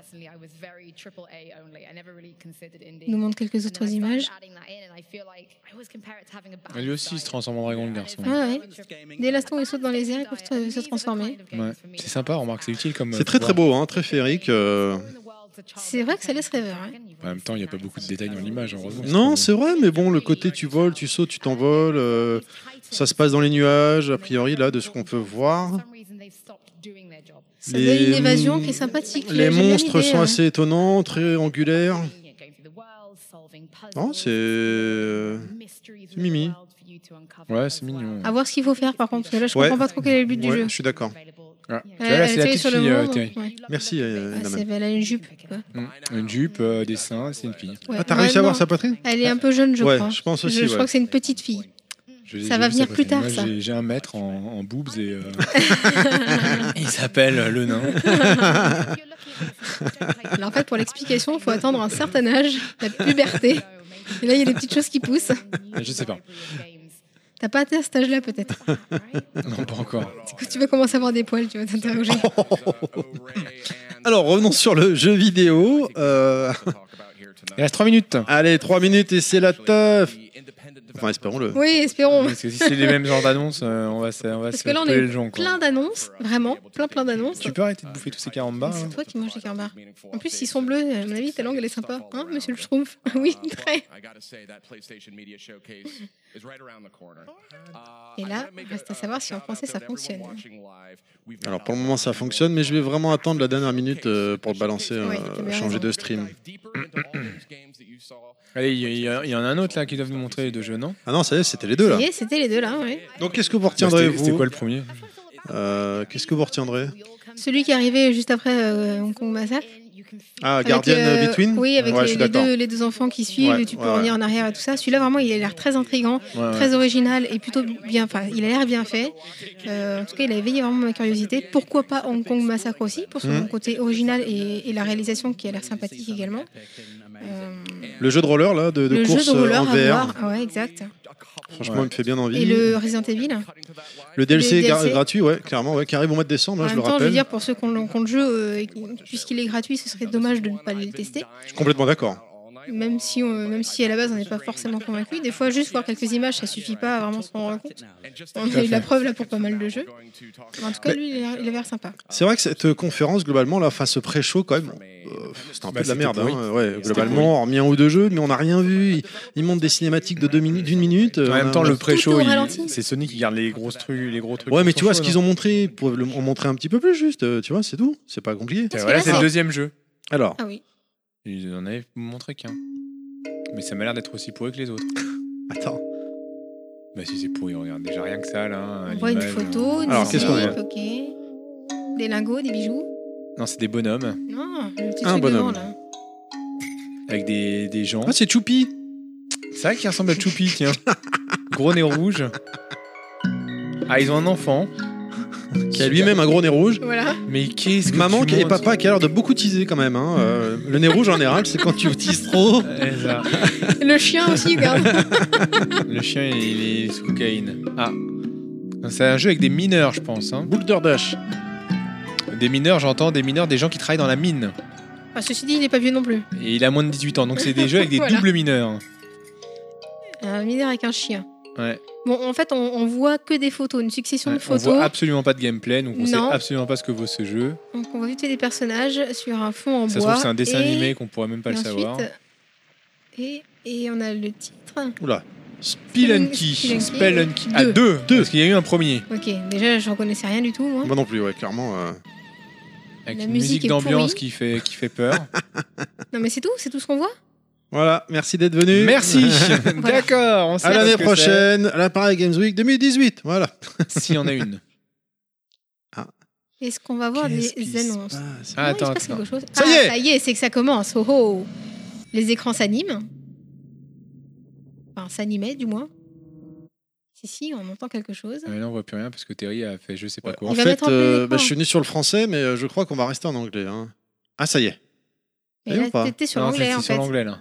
Nous montre quelques autres images.
Mais lui aussi, il se transforme en dragon, le garçon.
Ah ouais. Dès l'instant où il saute dans les airs, il peut se- se transformer.
Ouais. C'est sympa, remarque, c'est utile comme. euh,
C'est très très
pouvoir.
beau, hein, très féerique. euh.
C'est vrai que ça laisse rêveur. hein.
En même temps, il n'y a pas beaucoup de détails dans l'image, heureusement.
Non, c'est vrai, mais bon, le côté tu voles, tu sautes, tu t'envoles, euh, ça se passe dans les nuages, a priori, là, de ce qu'on peut voir.
Ça donne une
Les-
évasion qui est sympathique.
Les
J'aime bien euh. hein.
monstres
l'idée,
sont
ouais.
assez étonnants, très angulaires. Non, c'est. euh, c'est Mimi.
Ouais, c'est mignon.
À voir ce qu'il faut faire par contre, parce que là je
Ouais.
comprends pas trop quel est le but du
Ouais,
jeu.
je suis d'accord.
Ouais. Ah, Tu vois,
Ouais,
là, c'est
tu
la
sais,
petite
sur le
fille, euh,
moment,
Thierry.
ouais.
Merci, euh,
Ah,
Naman.
c'est- elle a une jupe. quoi.
Mm. Une jupe, euh, des seins, c'est une fille.
Ouais.
Ah, t'as
Ouais,
réussi à voir
non.
sa poitrine
Elle est un peu jeune, je
Ouais,
crois.
je pense aussi,
Je,
ouais.
crois que c'est une petite fille.
Je l'ai
Ça
déjà
va
vu,
venir
peut
plus
être-
tard,
Moi,
ça.
j'ai- J'ai un maître en, en boobs
[LAUGHS]
et. euh, il s'appelle euh, le nain. [LAUGHS]
[LAUGHS] Alors en fait, pour l'explication, il faut attendre un certain âge, la puberté. Et là, il y a des petites choses qui poussent.
Je sais pas.
T'as pas atteint cet âge-là, peut-être.
Non, pas encore.
Quand tu vas commencer à avoir des poils, tu vas
[LAUGHS]
t'interroger.
[LAUGHS] Alors, revenons sur le jeu vidéo. Euh, [LAUGHS]
Il reste 3 minutes.
Allez, 3 minutes et c'est la teuf. Enfin, espérons-le.
Oui, espérons.
Parce que si c'est les mêmes genres d'annonces, euh, on va se, on va
Parce
se
que là, on
peler
est
le jonc, quoi.
plein d'annonces, vraiment, plein plein d'annonces.
Tu peux arrêter de bouffer tous ces carambas
C'est
hein
toi qui manges les carambars. En plus, ils sont bleus, à mon avis, ta langue, elle est sympa. Hein, monsieur le Schtroumpf [LAUGHS]
Um,
Oui, très.
Uh,
Et là, reste à savoir si en français, ça fonctionne.
Alors, pour le moment, ça fonctionne, mais je vais vraiment attendre la dernière minute euh, pour le balancer, euh,
Ouais, t'as bien
changer
raison.
de stream. [CLEARS THROAT]
Allez, il y, il y a- il y en a un autre là qui doivent nous montrer les deux jeux, non
Ah non, ça y est, c'était les deux là. Bah,
Et c'était les deux là, ouais.
Donc, qu'est-ce que vous
Bah, C'était c'était
retiendrez-vous
quoi le premier
Euh, Qu'est-ce que vous retiendrez
Celui qui est arrivé juste après euh, Hong Kong Massacre.
Ah,
Avec,
Guardian
euh,
Between
Oui, avec
Ouais, je
les,
suis
les
d'accord.
deux, les deux enfants qui suivent,
Ouais,
et tu peux
ouais,
revenir en arrière et tout ça. Celui-là, vraiment, il a l'air très intrigant,
ouais.
très original et plutôt bien. Enfin, il a l'air bien fait. Euh, en tout cas, il a éveillé vraiment ma curiosité. Pourquoi pas Hong Kong Massacre aussi, pour son
Hmm.
côté original et, et la réalisation qui a l'air sympathique également. Euh,
Le jeu de roller là, de, de
le
course
jeu de roller
euh, en
à
VR.
voir. Ouais, exact.
Franchement, il me fait bien envie.
Et le Resident Evil. En
Le DLC,
le
est gra-
DLC.
gratuit, ouais, clairement, ouais, qui arrive au mois de décembre, hein, je
même
le
temps, je veux
rappelle.
dire, pour ceux qui ont le qui ont le jeu, euh, et qui- puisqu'il est gratuit, ce serait dommage de ne pas le tester.
Je suis complètement d'accord.
même si, on- même si à la base on n'est pas forcément convaincu, des fois juste voir quelques images ça suffit pas à vraiment se rendre compte. On a eu de la preuve là pour pas mal de jeux. En tout cas, lui il a il a l'air sympa.
C'est vrai que cette euh, conférence, globalement, là, enfin, ce pré-show, quand même, euh, c'était un peu
Bah,
de la
c'était
merde.
pourri.
hein, ouais, globalement, hormis un ou deux jeux, mais on n'a rien vu. Ils, ils montent des cinématiques de deux minutes, d'une minute. euh,
En
on
même
a-
temps, le
tout
pré-show,
au
il-
ralenti.
c'est Sony qui garde les gros trucs, les gros trucs.
Ouais, mais
pour
tu vois, ce
son
qu'ils
show,
ont montré, ils pouvaient le- en montrer un petit peu plus juste, euh, tu vois, c'est tout. C'est pas compliqué.
non
Parce que
Voilà,
là,
c'est le
c'est-
deuxième jeu.
Alors,
Ah oui.
Ils en avaient montré qu'un. Mais ça m'a l'air d'être aussi pourri que les autres.
[LAUGHS] attends.
Bah si c'est pourri, regarde déjà rien que ça là. hein.
On voit une photo, une
Alors,
clip,
qu'est-ce qu'on a
ok. Des lingots, des bijoux.
Non, c'est des bonhommes
Non, le petit
Un
truc devant
bonhomme.
là.
avec des, des gens.
Ah, c'est Choupi.
C'est vrai qu'il ressemble à Choupi, tiens. Gros nez rouge. Ah, ils ont un enfant.
qui a lui-même un gros nez rouge.
Voilà. [LAUGHS]
Mais qu'est-ce que
Maman
tu
qui- et
montes
papa qui a l'air de beaucoup teaser quand même. hein. Euh, le nez rouge en général, c'est quand tu teases trop.
Eh, là,
Le chien aussi, regarde.
[LAUGHS] Le chien, il est sous cocaïne. Ah. C'est un jeu avec des mineurs, je pense. hein.
Boulder Dash.
Des mineurs, j'entends des mineurs, des gens qui travaillent dans la mine.
Ah, ceci dit, il n'est pas vieux non plus.
Et il a moins de 18 ans, donc c'est des jeux avec
[LAUGHS]
des
Voilà.
doubles mineurs.
Un mineur avec un chien.
Ouais.
Bon, en fait, on, on voit que des photos, une succession
Ouais,
de
on
photos.
voit absolument pas de gameplay, donc on
Non.
sait absolument pas ce que vaut ce jeu.
Donc, on voit vite fait des personnages sur un fond en
Ça se
bois.
trouve, c'est un dessin
et-
animé qu'on pourrait même pas
et
le savoir.
ensuite- euh, Et, et on a le titre.
Oula.
Spelunky.
Spelunky.
Spelunky. Ah,
Deux.
deux. Parce qu'il y a eu un premier.
Ok, déjà, je reconnais rien du tout, moi.
Moi non plus, ouais, clairement. euh,
Avec
La
une
musique
musique
est
d'ambiance
pourrie.
qui fait, qui
[LAUGHS]
fait peur.
Non, mais c'est tout, c'est tout ce qu'on voit.
Voilà, merci d'être venu. [LAUGHS] Euh,
Merci. D'accord. on sait
À
ce
l'année
que
prochaine, à la Paris Games Week 2018. Voilà.
c'est. S'il y en a une.
Est-ce qu'on va voir des
Qu'est-ce qui se
annonces
passe
Ah,
Non, il
attends,
se passe
attends.
quelque chose.
Ça
Ah,
y est
ça y est, c'est que ça commence. Oh, oh. Les écrans s'animent. Enfin, s'animaient, du moins. Si, si, on entend quelque chose.
Ah, Mais là, on voit plus rien parce que Terry a fait je sais pas
Ouais,
quoi.
En
Il va
fait,
mettre en plein
euh,
écran.
bah, je suis venu sur le français, mais euh, je crois qu'on va rester en anglais. hein. Ah, ça y est.
Mais
Eh
là,
ou pas
t'étais sur
Non,
l'anglais,
c'est
en
sur
fait.
l'anglais, là.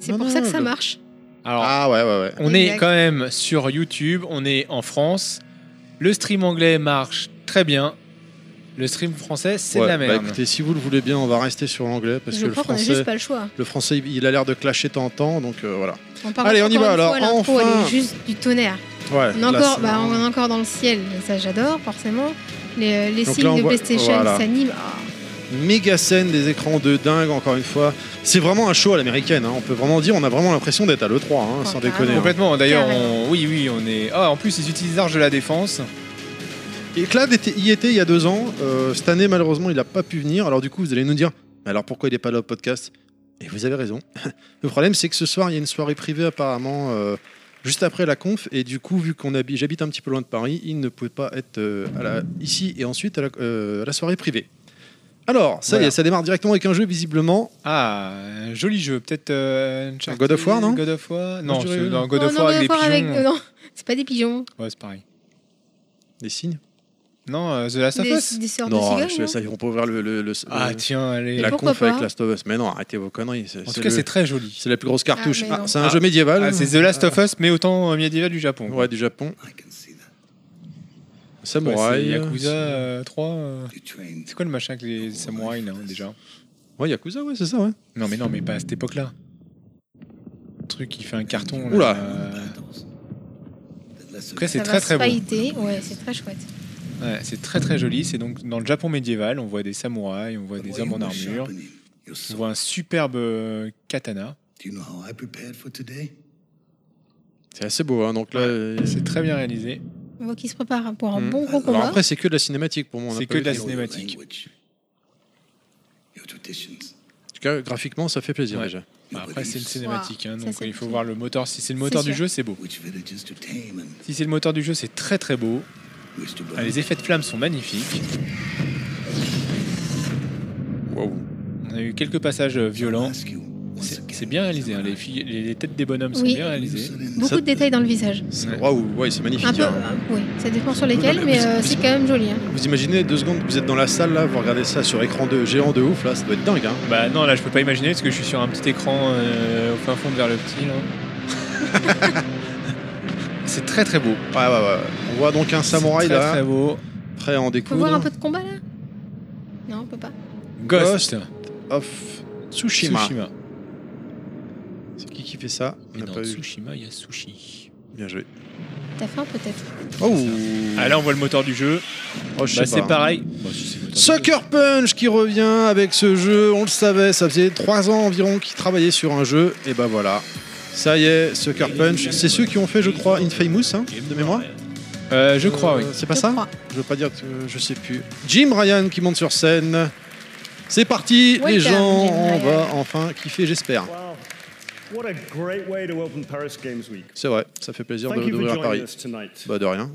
C'est
Non,
pour
non,
ça que ça
le-
marche.
Alors,
Ah, ouais, ouais, ouais.
on est
Exact.
quand même sur YouTube, on est en France. Le stream anglais marche très bien. Le stream français, c'est
Ouais,
de la
bah,
merde.
écoutez, si vous le voulez bien, on va rester sur l'anglais parce
je
que le
crois qu'on n'a juste
français,
pas le choix.
le français, il a l'air de clasher tant en temps, donc euh, voilà.
On parle
Allez, on y
encore une
va, alors,
fois, l'intro,
enfin.
elle est juste du tonnerre. On
Ouais.
est,
là,
encore,
c'est-
bah, on est encore dans le ciel, et ça j'adore forcément. Les, euh, les
Donc
signes
là, on
de
voit-
PlayStation
voilà.
s'animent. Ah,
méga scène, des écrans de dingue, encore une fois. C'est vraiment un show à l'américaine, hein. on peut vraiment dire, on a vraiment l'impression d'être à l'E3, hein, sans
Enfin,
déconner. hein.
Complètement. D'ailleurs,
Carrément.
on- oui, oui, on est. Ah, en plus, ils utilisent l'arche de la défense.
Et Clad était- y était il y a deux ans, euh, cette année malheureusement il n'a pas pu venir, alors du coup vous allez nous dire, Mais alors pourquoi il n'est pas là au podcast Et vous avez raison. [LAUGHS] Le problème c'est que ce soir il y a une soirée privée apparemment euh, juste après la conf, et du coup vu qu'on habite, j'habite un petit peu loin de Paris, il ne pouvait pas être euh, à la- ici et ensuite à la, euh, à la soirée privée. Alors, ça y
Voilà.
est, ça démarre directement avec un jeu visiblement.
Ah, un joli jeu. Peut-être euh, Uncharted,
God of War, non
God of War
Moi,
Non,
je dirais-
c'est- non, God
Oh,
of
non,
War avec des
God of War avec-
pigeons.
Non, c'est pas des pigeons.
Ouais, c'est pareil.
Des signes
Non, euh, The Last of
Des,
Us
des sœurs
Non, ah,
de
je-
cigales.
ça, ils vont pas ouvrir le, le- le-
Ah,
le-
tiens, allez.
Euh, la
pourquoi
conf avec
pas
Last of Us. Mais non, arrêtez vos conneries. c'est-
En
c'est
tout cas,
le-
c'est très joli.
c'est la plus grosse cartouche.
Ah, mais
Ah,
non.
c'est un
Ah.
jeu médiéval.
Ah, c'est The Last of Us, mais autant euh, médiéval du Japon.
Ouais, du Japon.
I can see that.
Ouais, c'est
Samouraï.
Yakuza euh, 3. euh,
You trained.
C'est quoi le machin avec les samouraïs, là, déjà
Ouais, Yakuza, ouais, c'est ça, ouais.
Non, mais non, mais pas à cette époque-là. Le truc qui fait un carton. Là,
Oula.
euh,
Uh, That less
En tout cas, c'est
Ça
très
va
très beau.
spahiter. Ouais, c'est très chouette.
Ouais, c'est très très joli. C'est donc dans le Japon médiéval, on voit des samouraïs, on voit
But
des
while
hommes
you
en
were
armure,
sharpening your
on
sword,
voit un superbe euh, katana.
Do you know how I prepared for today?
C'est assez beau, hein. Donc là. euh,
C'est très bien réalisé.
On voit qu'ils se préparent pour un
Mm.
bon gros
Alors
combat.
après, c'est que de la cinématique pour moi. on a
C'est
pas
que
eu
de la
le temps.
Know your
cinématique.
language, your traditions.
En tout cas, graphiquement, ça fait plaisir
Ouais.
déjà.
Bah, après, c'est une cinématique, hein,
Ça,
donc
c'est
il faut
cool.
voir le moteur. Si c'est le moteur du
sûr.
jeu, c'est beau.
Which villages to tame and
Si c'est le moteur du jeu, c'est très très beau.
which to burn.
Ah, les effets de flammes sont magnifiques.
Waouh.
On a eu quelques passages euh, violents.
Ask you once
C'est
again,
c'est bien réalisé. hein, Les, filles- les les têtes des bonhommes sont
Oui.
bien réalisées.
surrender.
Beaucoup de détails dans le visage.
C'est-
Ouais.
Waouh, ouais, c'est magnifique.
Un peu, euh,
hein.
oui, ça dépend sur lesquels, mais euh, c'est quand même joli. hein.
Vous imaginez deux secondes, vous êtes dans la salle là, vous regardez ça sur écran de géant de ouf là, ça doit être dingue. Hein.
Bah non, là je peux pas imaginer parce que je suis sur un petit écran euh, au fin fond de vers le petit. là. [LAUGHS] c'est très très beau.
Ouais, ouais, ouais. On voit donc un samouraï
C'est très,
là,
Très beau.
prêt à en
On peut voir un
découdre.
peu de combat là Non, on peut pas.
Ghost.
Off Tsushima.
Tsushima.
C'est qui qui fait ça On
Et
n'a
dans
pas eu.
Tsushima, il y a sushi.
Bien joué.
T'as faim peut-être
Oh,
Ah là on voit le moteur du jeu.
Oh, je
Bah,
sais
c'est
pas.
pareil.
Sucker Punch qui revient avec ce jeu, on le savait, ça faisait 3 ans environ qu'ils travaillaient sur un jeu, et bah voilà. Ça y est, Sucker Punch, c'est ceux qui ont fait, je crois, Infamous, hein, de mémoire
Euh, je crois oui.
Euh, C'est pas
Je
ça
crois.
Je veux pas dire que je sais plus. Jim Ryan qui monte sur scène. C'est parti,
Welcome,
les gens,
Jim
on va
Ryan.
enfin kiffer, j'espère.
Wow. What a great way to open Paris Games Week.
C'est vrai, ça fait plaisir de
Thank you for
d'ouvrir à
joining
Paris.
us tonight.
Bah de rien.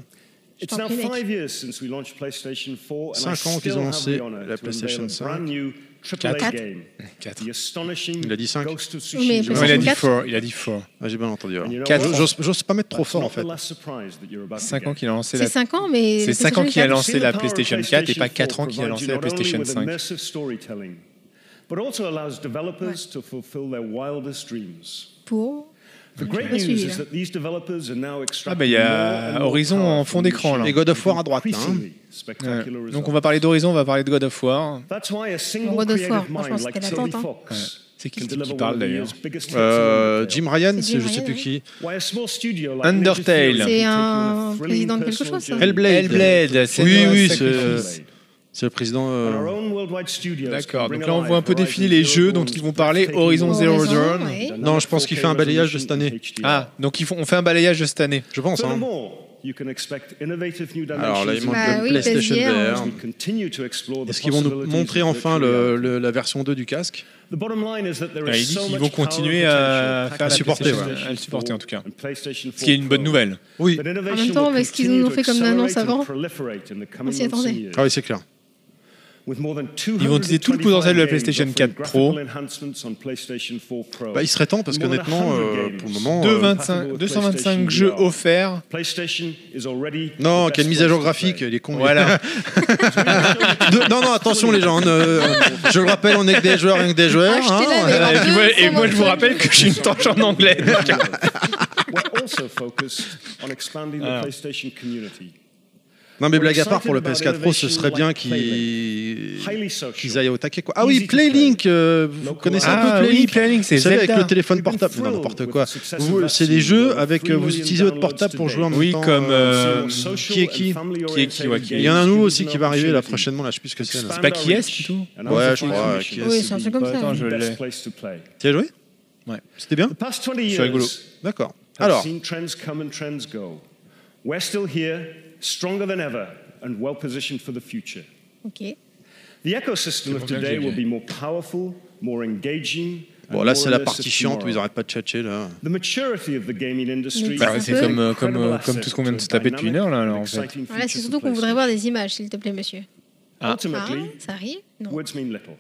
It's now five years since we launched PlayStation
Oh,
4, and I
Cinq ans qu'ils
still
ont
have
lancé
the honor
la
to unveil
PlayStation
a
5.
brand new AAA
Quatre.
game,
Quatre.
the astonishing
Il a dit 5.
Ghost of
Oui, mais
Tsushima.
PlayStation
il a dit
4.
fort, il a dit fort.
Ah, j'ai bien entendu. alors.
And you know
Quatre.
what?
J'ose j'ose pas mettre trop
That's
fort en
not the
fait.
less surprise that you're about to
5 ans
get.
qu'il a lancé la
C'est 5 ans, mais.
C'est
la
5 ans
PlayStation
qu'il a
4,
lancé la PlayStation 4 et pas 4
4
ans qu'il a lancé la PlayStation 5.
Immersive storytelling, but also allows developers to fulfill their wildest dreams.
Pour.
The great
Je suis
news
là.
is that these developers are now
Ah bah il y a Horizon en fond d'écran là.
Et God of War à droite. hein.
Ouais. euh, Donc on va parler d'Horizon, on va parler de God of War.
That's why a
On voit
single
de
creative
soir,
mind
franchement,
like
c'était
Toby
l'attente, hein.
Fox
C'est qui
can
qui
deliver one
parle
of the
d'ailleurs
year's biggest hits
Euh, Jim Ryan,
Jim
c'est je sais
Ryan,
plus
oui.
qui.
Why a small studio like
Undertale.
C'est
Ninja Theory can take
un
you on a thrilling
président de quelque
personal
chose, ça.
journey.
Hellblade.
Hellblade, c'est
Oui,
un
oui,
sacrifice.
c'est c'est le président.
And our
euh,
own worldwide studios
D'accord,
can bring
donc là on
alive
voit un peu
Horizon
défiler les
Zero
jeux
Dawn's
dont ils vont parler,
breathtaking
Horizon Zero
Horizon,
Dawn.
ouais.
world.
Non, je pense qu'il fait un balayage de cette année.
Ah, donc ils font- on fait un balayage de cette année.
Je pense. hein.
Furthermore, you can expect innovative new
Alors là,
dimensions
il manque
Bah
le
oui,
PlayStation
PSVR.
VR.
We continue to explore the
Est-ce qu'ils vont nous
possibilities
montrer
of
enfin
virtual
le-
reality.
le- la version 2 du casque
The bottom line is that there is
Ouais, Ah, il dit
so
qu'ils
much
vont
power
continuer
potential
à
packed
faire la
in
porter,
PlayStation
ouais, à le euh, supporter en tout cas.
4 and PlayStation
Ce qui est
4
une bonne
Pro.
nouvelle.
Oui.
But innovation
En même temps,
will
avec ce qu'ils nous ont fait comme
continue to
annonce
accelerate
avant,
and proliferate in the
on
coming
s'y
months and
attendait.
years.
Ah oui, c'est clair.
With more than
Ils vont utiliser tout le potentiel de la
225
PlayStation
games
4 Pro.
graphical enhancements on PlayStation 4 Pro.
Bah, il serait temps parce
More than
qu'honnêtement,
100
euh,
games.
pour le moment,
Deux
euh,
vingt- 25 225 jeux offerts.
PlayStation is already the
non,
best
quelle mise à jour
place to play.
graphique, il est con. lui. [LAUGHS]
Voilà.
Deux- non, non, attention les gens. hein, ne- euh, je le rappelle, on est que des joueurs, rien que des joueurs.
Achetez-la,
hein.
mais
Ah,
en
et, puis moi,
deux,
et moi, je vous
en
rappelle que j'ai une torche en anglais.
[LAUGHS]
We're also focused on expanding the PlayStation community.
Non, mais blague à part, pour le PS4 Pro, ce serait bien qu'ils
Highly social.
qu'ils aillent au taquet. Quoi. Ah oui, Playlink, euh, vous connaissez un
Ah
peu Playlink
oui, Playlink, c'est
Vous savez, avec
Zelda.
le téléphone portable, mais non, n'importe quoi. Vous- C'est des jeux avec. euh, Vous utilisez votre portable pour jouer en même
Oui,
temps.
comme,
euh,
euh,
qui est qui
Qui est qui, ouais, qui-
Il y en a un nouveau aussi qui va arriver là prochainement, là, je sais plus ce que c'est. là.
C'est pas qui est plutôt
Ouais, je crois, qui
Oui, c'est un truc comme ça.
Attends,
oui.
je l'ai.
Tu as joué
Ouais.
C'était bien
C'est
C'est rigolo.
D'accord.
Alors,
Alors,
seen trends come and trends go. We're still here, stronger than ever, and well positioned for the future.
Ok.
The ecosystem of
bien que
today
j'ai
will
bien.
be more powerful, more engaging.
bon,
and
là,
more
c'est la
immersive
partie chiante où ils
tomorrow.
arrêtent pas de tchatcher là.
The maturity of the gaming industry.
Bah, c'est
is
comme,
an
euh, comme,
incredible
euh, comme tout ce qu'on vient de se
asset to a
taper depuis une heure, là, alors, en
dynamic and
fait.
exciting
Alors là, c'est
future
surtout
for
qu'on voudrait
PlayStation.
voir des images, s'il te plaît, monsieur. Ah,
Ultimately,
ça arrive Non.
Words mean little.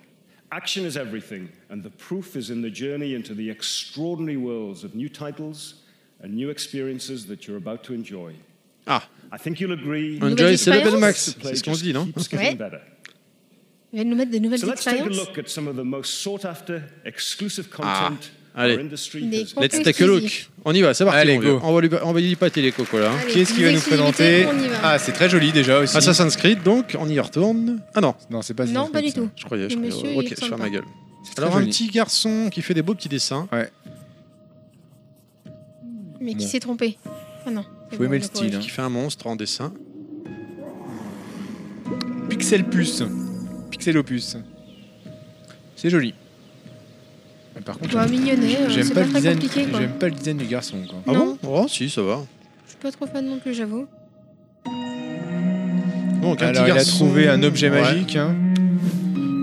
Action is everything, and the proof is in the journey into the extraordinary worlds of new titles and new experiences that you're about to enjoy.
Ah,
I think you'll agree.
Nouvelle
Enjoy, c'est level
expérience
max.
the play
C'est ce qu'on
just
se dit, non
keeps
Ouais.
getting better.
Ils veulent nous mettre de
So
nouvelles
let's take a
expériences.
look at some of the most sought after exclusive
Ah,
content our
allez.
industry
Des
has
Let's
Let's
take
take
a
a
look.
look. On y va, c'est parti.
Allez,
mon vieux.
go.
On va lui, on va lui pâter les cocos là.
Allez,
Qu'est-ce qu'il va nous
exclusivité,
présenter
On y va.
Ah, c'est très joli déjà aussi.
Assassin's Creed, donc, on y retourne. Ah non,
Non, c'est pas
non,
ça,
pas du
ça.
tout.
je croyais, je
Mais monsieur,
croyais.
il
ok, je
ressemble
ferme
pas.
ma gueule.
C'est
Alors,
très
un
joli.
petit garçon qui fait des beaux petits dessins.
Ouais,
Mais qui
Bon.
s'est trompé Ah non. c'est
Faut aimer
on
le
l'a
style, hein.
corrigé.
Qui fait un monstre en dessin.
Pixel Puce. Pixel Opus. C'est joli. Mais Par contre,
Bah, mignonnet, euh,
j'aime
c'est
pas,
pas
le
très
design.
compliqué, quoi.
J'aime pas le design du garçon quoi.
Ah
Non.
bon Oh, si, ça va.
Je suis pas trop fan non plus, j'avoue.
Donc, un
Alors,
petit
il a
garçon-
trouvé un objet
Ouais.
magique, hein.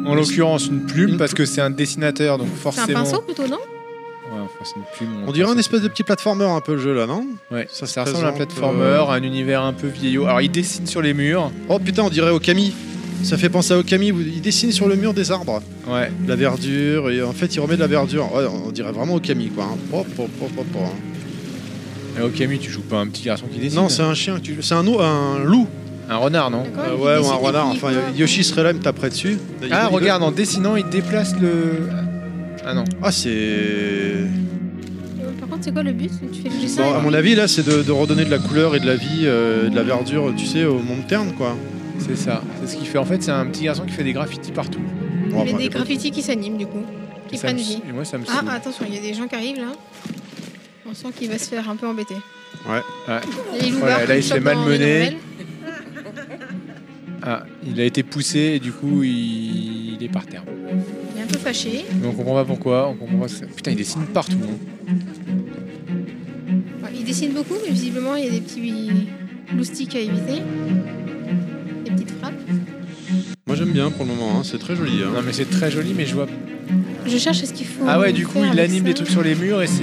en l'occurrence une plume,
Une
parce que c'est un dessinateur, donc
C'est un
forcément.
pinceau plutôt, non
Ouais, enfin, c'est une plume.
On dirait un
pense
espèce
que-
de petit platformer un peu le jeu là, non
Ouais,
ça
ça,
se
ressemble à un
présente,
platformer,
euh,
à un univers un peu vieillot. Alors, il dessine sur les murs.
Oh putain, on dirait Okami. Ça fait penser à Okami, où il dessine sur le mur des arbres.
Ouais.
De la verdure, et en fait il remet de la verdure. Ouais, on dirait vraiment Okami quoi. hein. Pop, pop, pop, pop, pop, hein.
Et Okami, tu joues pas un petit garçon qui dessine
Non, c'est un chien, que tu- c'est un, o- un loup.
un renard, non
D'accord,
Euh,
il
ouais, ou
décide
un
de
renard.
qui,
Enfin,
quoi.
Yoshi serait là, il me taperait dessus. Il-
Ah,
il-
regarde, en dessinant, il déplace le. Ah non.
Ah, c'est.
Euh, Par contre, c'est quoi le but Tu fais le dessin
Bon, à
et
mon
puis-
avis, là, c'est de, de redonner de la couleur et de la vie, euh, et de la verdure, tu sais, au monde terne quoi.
C'est ça. C'est ce qu'il fait. En fait, c'est un petit garçon qui fait des graffitis partout.
Bon,
Il y
enfin,
a des
écoute.
graffitis qui s'animent du coup, qui
Et ça me-
prennent vie.
Et moi, ça me
Ah,
saoule.
attention, il y a des gens qui arrivent là. On sent qu'il va se faire un peu embêter.
Ouais.
Ouais.
Il y a les
Voilà,
loupards
là,
qui
il
le
se
chopent
fait
dans- dans
malmener.
les ruelles.
Ah, il a été poussé et du coup, il, il est par terre.
Il est un peu fâché.
Mais on comprend pas pourquoi. On comprend pas ce que- Putain, il dessine partout. hein.
Ouais, Il dessine beaucoup, mais visiblement, il y a des petits loustiques à éviter. Des petites frappes.
Moi, j'aime bien pour le moment, hein, c'est très joli. hein.
Non, mais c'est très joli, mais je vois.
Je cherche ce qu'il faut.
Ah ouais, du coup,
faire
il
avec
anime
ça.
des trucs sur les murs et c'est.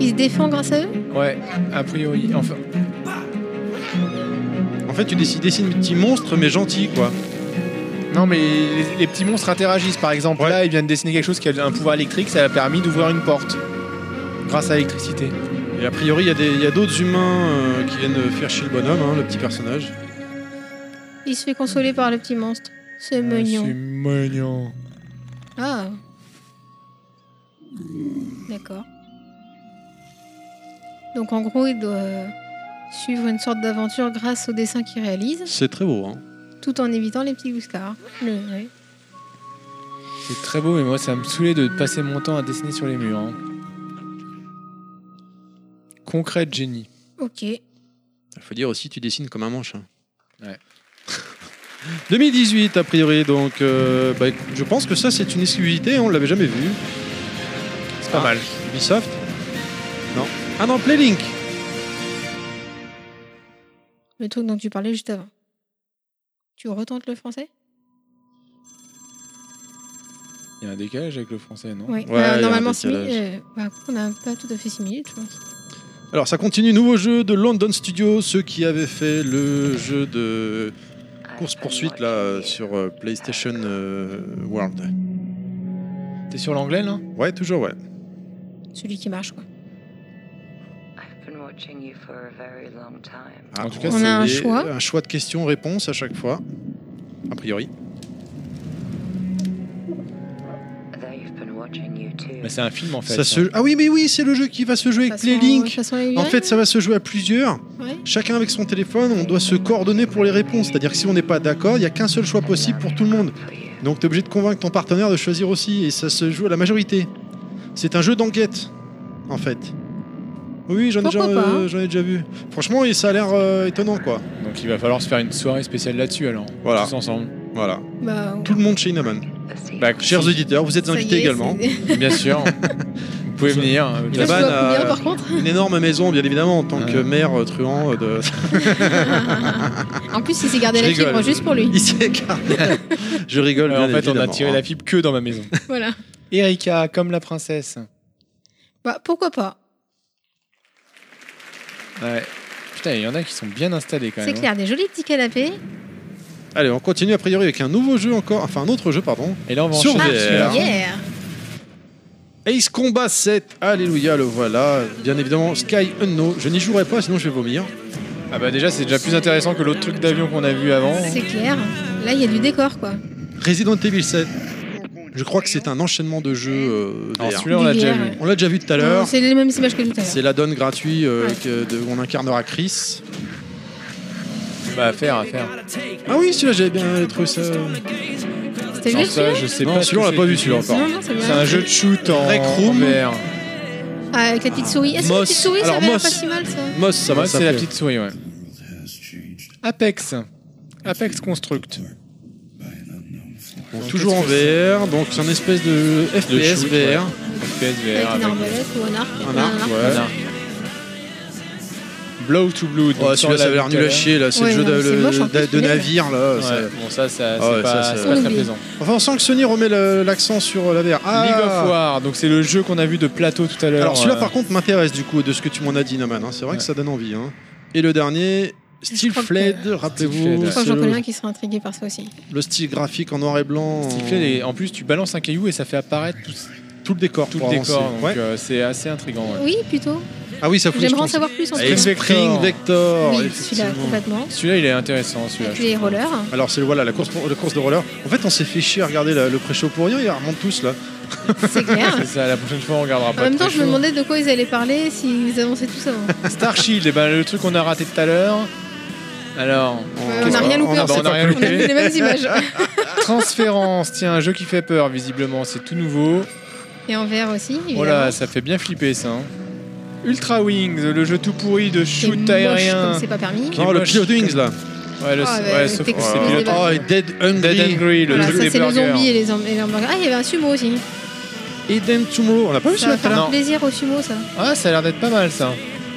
Il se défend grâce à eux
Ouais, a priori. Enfin,
En fait, tu dessines, dessines des petits monstres, mais gentils, quoi.
Non, mais les, les petits monstres interagissent. Par exemple, là, il vient de dessiner quelque chose qui a un pouvoir électrique, ça a permis d'ouvrir une porte grâce à l'électricité.
Et a priori, il y a des- il y a d'autres humains euh, qui viennent faire chier le bonhomme, hein, le petit personnage.
Il se fait consoler par le petit monstre. C'est mignon.
Ah, mignon.
Ah. D'accord. Donc en gros, il doit euh, suivre une sorte d'aventure grâce au dessin qu'il réalise,
C'est très beau, hein.
tout en évitant les petits bouscards. Le- ouais.
C'est très beau, mais moi, ça me saoulait de passer mon temps à dessiner sur les murs. hein. Concret de génie.
Ok.
Il faut dire aussi, tu dessines comme un manche. hein. [LAUGHS]
Ouais.
2018, a priori, donc euh, bah, je pense que ça, c'est une exclusivité, on l'avait jamais vu.
C'est pas mal.
Ubisoft Non. Ah non, Playlink
Le truc dont tu parlais juste avant. Tu retentes le français
Il y a un décalage avec le français, non
Oui. Bah,
Ouais, il y a un
normalement, c'est
décalage.
euh, bah, on n'a pas tout à fait similé, je pense.
Alors, ça continue, nouveau jeu de London Studio, ceux qui avaient fait le jeu de course-poursuite là euh, sur euh, PlayStation euh, World.
T'es sur l'anglais, là
Ouais, toujours, ouais.
Celui qui marche, quoi.
I've been watching you for a very long time.
Ah,
En tout cas,
On a un
les-
choix.
un choix de questions-réponses à chaque fois, a priori.
They've
Euh,
been watching you too.
Bah, C'est un film, en fait.
Ça se- Ah oui, mais oui, c'est le jeu qui va se jouer avec
Façon-
Playlink.
façon alien.
En fait, ça va se jouer à plusieurs.
Ouais.
Chacun avec son téléphone, on doit se coordonner pour les réponses. C'est-à-dire que si on n'est pas d'accord, il n'y a qu'un seul choix possible pour tout le monde. Donc tu es obligé de convaincre ton partenaire de choisir aussi, et ça se joue à la majorité. C'est un jeu d'enquête, en fait. Oui, j'en ai, déjà,
Pourquoi pas,
euh,
hein.
j'en ai déjà vu. Franchement, et ça a l'air euh, étonnant, quoi.
Donc il va falloir se faire une soirée spéciale là-dessus, alors.
Voilà.
Tous ensemble.
Voilà.
Bah, on-
Tout le monde chez Inaman.
Bah,
Chers
si-
auditeurs, vous êtes
ça y
invités
est,
également. [LAUGHS]
c'est-
Bien sûr. Vous pouvez venir. hein, de toute
Là, je
Inaman
vois combien,
a
par contre
une énorme maison, bien évidemment, en tant que
Ouais.
maire euh, truand euh, de.
En plus, il s'est gardé
Je
la
rigole.
fibre juste pour
[LAUGHS]
lui.
Il s'est écarté. Je rigole.
Alors, en
bien
fait, on a
évidemment,
tiré la
hein.
fibre que dans
[LAUGHS]
ma maison.
Voilà.
Erika, comme la princesse.
Bah, pourquoi pas
Ouais. Putain, il y en a qui sont bien installés quand
C'est
même. hein.
clair, des jolis petits canapés.
Allez, on continue a priori avec un nouveau jeu encore, enfin un autre jeu, pardon.
Et là, on va
Sur
Ah,
enchaîner.
VR.
celui-là.
Yeah
Ace Combat 7, alléluia, le voilà. Bien évidemment, Sky Unknown. Je n'y jouerai pas, sinon je vais vomir.
Ah bah déjà, c'est déjà plus intéressant que l'autre truc d'avion qu'on a vu avant.
C'est clair. Là, il y a du décor, quoi.
Resident Evil 7. Je crois que c'est un enchaînement de jeux euh,
Alors
VR.
celui-là, on l'a
Du
déjà
VR,
vu.
On l'a déjà vu tout à
Non,
l'heure.
C'est les mêmes images que tout à l'heure.
C'est l'add-on gratuit euh,
Ouais.
que- de- où on incarnera Chris.
Bah, à faire, à faire.
Ah oui, celui-là, j'avais bien trouvé ça.
T'as vu
Alors
le
ça,
film
je sais
Non,
pas.
celui-là, on
ce
l'a
que
pas
c'est
vu,
que
celui-là,
c'est.
encore.
Non, non, c'est bien.
C'est un jeu de shoot en
Rec Room.
VR.
Ah, avec la petite souris. Est-ce que la
Moss.
petite souris, ça
Alors,
avait l'air
Moss.
pas si mal, ça
Moss, ça m'a
Moi, c'est la
fait.
petite souris, ouais. Apex. Apex Construct.
Bon, toujours en VR, donc c'est un espèce de FPS VR.
shoot, FPS
Avec
VR.
une
avec-
arbalète ou un arc.
Un arc, ouais.
Voilà. Blow to Blood.
Oh, celui-là, ça avait l'air nul à chier, là. C'est
Ouais,
le jeu
non,
de,
mais c'est
le-
moche, en
de-
plus,
de
mais-
navire, là.
Ouais,
ça-
bon, ça, ça
Ah ouais,
c'est pas,
ça,
c'est
ça-
pas très
Oublie.
plaisant.
Enfin, on sent que Sony remet le- l'accent sur la VR. Ah
League of War, donc c'est le jeu qu'on a vu de plateau tout à l'heure.
Alors, celui-là,
euh,
par contre, m'intéresse, du coup, de ce que tu m'en as dit, Naman. hein. C'est vrai que
Ouais.
ça donne envie. hein. Et le dernier. Steel
crois que-
Fled,
Steel Fled,
rappelez-vous,
ouais.
Je crois que
c'est
j'en connais
le,
un qui sera intrigué par ça aussi.
le style graphique en noir et blanc, en-
Stifler, les- en plus, tu balances un caillou et ça fait apparaître tout,
tout le décor.
tout
pour
le décor.
avancer.
Donc,
Ouais.
euh, c'est assez intriguant. ouais.
Oui, plutôt.
Ah oui, ça fout les
J'aimerais en
jetons.
savoir plus en ce
Et
Spring
moment.
Spring
Vector.
Vector,
Oui, celui-là,
effectivement.
complètement.
Celui-là, il est intéressant. Celui-là.
Avec les rollers.
Alors c'est voilà la course, la course de roller. En fait, on s'est fait chier à regarder la- le pré-show pour rien. Ils remontent tous là.
[LAUGHS]
C'est clair.
C'est ça, la prochaine fois, on regardera
En
pas.
même
de
temps, je me
pré-show.
demandais de quoi ils allaient parler s'ils annonçaient tout ça.
Star Shield, eh ben, le truc qu'on a raté tout à l'heure. Alors,
Euh, on n'a rien loupé,
Ah
en
bah,
fait.
on a rien
On a vu
loupé.
les mêmes
[LAUGHS]
images.
Transférence, tiens, un jeu qui fait peur, visiblement, c'est tout nouveau.
Et en vert aussi, évidemment.
Oh là, ça fait bien flipper ça. hein. Ultra Wings, le jeu tout pourri de
C'est
shoot
moche
aérien.
comme c'est pas permis.
Qui est
Non, Ah, le
moche.
pilote de Wings là.
Ouais, le,
Ah, bah,
ouais, sauf
t'es
que c'est
excusé
pilote.
d'avoir-
Oh, et Dead Hungry.
Dead and Grey, le
Voilà,
truc
ça
des
c'est le
burgers. hein
zombie et les, ham- et les hamburgers. Ah, il y avait un sumo aussi.
Eden Tomorrow. On l'a pas vu
Ça va
celui-là tout à
faire
l'heure.
Non.
plaisir au sumo, ça.
Ah, ça a l'air d'être pas mal ça.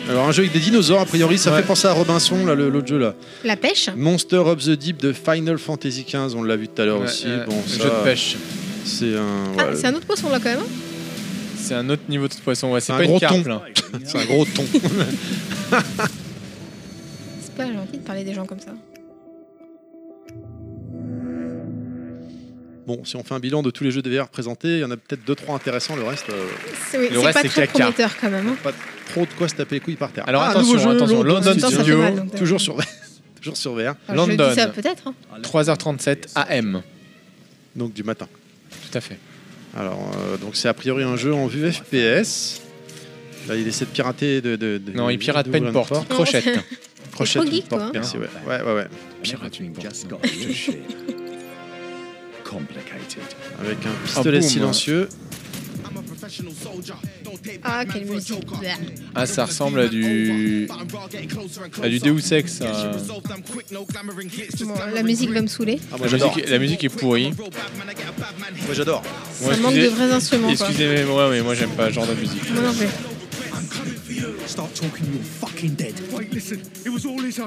Alors un jeu avec des dinosaures. A priori, ça
Ouais.
fait penser à Robinson là, le- l'autre jeu là.
La pêche.
Monster of the Deep de Final Fantasy XV. On l'a vu tout à l'heure
Ouais,
aussi.
euh,
bon,
le
ça,
jeu de pêche.
C'est un,
Ah,
voilà,
c'est un autre poisson là quand même. hein.
C'est un autre niveau de poisson. Ouais, c'est
Un
pas
gros
une carpe
thon.
là.
c'est un gros ton.
C'est pas gentil. envie de parler des gens comme ça.
[LAUGHS] Bon, si on fait un bilan de tous les jeux de VR présentés, il y en a peut-être deux trois intéressants, le reste. euh,
C'est oui, c'est pas très
caca.
prometteur quand même. hein.
Pas trop de quoi se taper les couilles par terre.
Alors,
Ah,
attention,
nouveau jeu,
attention, London
Studio,
Studio,
Mal, donc, euh,
toujours sur [LAUGHS] toujours sur VR.
Enfin, je dis ça peut-être. hein.
3h37 AM.
Donc du matin.
Tout à fait.
Alors euh, donc c'est a priori un jeu en vue FPS. Là, il essaie de pirater de, de- de-
Non, il pirate
de-
pas une
d'ouvrir
porte, crochette.
[LAUGHS] Non,
Crochette
T'es trop
une
geek, toi, hein.
porte, merci, ouais. Ouais, ouais, ouais.
Pirate une porte.
Avec un pistolet
boum.
silencieux.
Ah, quelle musique. Blah.
Ah, ça ressemble à du. à du Deus Ex. ça.
Bon, la musique va me saouler.
Ah, moi
La,
j'adore.
musique, la musique est pourrie.
Moi j'adore.
Ça manque de vrais instruments, quoi.
Excusez-moi, mais moi j'aime pas ce genre de musique.
Moi non plus.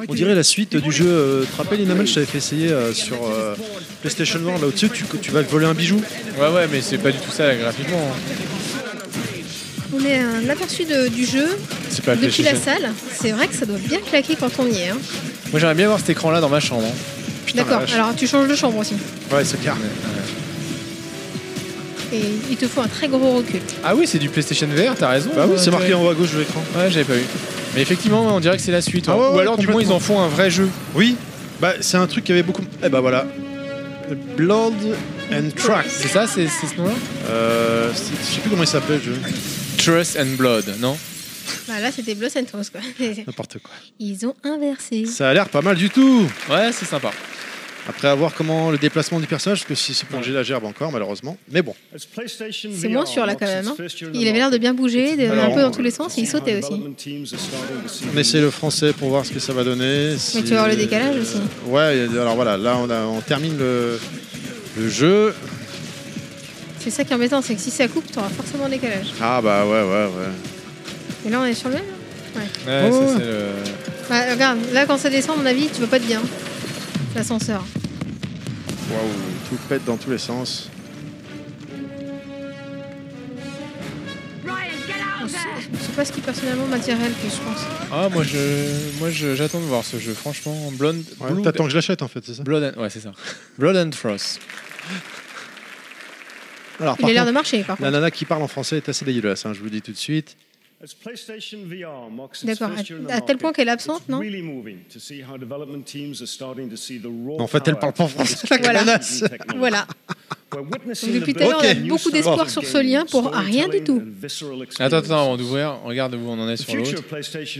On dirait la suite du jeu. euh, tu te rappelles, Inaman, je t'avais fait essayer euh, sur euh, PlayStation 1 là au-dessus, tu, tu vas voler un bijou.
Ouais, ouais, mais c'est pas du tout ça là, graphiquement. hein.
On est à un aperçu de- du jeu
C'est pas
depuis la
PlayStation.
salle. C'est vrai que ça doit bien claquer quand on y est. hein.
Moi j'aimerais bien voir cet écran là dans ma chambre. hein.
Putain,
D'accord,
la vache.
alors tu changes de chambre aussi.
Ouais, c'est clair.
Et il te faut un très gros recul.
Ah oui, c'est du PlayStation VR, t'as raison.
Bah oui,
euh,
c'est marqué
ouais.
en haut à gauche de l'écran.
Ouais, j'avais pas vu. Mais effectivement, ouais, on dirait que c'est la suite.
Ah
ouais.
ouais,
Ou
ouais,
alors, du moins, ils en font un vrai jeu.
Oui, bah c'est un truc qui avait beaucoup. Eh bah voilà. Blood and
C'est
Trust.
ça, c'est c'est ce nom-là
Euh, c'est- je sais plus comment il s'appelait le jeu.
Trust and Blood, non
Bah, là, c'était Blood and Toast, quoi.
N'importe quoi.
Ils ont inversé.
Ça a l'air pas mal du tout.
Ouais, c'est sympa.
Après avoir comment le déplacement du personnage, parce que si c'est plongé la gerbe encore malheureusement. Mais bon.
C'est
C'est moins sûr là quand même. hein. Il avait l'air de bien bouger, de-
Alors,
un peu dans tous les sens, et il sautait aussi.
On essaie le français pour voir ce que ça va donner. si-
tu vas voir le décalage aussi.
Ouais, et alors voilà, là on, a- on termine le, le jeu.
C'est ça qui est embêtant, c'est que si ça coupe, t'auras forcément un décalage.
Ah bah ouais, ouais, ouais.
Et là, on est sur le même. hein
Ouais,
Ouais,
ça,
ouais.
c'est le.
Bah, regarde, là, quand ça descend, à mon avis, tu vas pas être bien. L'ascenseur.
Waouh, tout pète dans tous les sens.
Je sais- je sais pas ce qui personnellement m'attirait le plus, je pense.
Ah, moi, je, moi, je- j'attends de voir ce jeu. Franchement, Blonde.
Ouais,
Blood-
T'attends que je l'achète en fait, c'est ça
Blood and... Ouais, c'est ça. Blood and Frost.
Alors,
Il
par
a l'air
contre,
de marcher, par
la
contre.
nana qui parle en français est assez dégueulasse, hein, je vous le dis tout de suite.
D'accord,
D'accord, à- à tel point qu'elle est absente, non
En fait, elle parle pas en français, la
Voilà.
connasse.
Voilà. Donc, depuis tout à l'heure, on a beaucoup d'espoir sur ce lien pour rien du tout.
Attends, attends, avant d'ouvrir, regarde où on en est sur l'autre.
Petite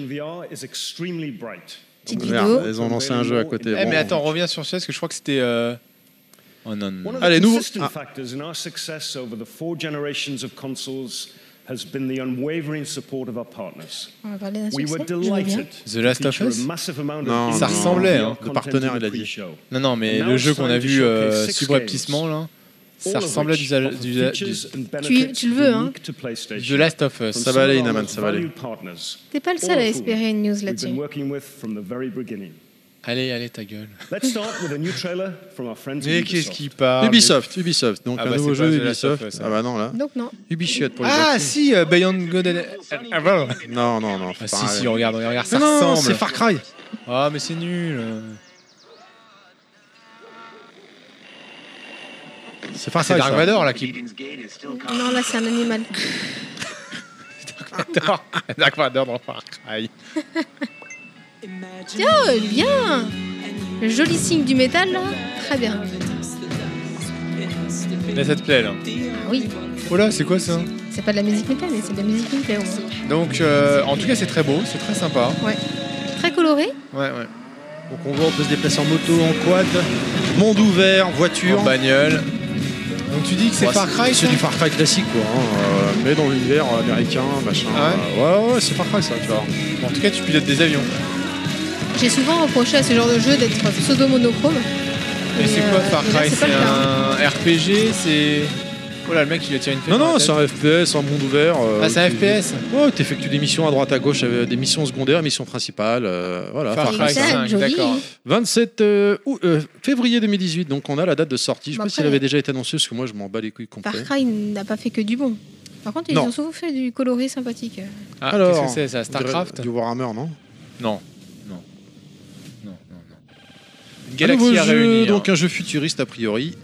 vidéo.
Merde, ils ont lancé un jeu à côté.
Eh,
Bon.
mais attends, reviens sur celui parce que je crois que c'était. euh, Oh non, non. non.
Allez, nouveau- Ah.
factors in our success over the four generations of consoles has been the unwavering support of our partners.
On va parler d'un
We
succès.
were
je vois bien.
delighted
The Last of Us
Non,
Non,
ça ressemblait, hein,
le partenaire, il a dit.
Non, non, mais le jeu qu'on a vu euh, subrepticement, là, ça ressemblait du, du, du-
Tu- tu le veux, hein.
du The Last of Us.
Ça va aller, Inaman, ça va aller.
T'es pas le seul à espérer une news
We've been
là-dessus.
working with from the very beginning.
Allez, allez, ta gueule.
Let's start with a new trailer from our friends at
Ah, Mais qu'est-ce
Ubisoft.
qui parle
Ubisoft, Ubisoft. Donc
Ah
un
bah,
nouveau
c'est pas
jeu
The Last of
Ubisoft.
Us, hein.
Ah bah non là.
Donc non.
Ubisoft pour les
Ah,
autres.
si, euh, Beyond God and... and Evil.
Non non non.
Ah,
faut
si,
pas-
si, regarde, regarde, regarde, ça
Non, non, non,
ressemble.
c'est Far Cry.
Ah, mais c'est nul. euh.
C'est Far
C'est
Cry. Ah,
Dark
ça.
Vador, là, qui... [LAUGHS]
Non, là, c'est un animal.
Vador. Dark Vador dans Far Cry.
Tiens, bien Le joli signe du métal, là. Très bien.
Mais ça te plaît, là.
Ah oui,
Oh là, c'est quoi, ça
c'est pas de la musique métal, mais c'est de la musique qui me plaît, au moins.
Donc, euh, en tout cas, c'est très beau, c'est très sympa.
Très coloré.
Ouais, ouais.
Donc on voit, on peut se déplacer en moto, en quad, monde ouvert, voiture.
En bagnole. Donc, tu dis que c'est
Ouais,
Far Cry,
c'est
ça
du Far Cry classique quoi, hein, euh, mais dans l'univers américain, machin. euh,
Ah
ouais, ouais, ouais, c'est Far Cry ça, tu vois.
En tout cas, tu pilotes des avions.
J'ai souvent reproché à ce genre de jeu d'être pseudo-monochrome.
Mais c'est quoi
euh,
Far
mais là,
Cry
c'est pas
C'est
le cas.
un RPG C'est. Oh là, le mec il a tiré une
Non,
dans
non,
la
c'est un
tête.
FPS, un monde ouvert. euh,
Ah, c'est un
tu-
FPS
Ouais, t'effectues des missions à droite, à gauche, euh, des missions secondaires, missions principales. euh, voilà,
Far
Far
Cry
Cry.
Exact,
5,
joli.
d'accord.
27 euh, août- euh, février 2018, donc on a la date de sortie. Je sais
Bah,
pas si
après-
elle avait déjà été annoncée, parce que moi je m'en bats les couilles complet.
Far Cry n'a pas fait que du bon. Par contre, ils
Non.
ont souvent fait du coloré sympathique.
Ah,
Alors,
qu'est-ce que c'est ça
on dirait
Starcraft
Du Warhammer, non
Non. Non. Non. Galaxie
un nouveau
à
jeu,
réunir.
donc un jeu futuriste a priori.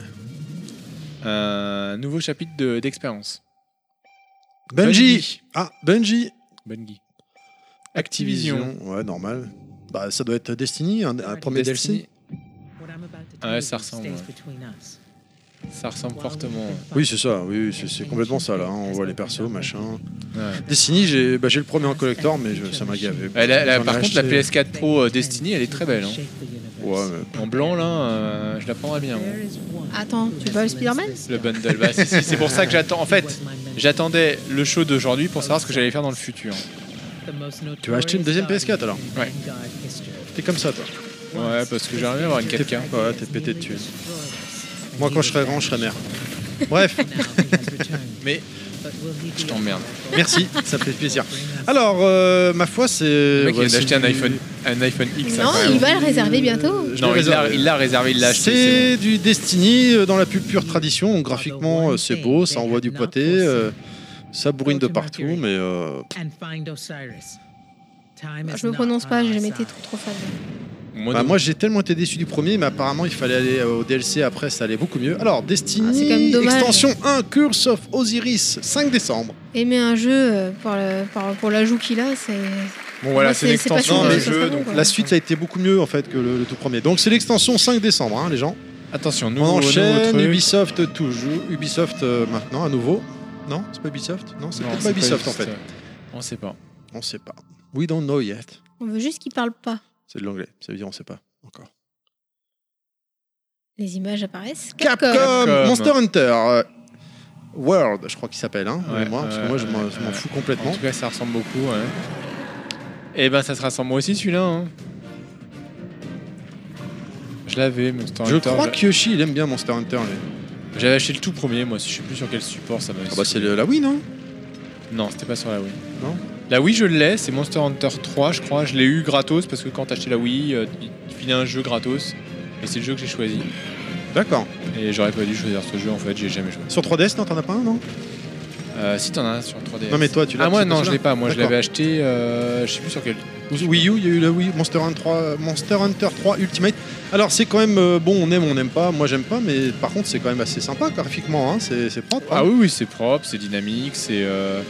Un nouveau chapitre de- d'expérience.
Bungie Ah, Bungie
Bungie.
Activision.
Activision.
Ouais, normal. Bah, ça doit être Destiny, un, un premier DLC.
Ah ouais, ça ressemble. ouais. Ça ressemble fortement. ouais.
Oui, c'est ça, oui, oui, c'est- c'est complètement ça là. hein. On voit les persos, machin. Destiny, j'ai bah, j'ai le premier en collector, mais je- ça m'a gavé.
Euh, la- la-
J'en ai
par contre, la
acheté-
PS4 Pro euh, Destiny, elle est très belle. hein.
Ouais, mais-
En blanc, là, euh, je la prendrais bien. moi.
Attends, tu veux pas le Spider-Man
Le bundle, bah, si, si, c'est pour ça que j'attends. En fait, j'attendais le show d'aujourd'hui pour savoir ce que j'allais faire dans le futur.
Tu vas acheter une deuxième PS4 alors
Ouais.
T'es comme ça toi
Ouais, parce que j'aimerais bien avoir une 4K.
Ouais, t'es pété de thunes. Moi, quand je serai grand, je serai mère. Bref.
[LAUGHS]
[LAUGHS]
Mais je t'emmerde.
Merci, ça me fait plaisir. Alors, euh, ma foi, c'est.
Le mec, il
ouais,
vient
c'est
d'acheter un
du-
iPhone, un iPhone X.
Non,
incroyable.
Ah, il va le réserver bientôt.
Je
Non,
l'ai
il l'a-
réservé.
il l'a réservé, il l'a acheté. c'est
C'est du Destiny euh, dans la plus pure tradition. Donc,
Ah, bah,
graphiquement, euh, c'est beau, ça envoie du pâté, euh, ça bourrine de partout, mais euh,
Je me prononce pas, j'ai jamais été trop trop fan.
bon. Moi,
Bah,
non.
moi j'ai tellement été déçu du premier, mais apparemment il fallait aller euh, au DLC après, ça allait beaucoup mieux. Alors
Ah, c'est
Destiny,
quand même dommage.
extension 1, Curse of Osiris, 5 décembre.
Aimer un jeu euh, pour, le- pour, pour l'ajout qu'il a, c'est.
Bon, voilà,
Moi,
c'est une
c'est- c'est pas
extension
sûr
d'un
que ça soit
jeu.
bon,
Donc, euh,
quoi.
La suite a été beaucoup mieux en fait que le, le tout premier. Donc c'est l'extension 5 décembre, hein, les gens.
attention, nous,
On enchaîne,
truc.
Ubisoft toujours, Ubisoft euh, maintenant à nouveau. Non, c'est pas Ubisoft Non, c'est
Non,
peut-être
c'est
pas Ubisoft en fait.
euh, On sait pas.
On sait pas. We don't know yet.
On veut juste qu'il parle pas.
C'est de l'anglais, ça veut dire on sait pas encore.
Les images apparaissent.
Capcom,
Capcom.
Monster Hunter euh, World, je crois qu'il s'appelle, hein, de
Ouais,
mémoire, parce que
ouais,
moi je m'en
ouais,
je m'en
ouais.
fous complètement.
En tout cas, ça ressemble beaucoup. Ouais. Et ben, ça se ressemble moi aussi celui-là. hein. Je l'avais, Monster
Je
Hunter.
crois
j'a-
que Yoshi il aime bien Monster Hunter. lui.
J'avais acheté le tout premier, moi. Je sais plus sur quel support ça m'a.
Ah bah c'est le- la Wii non
Non, c'était pas sur la Wii.
Non
La Wii, je l'ai, c'est Monster Hunter 3, je crois. Je l'ai eu gratos parce que quand t'achetais la Wii, euh, il te filait un jeu gratos. Et c'est le jeu que j'ai choisi.
D'accord.
Et j'aurais pas dû choisir ce jeu en fait, j'ai jamais joué.
Sur 3DS non t'en as pas un non
Euh, si t'en as un sur 3DS.
Non mais toi tu l'as.
Ah, moi
c'est
non, je
celui-là
l'ai pas. Moi, je
D'accord.
l'avais acheté, euh, je sais plus sur quel.
Wii U, il y a eu la Wii Monster Hunter 3, Monster Hunter 3 Ultimate. Alors c'est quand même euh, bon, on aime, on n'aime pas. Moi j'aime pas, mais par contre c'est quand même assez sympa graphiquement. Hein. C'est c'est propre.
Ah
hein.
oui, oui, c'est propre, c'est dynamique, c'est. euh,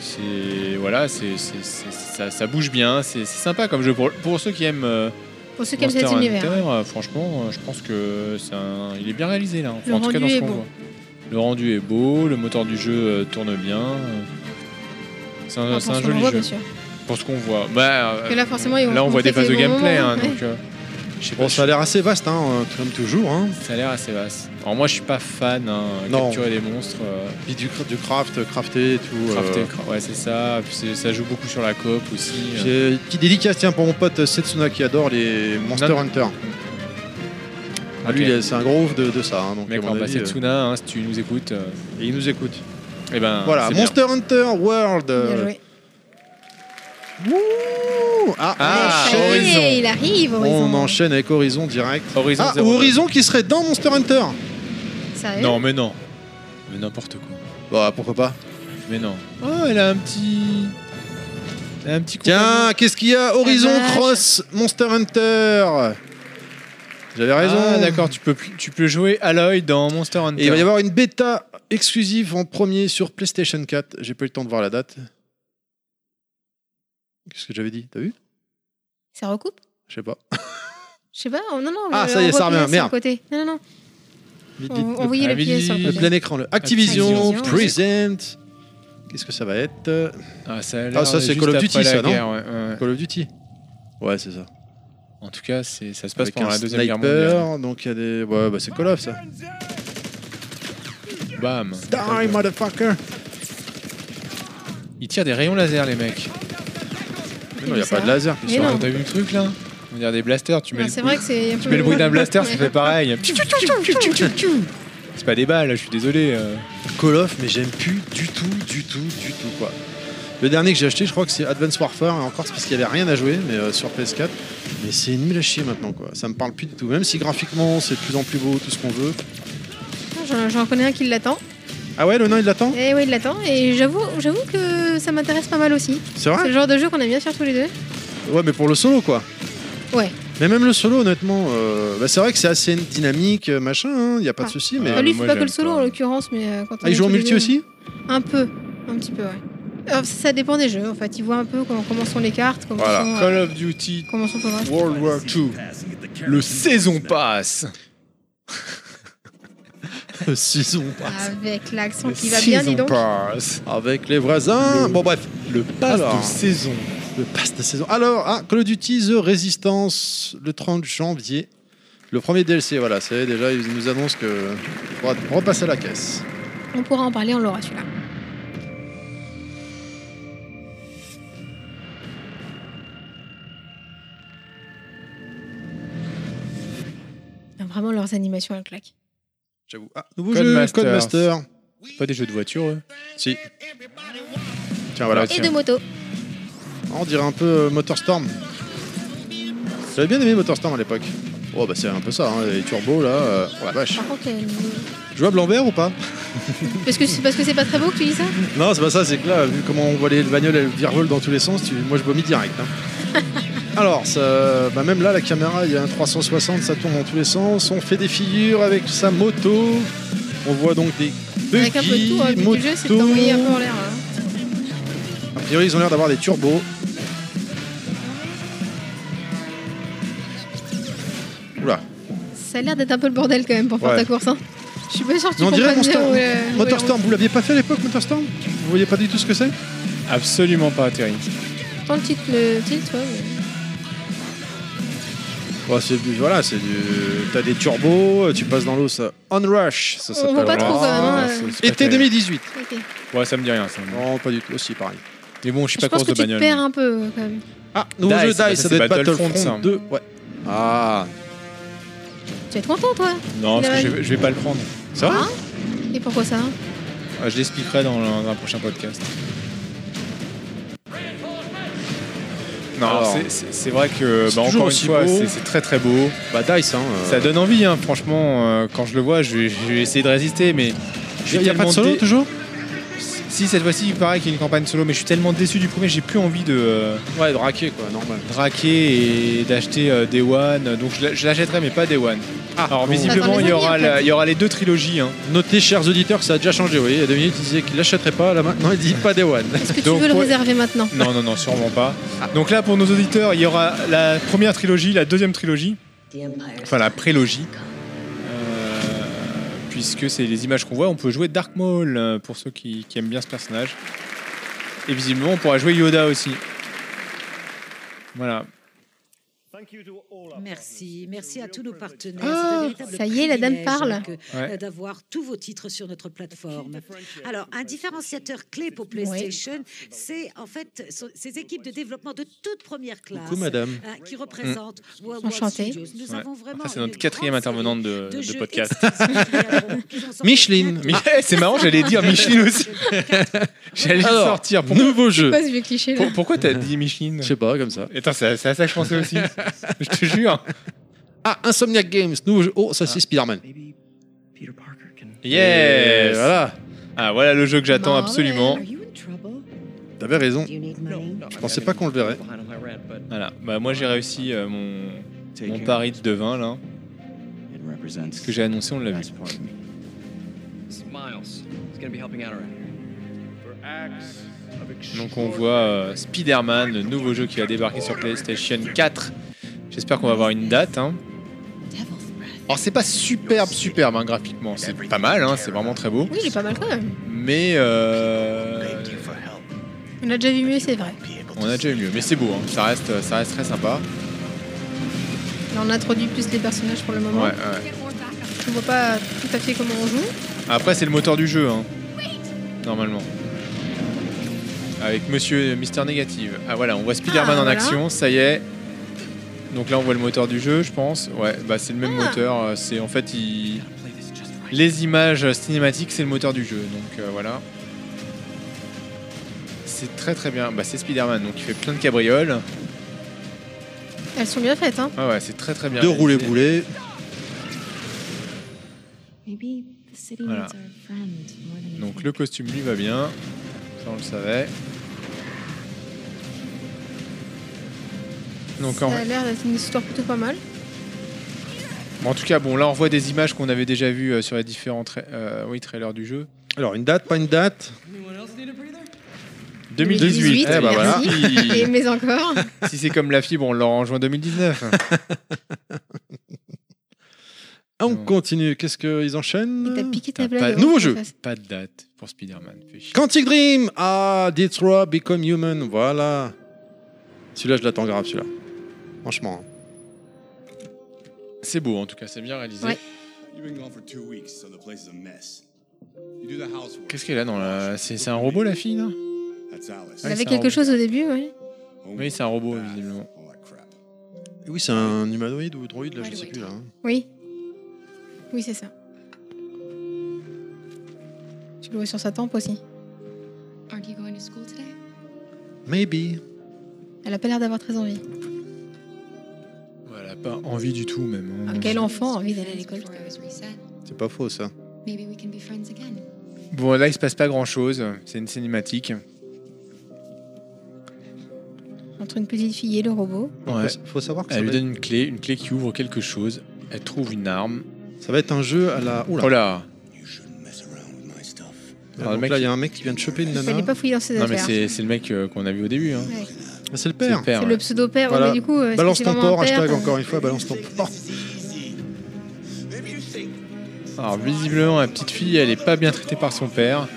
c'est. Voilà, c'est, c'est- c'est- ça, ça bouge bien, c'est, c'est sympa comme jeu. Pour, pour ceux qui aiment. euh,
Pour ceux qui aiment
Monster
cet
Hunter,
univers. hein.
euh, franchement, euh, je pense que c'est un- il est bien réalisé là. Enfin,
Le
en tout cas,
rendu
dans ce
est
qu'on
beau.
voit. Le rendu est beau, le moteur du jeu euh, tourne bien. euh, C'est un,
Enfin,
c'est
pour ce
un
qu'on
joli
voit,
jeu.
bien sûr.
Pour ce qu'on voit. Bah, euh,
Que là, forcément, ils vont
là, on voit
montrer
des phases de
des moments,
gameplay, hein,
ouais.
donc euh, je sais pas,
Bon, ça a l'air assez vaste, hein, euh, comme toujours. Hein.
ça a l'air assez vaste. Alors moi, je suis pas fan. hein,
Non.
Capturer les monstres. euh,
Puis du, cra- du craft, euh, crafté et tout.
Crafter,
euh.
cra- ouais, c'est ça. Puis c'est- ça joue beaucoup sur la coop aussi.
Puis, euh, petit dédicace tiens pour mon pote Setsuna qui adore les Monster
Non.
Hunter. Ah, lui,
Ok.
il est- c'est un gros ouf de, de ça. Hein, donc, à
Mec,
mon
on va
avis,
passer
euh,
Tsuna, hein, si tu nous écoutes. euh,
et il nous écoute.
eh ben,
voilà,
c'est bien.
Monster Hunter World.
Bien
euh,
joué.
Wouh ah,
Ah,
on enchaîne.
Eh, Ça y est, Il arrive, Horizon.
On enchaîne avec Horizon direct.
Horizon
ah,
Zero Dawn.
Horizon qui serait dans Monster Hunter
Sérieux
Non, mais non. Mais n'importe quoi.
Bah pourquoi pas.
Mais non. Oh, elle a un petit. Elle a un petit coup.
Tiens, qu'est-ce qu'il y a Horizon
Ah, vache.
Cross Monster Hunter J'avais raison.
Ah, d'accord, tu peux, plus- tu peux jouer Aloy dans Monster Hunter.
Et il va y avoir une bêta exclusive en premier sur PlayStation 4. J'ai pas eu le temps de voir la date. Qu'est-ce que j'avais dit T'as vu
Ça recoupe
Je sais pas.
Je sais pas. oh, non, non.
Ah,
on
ça y est, ça
voit
revient,
bien sur
merde.
le Côté. Non, non, non.
Vite, Ah, vite,
On, on
le-
voyait le pied sur le
le,
côté.
plein écran. le- Activision,
Activision.
Present. Qu'est-ce que ça va être
Ah, ça, a l'air
Ah, ça, c'est
juste
Call of
après
Duty,
la
ça, non
guerre, ouais, ouais.
Call of Duty Ouais, c'est ça.
En tout cas, c'est- ça se passe
Avec
pendant
un
la Deuxième
sniper,
Guerre mondiale.
donc il y a des. Ouais, bah c'est Call of ça.
Bam.
Die, motherfucker
Ils tirent des rayons laser, les mecs.
Mais non, il n'y a pas de laser qui
Mais
sort.
non.
T'as vu le truc là On dirait des blasters. Tu mets
Non,
le
C'est
bruit-
vrai que c'est. un
tu
peu-
mets le bruit d'un blaster, ça
[LAUGHS] Ouais.
fait pareil. C'est pas des balles, je suis désolé. euh.
Call of, mais j'aime plus du tout, du tout, du tout quoi. Le dernier que j'ai acheté, je crois que c'est Advance Warfare, et encore c'est parce qu'il n'y avait rien à jouer mais euh, sur PS4. Mais c'est nul à chier maintenant quoi. Ça me parle plus du tout. Même si graphiquement c'est de plus en plus beau, tout ce qu'on veut.
J'en- J'en connais un qui l'attend.
Ah ouais, le nain il l'attend
Et oui, il l'attend. Et j'avoue, j'avoue que ça m'intéresse pas mal aussi.
C'est
C'est
vrai
le genre de jeu qu'on aime bien faire tous les deux.
Ouais, mais pour le solo quoi.
Ouais.
Mais même le solo, honnêtement, euh, bah, c'est vrai que c'est assez dynamique, euh, machin, il n'y a pas de
Ouais.
Ah.
souci.
Enfin,
Mais euh,
lui, il fait pas que le solo en l'occurrence, mais euh, quand on
Ah, il
est
joue en
tous les
multi
deux-
aussi
Un peu, un petit peu, ouais. Alors, ça, ça dépend des jeux, en fait. Il voit un peu comment, comment sont les cartes, comment
Voilà.
sont, euh,
Call of Duty
comment sont ton reste.
World War II. Le saison passe.
[LAUGHS] saison passe.
Avec l'accent qui va bien, dis donc.
passe.
Avec les voisins. bon, bah, bref.
Ah, Le pass
Alors.
de saison.
Le pass de saison. Alors, ah, Call of Duty The Resistance, le 30 janvier. Le premier DLC, voilà, c'est déjà, ils nous annoncent que on va repasser à la caisse.
On pourra en parler, on l'aura celui-là. Ah, Vraiment, leurs animations, elles claquent.
J'avoue. Ah, nouveau
Code
jeu,
Masters.
Code Master.
Pas des jeux de voiture, eux.
Si. Ah, Tiens, voilà.
Et de moto.
On dirait un peu euh, Motorstorm. J'avais bien aimé Motorstorm à l'époque. Oh, bah, c'est un peu ça, hein, les turbos, là. euh, oh la vache.
Par contre, euh,
Jouable en vert ou pas
parce que c'est parce que c'est pas très beau que tu dis ça
Non, c'est pas ça, c'est que là, vu comment on voit les bagnoles, elles virevolent dans tous les sens, tu- moi je vomis direct. hein.
[LAUGHS]
Alors, ça- bah, même là, la caméra, il y a un 360, ça tourne dans tous les sens. On fait des figures avec sa moto. On voit donc des
Avec un peu de
buggy,
tout, hein, vu que le jeu, c'est de
motos.
t'envoyer un peu en l'air. hein.
A priori, ils ont l'air d'avoir des turbos. Oula.
Ça a l'air d'être un peu le bordel quand même pour faire
Ouais.
ta course. Hein. Je suis pas sûr que tu
Mais on dirait
comprennes bien
Monster-
où est- où est la
Motorstorm. Vous l'aviez pas fait à l'époque, Motorstorm Vous voyez pas du tout ce que c'est
Absolument pas atterri.
route. Prends le titre, le titre, ouais, mais-
Ouais, c'est du- voilà, c'est du. T'as des turbos, tu passes dans l'eau, ça. On Rush, ça
On voit pas
s'appelle.
trop quand même. hein,
c'est-
euh,
c'est pas
Été
terrible.
2018.
ok.
Ouais, ça me dit rien, ça.
Non, pas du tout, aussi pareil.
Mais bon, je suis
Je
pas
pense
course
que
de
tu te
bagnole.
perds un peu euh, quand même.
Ah, nouveau
Dice,
jeu Dice,
ça,
ça,
c'est
doit être
Battlefront,
Battlefront,
ça.
2. Ouais. Ah,
Tu vas être content toi
Non, parce que je
Dylan.
vais- je vais pas le prendre.
ça va
Et pourquoi ça hein
Ah, Je l'expliquerai dans, le- dans un prochain podcast. Non,
Alors,
c'est- c'est c'est vrai que,
c'est
bah,
toujours
encore une
aussi
fois,
beau.
c'est c'est très très beau.
Bah, Dice, hein. euh,
Ça donne envie, hein, franchement. euh, quand je le vois, je vais, je vais essayer de résister, mais. je suis
Y a pas de
tellement
solo
dé-
toujours
Si, cette fois-ci, il paraît qu'il y a une campagne solo, mais je suis tellement déçu du premier, j'ai plus envie de euh,
Ouais, draqué, quoi, normal.
draquer et d'acheter euh, Day One. Donc je l'a- je l'achèterai, mais pas Day One.
Ah,
Alors
bon.
visiblement,
Attends,
il
les amis,
y, aura
après.
la- il y aura les deux trilogies. hein.
Notez, chers auditeurs, que ça a déjà changé. Vous voyez, il y a deux minutes, il disait qu'il l'achèterait pas. Là maintenant, il dit pas Day One.
Est-ce que tu
Donc,
veux le
ouais.
réserver maintenant
Non, non, non, sûrement pas. Donc là, pour nos auditeurs, il y aura la première trilogie, la deuxième trilogie,
The Empire.
enfin la prélogie, euh, puisque c'est les images qu'on voit. On peut jouer Dark Maul euh, pour ceux qui, qui aiment bien ce personnage. Et visiblement, on pourra jouer Yoda aussi. Voilà.
Merci, merci à tous nos partenaires.
Ah,
C'est un véritable
ça y est, la dame
privilège,
parle.
hein, que-
Ouais.
euh, D'avoir tous vos titres sur notre plateforme. Alors, un différenciateur clé pour PlayStation, c'est en fait so- ces équipes de développement de toute première classe
Coucou, madame.
euh, qui représentent World
Enchantée.
Studios. Nous
Ouais.
avons vraiment
Enfin, c'est notre
une
quatrième
grande série
intervenante de,
de
de
jeux
podcast.
exclusifs qui
[LAUGHS]
vont sortir
Micheline. Ah.
Mais- Eh, c'est marrant, j'allais
[LAUGHS]
dire Micheline aussi. [LAUGHS] J'allais
Alors,
sortir. Pour-
Nouveau jeu.
Pas ce vieux cliché là.
pour- pourquoi t'as dit Micheline
Je sais pas, comme ça.
Attends, c'est à c'est à ça que je pensais
[LAUGHS]
aussi. Je te jure.
Ah, Insomniac Games, nouveau jeu. Oh, ça c'est Spider-Man. Et
Yes.
Voilà.
Ah, voilà le jeu que j'attends
Marvel.
absolument.
Are you in trouble?
T'avais raison.
Do you need money?
Je pensais pas qu'on le verrait.
Voilà, bah moi j'ai réussi euh, mon, mon pari de devin là. Ce que j'ai annoncé, on l'a vu. Donc on voit euh, Spider-Man, le nouveau jeu qui va débarquer sur PlayStation 4. J'espère qu'on va avoir une date. hein. Alors c'est pas superbe, superbe hein, graphiquement, c'est pas mal, hein, c'est vraiment très beau.
Oui, il est pas mal quand même.
Mais euh,
On a déjà vu mieux, c'est vrai.
on a déjà eu mieux. Mais c'est beau, hein, ça, reste, ça reste très sympa.
Là, on introduit plus les personnages pour le
Ouais,
moment.
ouais.
On voit pas tout à fait comment on joue.
Après, c'est le moteur du jeu, hein. normalement. Avec Monsieur Mister Négative. Ah voilà, on voit Spider-Man
Ah,
en
voilà.
action, ça y est. Donc là, on voit le moteur du jeu, je pense. Ouais, bah c'est le même
Ah.
moteur. euh, C'est en fait, il- les images cinématiques, c'est le moteur du jeu. Donc euh, voilà. C'est très très bien. Bah c'est Spider-Man, donc il fait plein de cabrioles.
Elles sont bien faites, hein.
Ah ouais, c'est très très bien.
Deux roulés
réalisé.
boulets.
Maybe the city
Voilà.
needs our friend more than we
Donc
think.
le costume lui va bien, ça on le savait. Donc,
Ça
en...
a l'air d'être une histoire plutôt pas mal.
bon, en tout cas, bon, là, on voit des images qu'on avait déjà vues euh, sur les différents tra- euh, oui, trailers du jeu.
Alors, une date, pas une date
2018. Eh ben voilà. [LAUGHS]
merci. Et mais encore.
si c'est comme la fibre, on l'aura en
[LAUGHS]
juin 2019.
Ah, on continue. Qu'est-ce qu'ils enchaînent
T'as piqué ta
T'as
blague. hein,
pas-
avant
nouveau
qu'on
jeu.
fasse.
Pas de date pour Spider-Man. Fais chier.
Quantic Dream Ah, Detroit Become Human, voilà. Celui-là, je l'attends grave, celui-là. Franchement. hein.
C'est beau en tout cas, c'est bien réalisé.
Ouais.
You've been gone for two weeks, so the place is a mess. You do the housework.
Qu'est-ce qu'elle a dans la. C'est c'est un robot la fille là
That's Alice.
Il
Ouais,
avait
c'est un
quelque
robot.
chose au début, oui.
Oui, c'est un robot visiblement.
Oui, c'est
Ah,
un humanoïde ou droïde, là, je sais plus. Là. hein.
Oui. Oui, c'est ça. Tu le vois sur sa tempe aussi.
Aren't you going to school today?
Maybe.
Elle a pas l'air d'avoir très envie.
Ouais, Elle a pas envie du tout même. hein.
Ah, quel enfant a envie d'aller à l'école
Before I was reset,
C'est pas faux, ça.
maybe we can be friends again.
Bon là il se passe pas grand chose, c'est une cinématique.
Entre une petite fille et le robot.
Ouais.
Faut, faut savoir que ça
Elle lui
va, être,
donne une clé, une clé qui ouvre quelque chose. Elle trouve une arme.
ça va être un jeu à la. Oula.
Oh là
Ah,
Alors, le
donc
mec-
là, il y a un mec qui vient de choper une
Fallait
nana.
pas fouiller dans ses
Non mais
affaires.
c'est c'est le mec euh, qu'on a vu au début. hein.
Ouais.
Ah, C'est le
C'est
père.
le père.
C'est
ouais.
le pseudo-père. Ouais,
Voilà.
mais du coup, euh, est-ce que
balance
c'est
ton
vraiment un
port,
père
hashtag
Euh,
encore une fois, balance ton port.
Alors visiblement la petite fille elle est pas bien traitée par son père.
alors,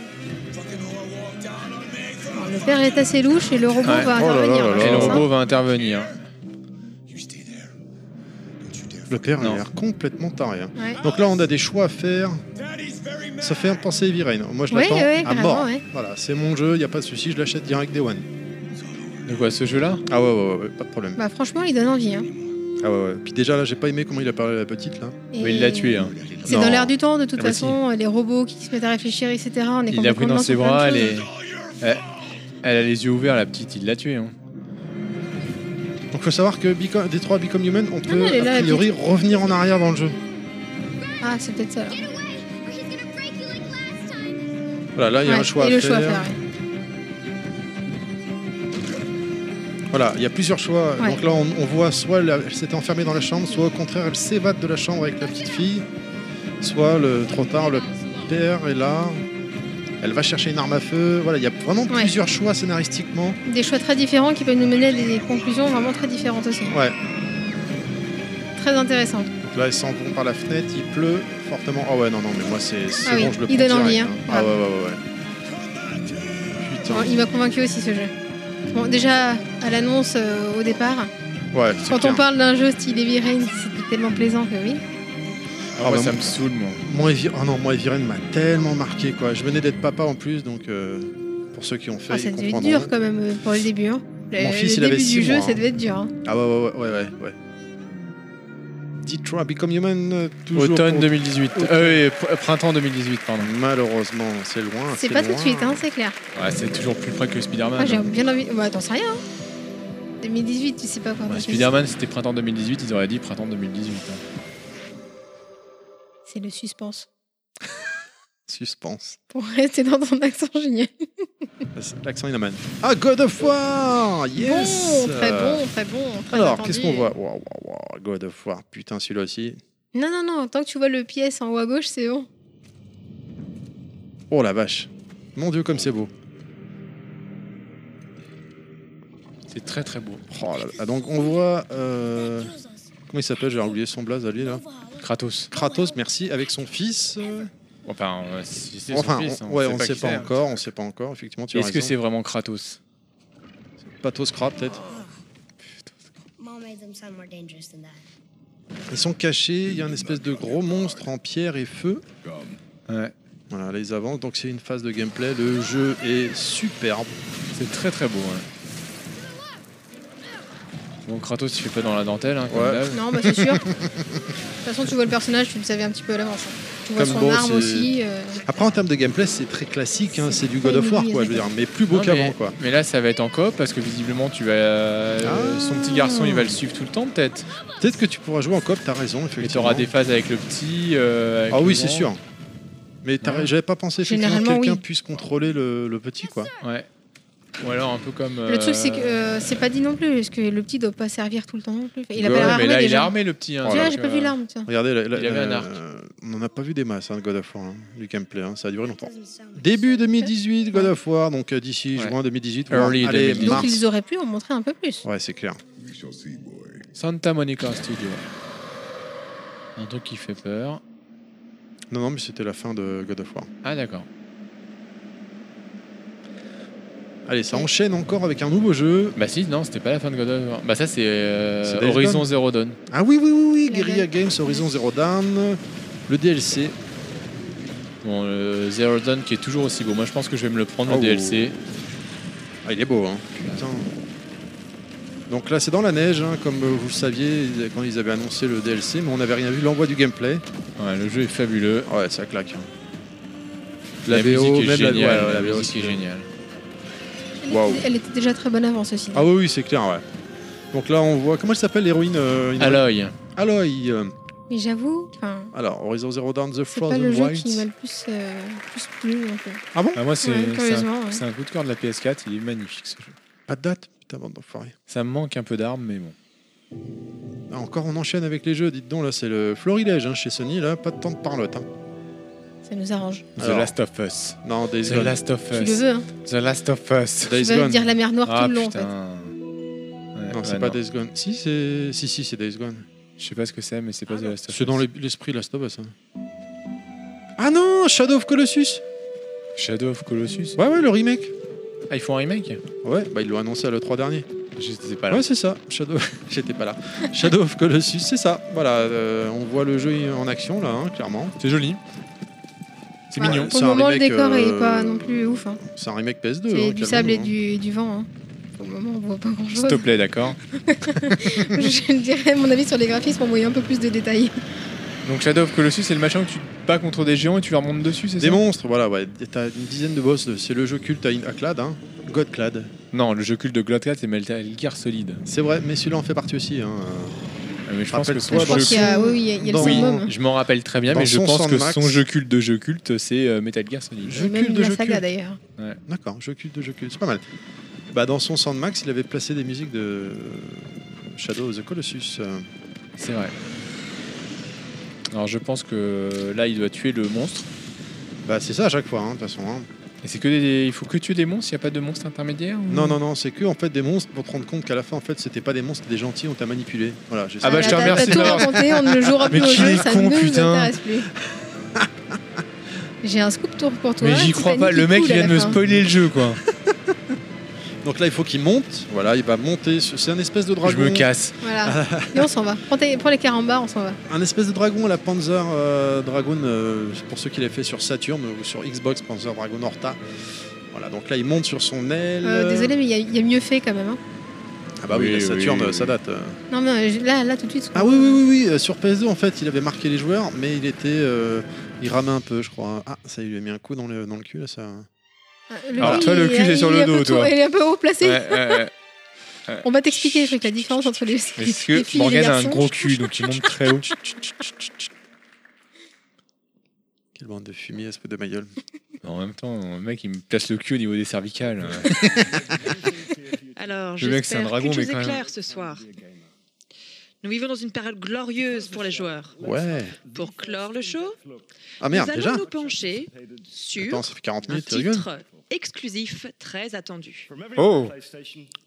Euh, Le père est assez louche et le robot
Ouais.
va
Oh là là
intervenir.
là
je
Et le
pense, hein.
robot va intervenir.
Le père il a
Non.
l'air complètement taré. hein.
Ouais.
Donc là, on a des choix à faire. Ça fait penser Heavy Rain. Moi, je
Ouais,
l'attends
ouais,
à
carrément,
mort.
ouais.
Voilà, c'est mon jeu, il n'y a pas de souci, je l'achète direct Day One.
De quoi ce jeu là
Ah ouais, ouais, ouais, ouais, pas de problème.
Bah franchement, il donne envie. hein.
Ah ouais, ouais. Puis déjà, là, j'ai pas aimé comment il a parlé à la petite, là.
Et-
Mais il l'a tué. hein.
C'est
Non.
dans l'air du temps, de toute
Ah bah si.
façon, les robots qui se mettent à réfléchir, etc. On est
Il l'a pris
complètement
dans ses
sur plein de
bras, elle,
choses.
est... elle, elle a les yeux ouverts, la petite, il l'a tuée. hein.
Donc faut savoir que Beco- Detroit Become Human, on peut,
Ah non, elle est là,
a
la
priori, revenir en arrière dans le jeu.
Ah, c'est peut-être ça. alors.
Voilà, là, il y a
Ouais,
un choix
et
à
le
faire.
choix à faire. ouais.
Voilà, il y a plusieurs choix.
Ouais.
Donc là, on, on voit soit la- elle s'était enfermée dans la chambre, soit au contraire, elle s'évade de la chambre avec la petite fille, soit le, trop tard, le père est là. Elle va chercher une arme à feu. Voilà, il y a vraiment
Ouais.
plusieurs choix scénaristiquement.
Des choix très différents qui peuvent nous mener à des conclusions vraiment très différentes aussi.
Ouais.
Très intéressant.
Là, ils s'en vont par la fenêtre, il pleut fortement. Ah ouais, non, non, mais moi, c'est c'est
Ah oui,
bon, je le prends
il donne envie,
direct,
hein.
Ah ouais,
Ouais.
ouais, ouais. ouais. Putain.
Bon, il m'a convaincu aussi ce jeu. Bon, déjà, à l'annonce euh, au départ,
Ouais, c'est
quand
clair.
on parle d'un jeu style Heavy Rain, c'était tellement plaisant que oui.
Ah, moi,
bah,
ça
moi-
me saoule, moi.
Moi, Heavy... oh non, moi, Heavy Rain m'a tellement marqué, quoi. Je venais d'être papa en plus, donc euh, pour ceux qui ont fait,
Ah, ça
ils
devait être
comprendront.
dur quand même euh, pour le début. hein. Le,
hein. Mon
le
fils, il avait
début
six
du jeu,
mois, hein.
ça devait être dur. hein.
Ah ouais, ouais, ouais, ouais, ouais. Detroit Become Human, euh, toujours
Automne
pour-
2018.
Ok.
Euh, oui, pr- printemps 2018, pardon.
Malheureusement, c'est loin.
C'est pas tout de
loin.
suite, hein, c'est clair.
Ouais, c'est toujours plus près que
Moi,
Spider-Man.
j'ai
hein.
bien envie. Bah, t'en sais rien. hein. 2018, tu sais pas quoi.
Ouais,
moi, je sais.
Spider-Man, c'était printemps 2018, ils auraient dit printemps 2018. hein.
C'est le suspense.
Suspense.
Pour rester dans ton accent génial.
L'accent il amène. Ah, God of War Yes
Bon, Oh, très bon, très bon. très
Alors,
attendu.
qu'est-ce qu'on voit Waouh, waouh, waouh, God of War, putain, celui-là aussi.
Non, non, non, tant que tu vois le pièce en haut à gauche, c'est bon.
Oh la vache. Mon dieu, comme c'est beau.
C'est très très beau.
Oh là là. Donc, on voit. euh, Comment il s'appelle J'ai oublié son blaze à lui là.
Kratos.
Kratos, merci, avec son fils. euh,
Enfin, euh, si c'est son
Enfin,
fils,
on,
hein,
ouais, on ne
qui
sait pas
c'est.
encore, on sait pas encore, effectivement, tu as
Est-ce que c'est
raison.
vraiment Kratos
Pathos Kra, peut-être
Mom made them sound more dangerous than that.
Ils sont cachés, il y a un espèce de gros monstre en pierre et feu.
Ouais,
Voilà, là ils avancent, donc c'est une phase de gameplay. Le jeu est superbe.
c'est très très beau. ouais. Bon, Kratos, il fait pas dans la dentelle, hein, comme
Ouais.
d'hab.
Non, bah c'est sûr. De toute façon, tu vois le personnage, tu le savais un petit peu à l'avance. hein. Tu vois
Comme
son
bon,
arme
c'est-
aussi. euh,
Après, en termes de gameplay, c'est très classique, hein, c'est du
très
God of War,
mignon,
quoi, je veux dire, mais plus beau
Non,
qu'avant,
mais-
quoi.
Mais là, ça va être en coop parce que visiblement, tu vas, euh,
Ah.
son petit garçon, il va le suivre tout le temps peut-être.
Peut-être que tu pourras jouer en coop, t'as raison,
Mais tu
effectivement.
auras des phases avec le petit. euh, avec
Ah
le
oui, c'est
grand.
sûr. Mais t'as-
Ouais.
j'avais pas pensé effectivement que
Généralement,
quelqu'un
oui.
puisse contrôler le, le petit, quoi.
Ouais. Ou alors un peu comme.
Le truc, c'est que
euh,
euh, c'est pas dit non plus, parce que le petit doit pas servir tout le temps non plus. Il a
Ouais,
pas l'air
mais
armé
là, il
déjà.
est armé, le petit, hein,
Tu vois,
donc,
j'ai pas
euh,
vu l'arme. tiens.
Regardez, la- la-
Il avait un
la-
arc.
on n'en a pas vu des masses hein, de God of War, hein, du gameplay. hein, ça a duré longtemps. Début 2018, God of War, donc euh, d'ici juin 2018. voire,
Early
allez,
2018.
Donc
mars.
ils auraient pu en montrer un peu plus.
Ouais, c'est clair.
Santa Monica Studio. Un truc qui fait peur.
Non, non, mais c'était la fin de God of War.
Ah, d'accord.
Allez, ça enchaîne encore avec un nouveau jeu.
Bah, si, non, c'était pas la fin de God of War. Bah, ça, c'est euh,
C'est Days
Horizon
Gone.
Zero Dawn.
Ah oui, oui, oui, oui, Guerrilla Games Horizon Zero Dawn, le DLC.
Bon, le Zero Dawn qui est toujours aussi beau. Moi, je pense que je vais me le prendre,
Oh.
le DLC.
Ah, il est beau, hein. Putain. Donc là, c'est dans la neige, hein, comme euh, vous le saviez ils- quand ils avaient annoncé le DLC, mais on n'avait rien vu. L'envoi du gameplay.
Ouais, le jeu est fabuleux.
Ouais, ça claque. hein.
La,
VO,
musique est
même la-
géniale.
ouais, ouais,
la
VO,
musique est géniale.
Elle,
Waouh.
était, elle était déjà très bonne avant ceci. dit.
Ah oui, oui, c'est clair, ouais. Donc là, on voit. Comment elle s'appelle l'héroïne euh, une-
Aloy.
Aloy. euh,
Mais j'avoue, enfin,
Alors, Horizon Zero Dawn, The
c'est pas le
Frozen
jeu qui m'a
Wilds.
le plus, euh, plus plu. en fait.
Ah bon
Ah, moi, c'est
Ouais,
c'est
curieusement,
un,
ouais.
c'est un coup de cœur de la PS4. Il est magnifique, ce jeu.
Pas de date Putain, bande d'enfoirés.
Ça me manque un peu d'armes, mais bon.
Ah, Encore, on enchaîne avec les jeux. Dites donc, là, c'est le florilège hein, chez Sony. Là, pas de temps de parlotte. hein.
Ça nous arrange.
The
Alors.
Last of Us.
Non, Days
The
Gone.
Last of
Tu le veux,
Us.
hein
The Last of Us.
Tu
Days
vas
Gone.
dire la mer noire
Ah,
tout le long, en fait.
putain. Ouais,
Non, c'est
ouais,
pas Days Gone. Si, c'est si, si, c'est Days Gone.
Je sais pas ce que c'est, mais c'est pas The Last of Us.
C'est dans l'es- l'esprit Last of Us. hein. Ah non, Shadow of Colossus.
Shadow of Colossus.
Ouais, ouais, le remake.
Ah, ils font un remake
Ouais, bah ils l'ont annoncé à le 3 dernier.
J'étais pas là.
Ouais, c'est ça. Shadow. [LAUGHS] J'étais pas là. Shadow of Colossus, c'est ça. Voilà, euh, on voit le jeu en action là, hein, clairement.
C'est joli. C'est
Ouais,
mignon.
Pour
C'est
le
un
moment, le
remake,
décor
euh,
est pas non plus ouf. hein.
C'est un remake PS2. hein,
C'est du
clairement,
sable et
hein.
du, du vent. hein. Pour le moment, on voit pas grand chose.
S'il te plaît, d'accord.
[LAUGHS] Je dirais mon avis sur les graphismes, on voyait un peu plus de détails.
Donc Shadow of Colossus, c'est le machin où tu te bats contre des géants et tu leur montes dessus, c'est ça
Des monstres, voilà, ouais. T'as une dizaine de boss. de- C'est le jeu culte à, In- à Clad, hein. Godclad.
Non, le jeu culte de Glotcat, c'est Metal Gear Solid.
C'est vrai, mais celui-là en fait partie aussi. Hein.
Ah, Mais je pense que
Rappelle-toi,
son
dans
jeu
son-
Il y a- oui, oui, il y a- il y a le
dans-
symbole.
Je m'en rappelle très bien,
Dans
mais je
son
pense que
Sandmax.
son jeu culte de jeu culte, c'est euh, Metal Gear Solid.
Jeu
Même
culte de
la
jeu
saga
culte.
d'ailleurs.
Ouais.
D'accord, jeu culte de jeu culte, c'est pas mal. Bah, dans son Sandmax, il avait placé des musiques de Shadow of the Colossus. euh.
C'est vrai. Alors je pense que là, il doit tuer le monstre.
Bah, c'est ça à chaque fois, hein, de toute façon. hein.
Et c'est que des... il faut que tuer des monstres, il n'y a pas de monstre intermédiaire ou-
Non, non, non, c'est que en fait des monstres pour te rendre compte qu'à la fin, en fait, c'était pas des monstres, c'était des gentils, on t'a manipulé. Voilà, j'ai
Ah bah, je te
T'as-
remercie
T'as tout
d'avoir-
raconté, on ne le jouera
[LAUGHS] Mais
plus au
qu'il
jeu,
est
ça
con,
ne nous
putain.
intéresse plus. J'ai un scoop tour pour toi.
Mais j'y crois pas, le mec il vient de me spoiler le jeu quoi.
Donc là, il faut qu'il monte. Voilà, il va monter. sur- C'est un espèce de
Je
dragon.
me casse.
Voilà. Et on s'en va. Prends, tes- prends les carambars, on s'en va.
Un espèce de dragon à la Panzer euh, Dragon, euh, pour ceux qui l'avaient fait sur Saturn euh, ou sur Xbox, Panzer Dragon Horta. Voilà, donc là, il monte sur son aile.
Euh, Désolé, mais il y a- il y, a mieux fait quand même. hein.
Ah bah oui,
Oui,
la Saturn,
oui, oui.
ça date. euh.
Non, mais je- là, là, tout de suite.
Ah oui, oui, oui, oui, euh, sur PS2, en fait, il avait marqué les joueurs, mais il était. euh, il ramait un peu, je crois. Ah, ça, il lui a mis un coup dans le, dans le cul, là, ça.
Alors, toi, le
Euh, il est-
cul, c'est sur
il est
le
un peu
dos,
trop-
toi.
Il est un peu haut placé.
Ouais, ouais, ouais.
On va t'expliquer, je crois, que la différence entre les. les
Mais Parce que
filles et les
Morgane a un
garçons.
gros cul, donc il monte très haut.
Quelle bande de fumier, ce peu de ma gueule.
En même temps, le mec il me place le cul au niveau des cervicales.
Alors,
Le mec, c'est un
j'espère
dragon,
qu'une
mais
chose
quand
est
même.
claire ce soir. Nous vivons dans une période glorieuse pour les joueurs.
Ouais.
Pour clore le show,
Ah merde,
nous allons
déjà
nous pencher sur
Attends, ça fait 40
un
minutes, tu rigoles
titre exclusif très attendu.
Oh.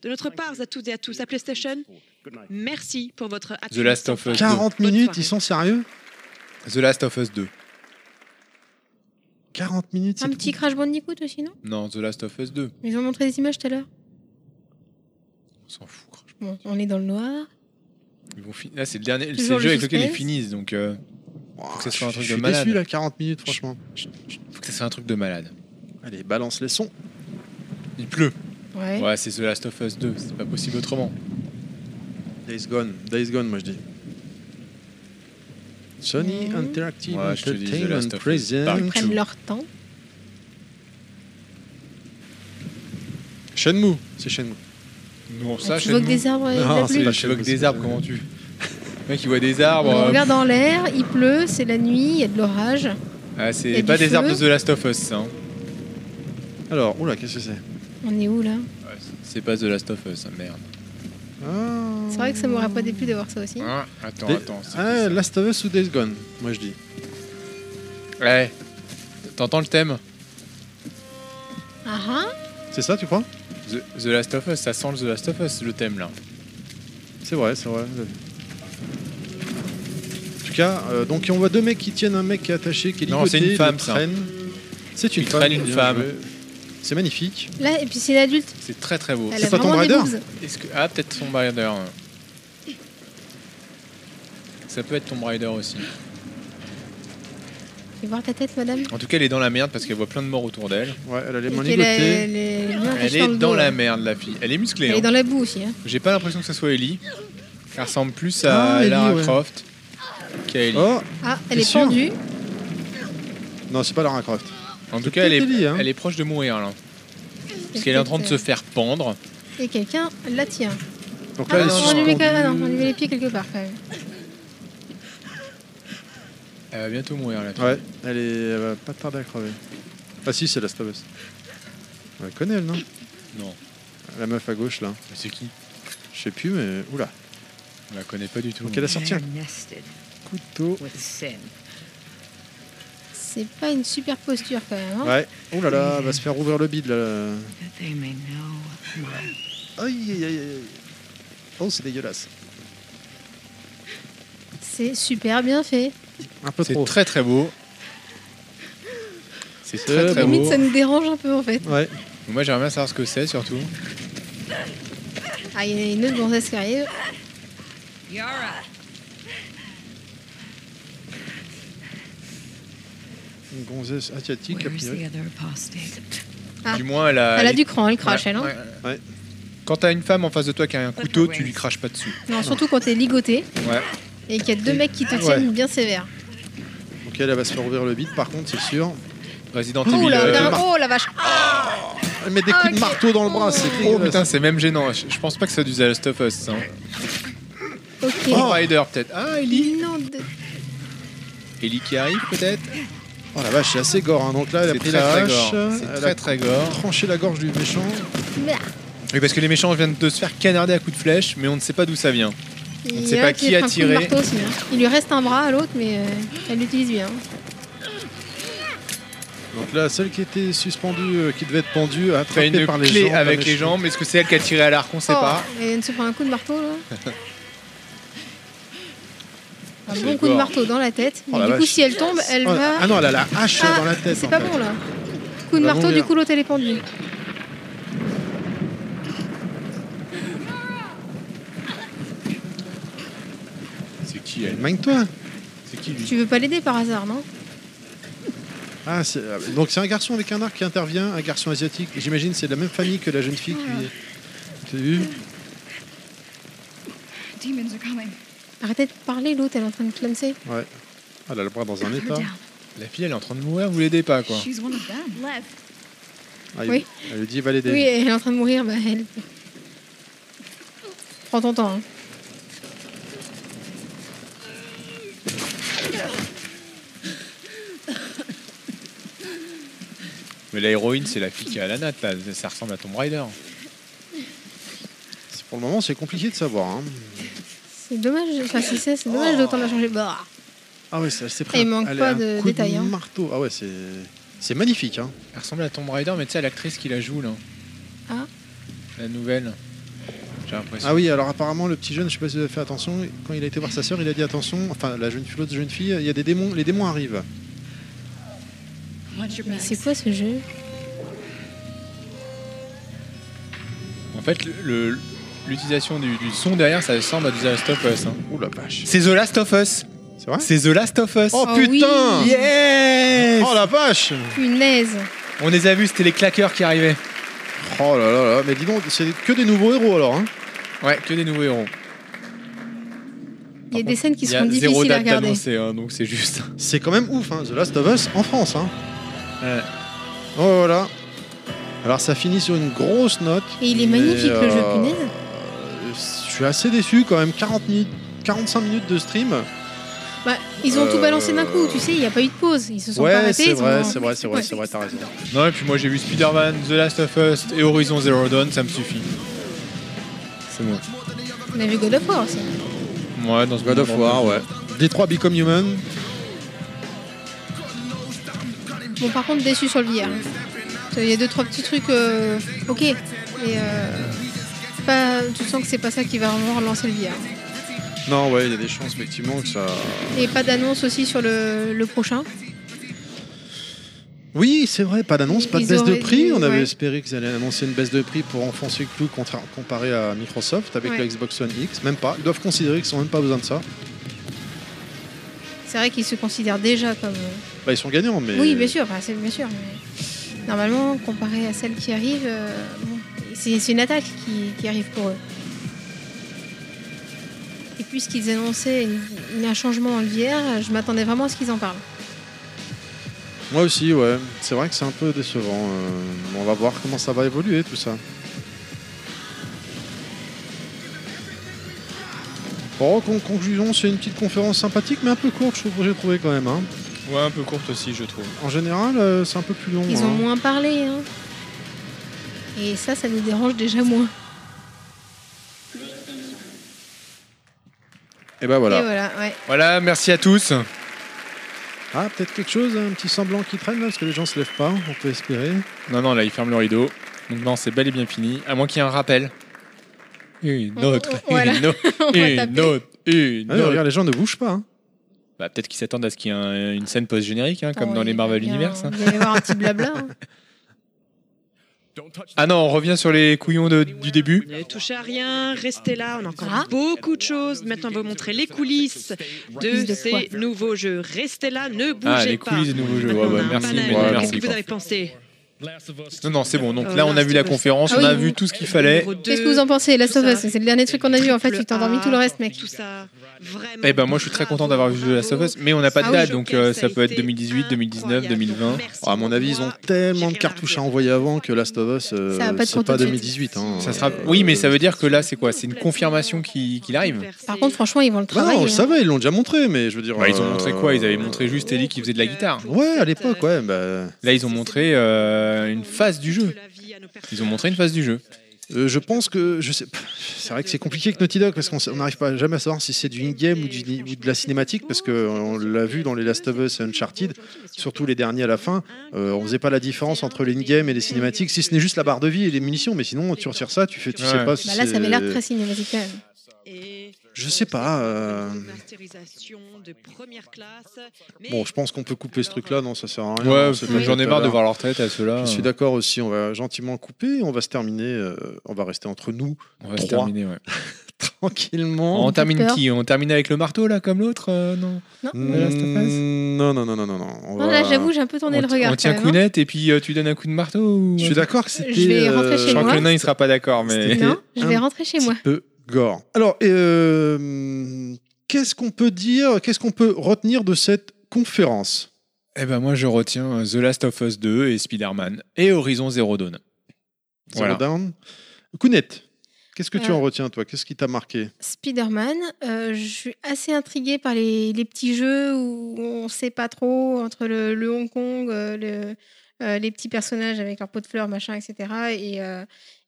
De notre part à toutes et à tous à PlayStation, merci pour votre attention.
Last of Us.
40
Bonne
minutes,
soirée.
ils sont sérieux
[LAUGHS] The Last of Us 2.
40 minutes,
Un
c'est-
petit Crash Bandicoot aussi, non
Non, The Last of Us 2.
Ils ont montré des images tout à l'heure.
On s'en fout. Crash.
Bon, on est dans le noir.
Ils vont fin- Là, c'est le dernier c'est
Toujours
le
le
jeu avec lequel ils
suspense.
finissent, donc euh, faut que ça soit un
Ah, je
truc de
suis déçu,
malade.
là, 40 minutes, franchement.
Faut que ça soit un truc de malade.
Allez, balance les sons.
Il pleut.
Ouais.
Ouais, c'est The Last of Us 2, c'est pas possible autrement.
Days Gone, Days Gone, moi je dis. Sony Interactive
Mm. Ouais, je te dis The Last
Entertainment
of Us, Dark
Present.
Ils prennent leur temps.
Shenmue, c'est Shenmue.
Non,
ça, tu vois que Shenmue. des arbres et de la
Non, c'est
pluie.
pas
Tu vois que
Shenmue,
des
c'est-
arbres, comment tu. Le mec, il voit des arbres.
on
euh,
regarde en l'air, il pleut, c'est la nuit, il y a de l'orage.
ah,
y a
c'est
du
pas des arbres de
feu.
The Last of Us, ça. hein.
Alors, oula, qu'est-ce que c'est
On est où là
Ouais, c'est pas The Last of Us, hein, merde.
C'est vrai que ça m'aurait pas déplu de voir ça aussi.
Ah, attends,
Des-
attends. c'est
Ah,
qui,
Last of Us ou Days Gone, moi je dis.
ça Ouais. T'entends le thème
Ah ah
C'est ça, tu crois
The, The Last of Us, ça sent le The Last of Us, le thème là.
C'est vrai, c'est vrai. En tout cas, euh, donc on voit deux mecs qui tiennent un mec attaché qui est
Non, c'est
ligoté, le
une femme, ça.
traîne. C'est une
Il
femme.
traîne une
bien
femme.
joué. C'est magnifique.
Là, et puis c'est l'adulte.
C'est très très beau.
Elle a vraiment des boobs.
Est-ce que... Ah, peut-être Tomb Raider. ouais. Ça peut être Tomb Raider aussi.
Je vais voir ta tête, madame.
En tout cas, elle est dans la merde parce qu'elle voit plein de morts autour d'elle.
Ouais, elle a les
Et qu'elle a- elle est- elle est bien
Elle
attachée
est
le
dans
dos,
la
là.
merde, la fille. Elle est musclée.
Elle
hein.
est dans la boue aussi. hein.
J'ai pas l'impression que ce soit Ellie. Elle ressemble plus à
Ah, Ellie,
Lara
ouais.
Croft qu'à Ellie.
Oh
Ah, elle
T'es
est
sûr
pendue.
Non, c'est pas Lara Croft.
en tout
c'est
cas, elle est,
peut-être Ellie, hein.
elle est proche de mourir là. Parce qu'elle est en train
euh,
de se faire pendre.
Et quelqu'un la tient.
Donc
Ah,
là, elle est
on, lui met
suspendue.
quand- ah non, on lui met les pieds quelque part quand même.
Elle va bientôt mourir là.
Ouais, elle, est... elle va pas tarder à crever. Ah si, c'est Last of Us. On la connaît, elle, non
Non.
La meuf à gauche, là.
Mais c'est qui
Je sais plus, mais... Oula.
On la connaît pas du tout.
Donc elle a sorti un couteau.
C'est pas une super posture quand même. hein.
Ouais. Oh là là, elle va se faire ouvrir le bide, là. Aïe, aïe, aïe, aïe. Oh, c'est dégueulasse.
C'est super bien fait.
Un peu
C'est très très beau. C'est très
C'est
très
Limite,
beau.
ça nous dérange un peu en fait.
Ouais.
Moi j'aimerais bien savoir ce que c'est surtout.
Ah, il y a une autre gonzesse qui arrive.
Yara.
Une gonzesse asiatique, a priori.
Ah.
Du moins elle a.
Elle a du cran, elle crache, elle, hein.
Ouais.
Quand t'as une femme en face de toi qui a un couteau, tu lui craches pas dessus.
Non, surtout quand t'es ligoté
Ouais.
et qu'il y a deux mecs qui te
Ouais.
tiennent bien sévère.
Ok, elle elle va se faire ouvrir le bide, par contre, c'est sûr.
Resident
Oh
Evil.
là
euh,
là,
Mar-
oh la vache.
Elle met des coups de marteau dans le bras, c'est
Oh
dégueulasse.
putain, c'est même gênant. Je je pense pas que ça du The Last of Us. ça, hein.
Ok.
Tomb Raider peut-être. Ah, Ellie.
Non, de-
Ellie qui arrive peut-être.
Oh la vache, c'est assez gore. hein. Donc là, elle a
C'est
pris
très,
la
très
hache.
gore. C'est
elle
très,
a
très gore.
Tranché la gorge du méchant.
Merde.
Oui, parce que les méchants viennent de se faire canarder à coups de flèche, mais on ne sait pas d'où ça vient. On ne
Il
sait
y en
pas
a
qui
est
a
pris un coup de
tiré.
marteau aussi, hein. Il lui reste un bras à l'autre, mais euh, elle l'utilise bien.
Donc là, celle qui était suspendue, euh, qui devait être pendue,
Fait
attrapée
une
par les
clé
jambes.
avec
par
les jambes. Est-ce que c'est elle qui a tiré à l'arc On ne sait
Oh,
pas.
Elle vient de se prendre un coup de marteau là. Un
C'est
bon coup de
gore.
marteau dans la tête. Mais
Oh, la
du coup,
vache.
si elle tombe, elle
Oh,
va.
Ah non, elle a la hache
Ah,
dans la tête.
C'est
en
pas
fait.
bon là. Coup de
va
marteau, du
mourir.
coup, l'autre elle est pendue.
C'est qui elle
Magne-toi.
C'est qui lui
Tu veux pas l'aider par hasard, non
Ah, c'est- ah, donc c'est un garçon avec un arc qui intervient, un garçon asiatique. J'imagine c'est de la même famille que la jeune fille
Ah.
qui. T'as vu
Demons are coming.
Arrêtez de parler, l'autre elle est en train de clancer.
Ouais. Ah, elle a le bras dans un état.
La fille, elle est en train de mourir. Vous l'aidez pas, quoi.
She's one of them. Left.
Ah, il-
Oui.
Elle lui dit va l'aider.
Oui, elle est en train de mourir, bah elle. Prends ton temps. hein.
Mais la héroïne, c'est la fille qui a la natte. là. Ça ressemble à Tomb Raider.
C'est- Pour le moment, c'est compliqué de savoir. hein.
C'est dommage, enfin, c'est ça, c'est dommage d'autant la changer. Bah,
Ah ouais, ça s'est
Et
pris.
il manque
elle a
pas
un
de
coup
détails,
De
hein.
marteau. Ah ouais, c'est c'est magnifique. Hein.
Elle ressemble à Tomb Raider, mais tu sais, à l'actrice qui la joue, là.
Ah.
La nouvelle. J'ai l'impression.
Ah oui, alors apparemment le petit jeune, je sais pas si vous avez fait attention, quand il a été voir sa sœur, il a dit attention. Enfin, la jeune l'autre jeune fille, il y a des démons, les démons arrivent.
mais c'est quoi ce jeu
En fait, le- le- l'utilisation du, du son derrière, ça ressemble à du The Last of Us. hein.
Ouh la vache.
C'est The Last of Us.
C'est vrai
C'est The Last of Us.
Hein Oh
Oh
putain
oui.
Yes
Oh la vache
Punaise
On les a vus, c'était les claqueurs qui arrivaient.
Oh là là là, mais dis donc, c'est que des nouveaux héros alors. Hein.
Ouais, que des nouveaux héros.
Il y a des scènes qui
Il y a
seront
zéro
difficiles à
date
regarder.
d'annoncer, hein, donc c'est juste.
C'est quand même ouf, hein, The Last of Us en France. Hein.
Ouais.
Oh voilà. Alors ça finit sur une grosse note.
Et il est
mais,
magnifique le jeu,
euh,
punaise.
Je suis assez déçu quand même, 40 minutes, 45 minutes de stream.
Bah, ils ont tout
Euh,
balancé d'un coup, tu sais, il n'y a pas eu de pause. Ils se sont pas
Ouais,
arrêtés.
c'est
ils ont-
vrai, c'est vrai, c'est vrai, c'est vrai, t'as raison. Non, et puis moi j'ai vu Spider-Man, The Last of Us et Horizon Zero Dawn, ça me suffit. C'est bon.
On a vu God of War aussi.
Ouais, dans ce
God of War,
moment,
ouais. Détroit Become Human.
Bon, par contre, déçu sur le VR. Il y a deux, trois petits trucs, euh, ok, mais euh, pas, tu sens que c'est pas ça qui va vraiment relancer le VR.
Non, ouais, il y a des chances effectivement que ça.
Et pas d'annonce aussi sur le, le prochain.
Oui, c'est vrai, pas d'annonce, pas de
Ils
baisse de
auraient
prix.
dû,
On avait
ouais.
espéré qu'ils allaient annoncer une baisse de prix pour enfoncer le clou contra- comparé à Microsoft avec
Ouais.
la Xbox One X. Même pas. Ils doivent considérer qu'ils n'ont même pas besoin de ça.
C'est vrai qu'ils se considèrent déjà comme. euh,
Bah, ils sont gagnants, mais.
Oui, bien sûr, enfin, c'est bien sûr. mais Normalement, comparé à celle qui arrive, euh, bon, c'est c'est une attaque qui, qui arrive pour eux. Et puisqu'ils annonçaient une- une- un changement en VR, je m'attendais vraiment à ce qu'ils en parlent.
Moi aussi, ouais. C'est vrai que c'est un peu décevant. euh, on va voir comment ça va évoluer tout ça. Bon, en conclusion, c'est une petite conférence sympathique, mais un peu courte, je trouve, j'ai trouvé quand même. hein.
Ouais, un peu courte aussi, je trouve.
En général, euh, c'est un peu plus long.
Ils ont
hein.
moins parlé. hein. Et ça, ça nous dérange déjà moins.
Et ben voilà.
Et voilà, ouais.
Voilà, merci à tous.
Ah, peut-être quelque chose, un petit semblant qui traîne, là, parce que les gens se lèvent pas, on peut espérer.
Non, non, là, ils ferment le rideau. Donc, non, c'est bel et bien fini. À moins qu'il y ait un rappel. Une autre,
on- Oh, voilà.
une autre,
[LAUGHS] On va
une
taper.
autre, une
Ah oui,
autre.
regarde, les gens ne bougent pas. hein.
Bah, Peut-être qu'ils s'attendent à ce qu'il y ait un- une scène post-générique, hein, comme
Oh,
dans les
il
Marvel
va bien-
Universe. hein.
Il va y avoir un petit blabla. [LAUGHS] hein.
Ah non, on revient sur les couillons de- du début.
Ne touchez à rien, restez là, on a encore beaucoup de choses. Maintenant, on va vous montrer les coulisses de
de
ces nouveaux jeux. Restez là, ne bougez
Ah, les
pas.
coulisses des nouveaux jeux.
Maintenant, on
Ouais, ouais,
a un
merci,
panel.
mais
Qu'est-ce
merci.
que vous
quoi.
avez pensé
Non, non, c'est bon. Donc
Euh,
là, on a
Last
vu la
of Us.
conférence,
Ah
on
oui,
a
vous-
vu tout ce qu'il fallait.
Ah
Qu'est-ce que vous en pensez Last of Us, c'est le dernier truc qu'on a vu. En fait,
Triple
tu t'es endormi
A,
tout le reste, mec.
Tout ça, vraiment.
Eh ben moi je suis très content d'avoir vu The Last of Us, mais on n'a pas
Ah
de
oui,
date,
je
donc
casse,
euh,
ça
ça
a
peut être
été
2018, 2019, 2020.
Ah, à mon avis, ils ont tellement de cartouches à envoyer avant que Last of Us, euh,
Ça va pas être
c'est pas
tout de suite.
2018. hein.
Ça sera... Oui, mais ça veut dire que là, c'est quoi C'est une confirmation qui- qu'il arrive
Par contre, franchement, ils vont le
Bah non,
travailler.
on le
hein.
savait, ils l'ont déjà montré, mais je veux dire.
Bah, Ils ont
euh,
montré quoi Ils avaient montré juste Ellie qui faisait de la guitare.
Ouais, à l'époque, ouais. bah,
Là, ils ont montré euh, une phase du jeu. Ils ont montré une phase du jeu.
euh, je pense que. je sais. pff, C'est vrai que c'est compliqué avec Naughty Dog parce qu'on s- on n'arrive pas jamais à savoir si c'est du in-game ou, du- ou de la cinématique parce qu'on l'a vu dans les Last of Us et Uncharted, surtout les derniers à la fin, euh, on faisait pas la différence entre l'in-game et les cinématiques, si ce n'est juste la barre de vie et les munitions, mais sinon tu retires ça, tu, fais, tu sais
Ouais.
pas si.
Bah là, ça
c'est-
avait l'air très cinématique quand même.
Je sais pas. euh,
Masterisation de première classe.
Bon, je pense qu'on peut couper ce truc-là, non, ça sert à rien. hein,
Ouais,
on s'est
moi,
fait
j'en
tout
ai
à
marre de
l'heure.
voir leur tête à ceux-là.
Je suis d'accord aussi, on va gentiment couper, on va se terminer, euh, on va rester entre nous, [LAUGHS]
On va se
Trois.
terminer, ouais.
tranquillement.
On termine
peur.
qui On termine avec le marteau, là, comme l'autre euh, Non.
Non,
The Last of Us
Mm, Hmm, Non, non, non, non, non. non. On
Non,
va-
là, j'avoue, j'ai un peu tourné
on,
le
ti-
regard.
on tient
quand même, hein.
Kounet et puis euh, tu donnes un coup de marteau ou-
Je suis d'accord que c'était.
Je vais rentrer
Je
chez
crois
moi.
que le nain il sera pas d'accord, mais.
C'était
hein. Non, je vais
[LAUGHS] un
rentrer chez moi.
petit peu gore. Alors, euh, qu'est-ce qu'on peut dire, qu'est-ce qu'on peut retenir de cette conférence
Eh ben moi je retiens The Last of Us 2 et Spider-Man et Horizon Zero Dawn.
Zero
Voilà.
Down. Kounet, qu'est-ce que tu
Euh.
en retiens, toi Qu'est-ce qui t'a marqué
Spider-Man, euh, je suis assez intriguée par les, les petits jeux où on ne sait pas trop entre le, le Hong Kong, euh, le- euh, les petits personnages avec leur pot de fleurs, machin, etc. et, euh,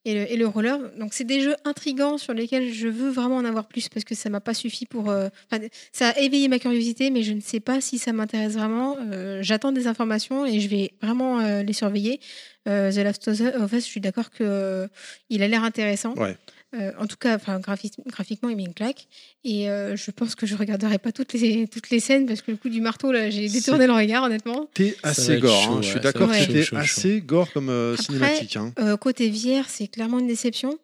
et, le, et le roller. Donc, c'est des jeux intrigants sur lesquels je veux vraiment en avoir plus parce que ça m'a pas suffi pour. euh, enfin, ça a éveillé ma curiosité, mais je ne sais pas si ça m'intéresse vraiment. Euh, J'attends des informations et je vais vraiment euh, les surveiller. Euh, The Last of Us, je suis d'accord que euh, il a l'air intéressant.
Ouais.
Euh, en tout cas, enfin, graphi- graphiquement, il met une claque. Et euh, je pense que je regarderai pas toutes les, toutes les scènes parce que le coup du marteau, là, j'ai détourné le regard, honnêtement.
T'es
va
assez
être
gore.
chaud,
hein.
ouais,
Je
ça
suis
va
d'accord
être
que
chaud,
t'es
chaud,
assez gore comme euh, cinématique. hein.
Euh, côté VR, c'est clairement une déception.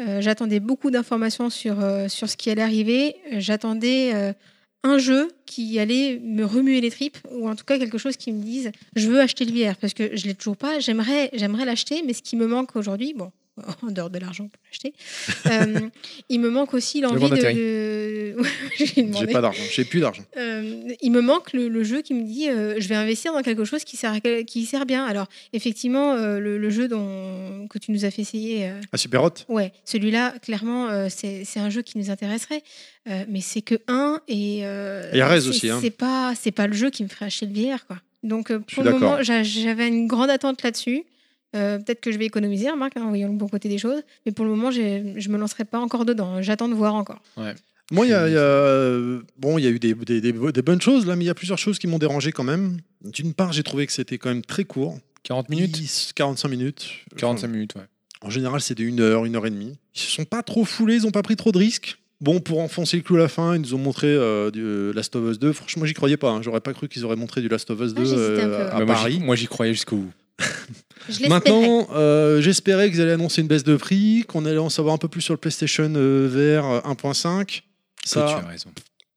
Euh, J'attendais beaucoup d'informations sur, euh, sur ce qui allait arriver. Euh, J'attendais euh, un jeu qui allait me remuer les tripes, ou en tout cas quelque chose qui me dise je veux acheter le VR, parce que je l'ai toujours pas, j'aimerais j'aimerais l'acheter, mais ce qui me manque aujourd'hui, bon, [LAUGHS] en dehors de l'argent pour l'acheter.
[LAUGHS]
Euh, il me manque aussi l'envie
bon
de.
atterri.
de- [LAUGHS] J'ai
J'ai
demandé.
pas d'argent, j'ai plus d'argent.
Euh, il me manque le, le jeu qui me dit euh, je vais investir dans quelque chose qui sert, à quel- qui sert bien. Alors, effectivement, euh, le, le jeu dont, que tu nous as fait essayer. euh,
Ah, Super Hot
Ouais, celui-là, clairement, euh, c'est c'est un jeu qui nous intéresserait, Euh, mais c'est que un et. euh,
Et Rez
c'est-
aussi, hein.
C'est pas, c'est pas le jeu qui me ferait acheter le VR, quoi. Donc euh,
suis
pour le moment,
d'accord.
j'a- j'avais une grande attente là-dessus. Euh, Peut-être que je vais économiser, remarque, hein, en voyant le bon côté des choses. Mais pour le moment, j'ai- je me lancerai pas encore dedans. J'attends de voir encore.
Moi, il y a, il y a, euh, bon, il y a eu des, des- des- des bonnes choses, là, mais il y a plusieurs choses qui m'ont dérangé quand même. D'une part, j'ai trouvé que c'était quand même très court.
40 minutes
45 minutes. Euh,
45 minutes, ouais.
En général, c'est des 1 heure, 1 heure et demie. Ils se sont pas trop foulés, ils n'ont pas pris trop de risques. Bon, pour enfoncer le clou à la fin, ils nous ont montré euh, du Last of Us 2. Franchement, j'y croyais pas. hein. J'aurais pas cru qu'ils auraient montré du Last of Us 2
j'hésitais un
euh,
peu.
à
Bah, moi, j'y-
Paris.
Moi, j'y croyais jusqu'au bout.
Je l'espérais.
Maintenant, euh, j'espérais qu'ils allaient annoncer une baisse de prix, qu'on allait en savoir un peu plus sur le PlayStation euh, VR 1.5.
tu as
Ça,
raison.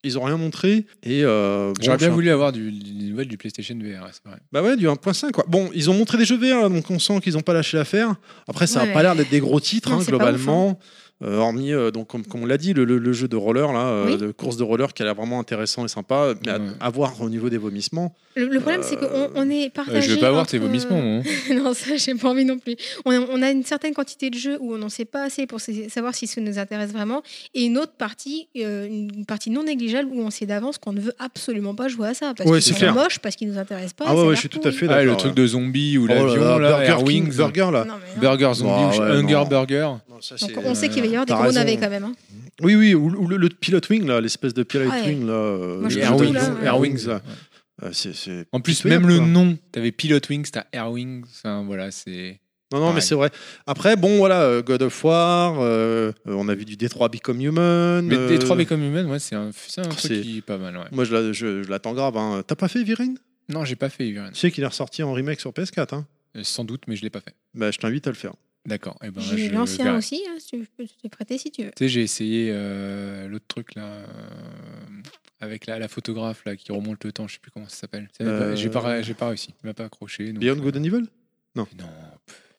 ils ont rien montré. Et euh, bon, je
J'aurais bien
suis un-
voulu avoir du, des nouvelles du PlayStation VR, ouais, c'est vrai.
Ah,
Bah ouais, du 1.5 quoi. Bon, ils ont montré des jeux VR, là, donc on sent qu'ils n'ont pas lâché l'affaire. Après, ça n'a
Ouais.
pas l'air d'être des gros titres
Non,
hein,
c'est pas
globalement. Euh, hormis, euh, donc, comme, comme on l'a dit, le, le- le jeu de roller, là, euh,
Oui.
de course de roller qui a l'air vraiment intéressant et sympa, mais à, à voir au niveau des vomissements.
Le, le problème, c'est qu'on on est partagé.
Euh,
Euh,
je veux pas voir tes
entre-
vomissements,
hein.
[LAUGHS]
moi,
non, ça, j'ai pas envie non plus. On a, on a une certaine quantité de jeux où on n'en sait pas assez pour sa- savoir si ça nous intéresse vraiment, et une autre partie, euh, une partie non négligeable où on sait d'avance qu'on ne veut absolument pas jouer à ça parce
Ouais,
que
c'est
c'est
clair.
moche, parce qu'il nous intéresse pas.
Ah ouais,
ça a
ouais,
l'air
je suis tout à
pourri.
fait
Ah,
d'accord.
le truc de zombie ou l'avion, Oh là,
Oh Burger
Air
King,
Wings.
Burger, là.
Non, mais
Burger zombie,
Bah ouais,
Hunger
non.
Burger.
Donc, on sait qu'il va y avoir des
T'as
gros
raison.
navets quand même. hein.
Oui, oui, ou, ou le, le Pilot Wing, là, l'espèce de Pilot
Ouais.
Wing, là. euh,
Moi, je
le
trouve
jeu
tout,
de-
là, ouais.
Air Wings, là. Euh, c'est- c'est
En plus,
pitoyable,
même le
quoi.
nom, t'avais Pilot Wings, t'as Air Wings, enfin, voilà, c'est.
Non, non, mais
Pareil.
c'est vrai. Après, bon, voilà, euh, God of War, euh, euh, on a vu du D3 Become Human.
Mais
euh,
Detroit Become Human, ouais, c'est un, c'est un
c'est-
truc qui est pas mal, ouais.
Moi, je, la- je- je l'attends grave. hein. T'as pas fait Virine
Non, j'ai pas fait Urine.
Tu sais qu'il est ressorti en remake sur PS4. Hein
Euh, Sans doute, mais je l'ai pas fait.
bah, je t'invite à le faire.
D'accord. Eh ben,
J'ai
je verrai.
l'ancien aussi, hein, si tu peux te prêter si tu veux.
Tu sais, j'ai essayé euh, l'autre truc là. euh, Avec la, la photographe là, qui remonte le temps, je sais plus comment ça s'appelle. Ça m'a
Euh,
pas- J'ai pas, j'ai pas réussi, il m'a pas accroché. donc,
Beyond
euh,
Good and Evil
Non.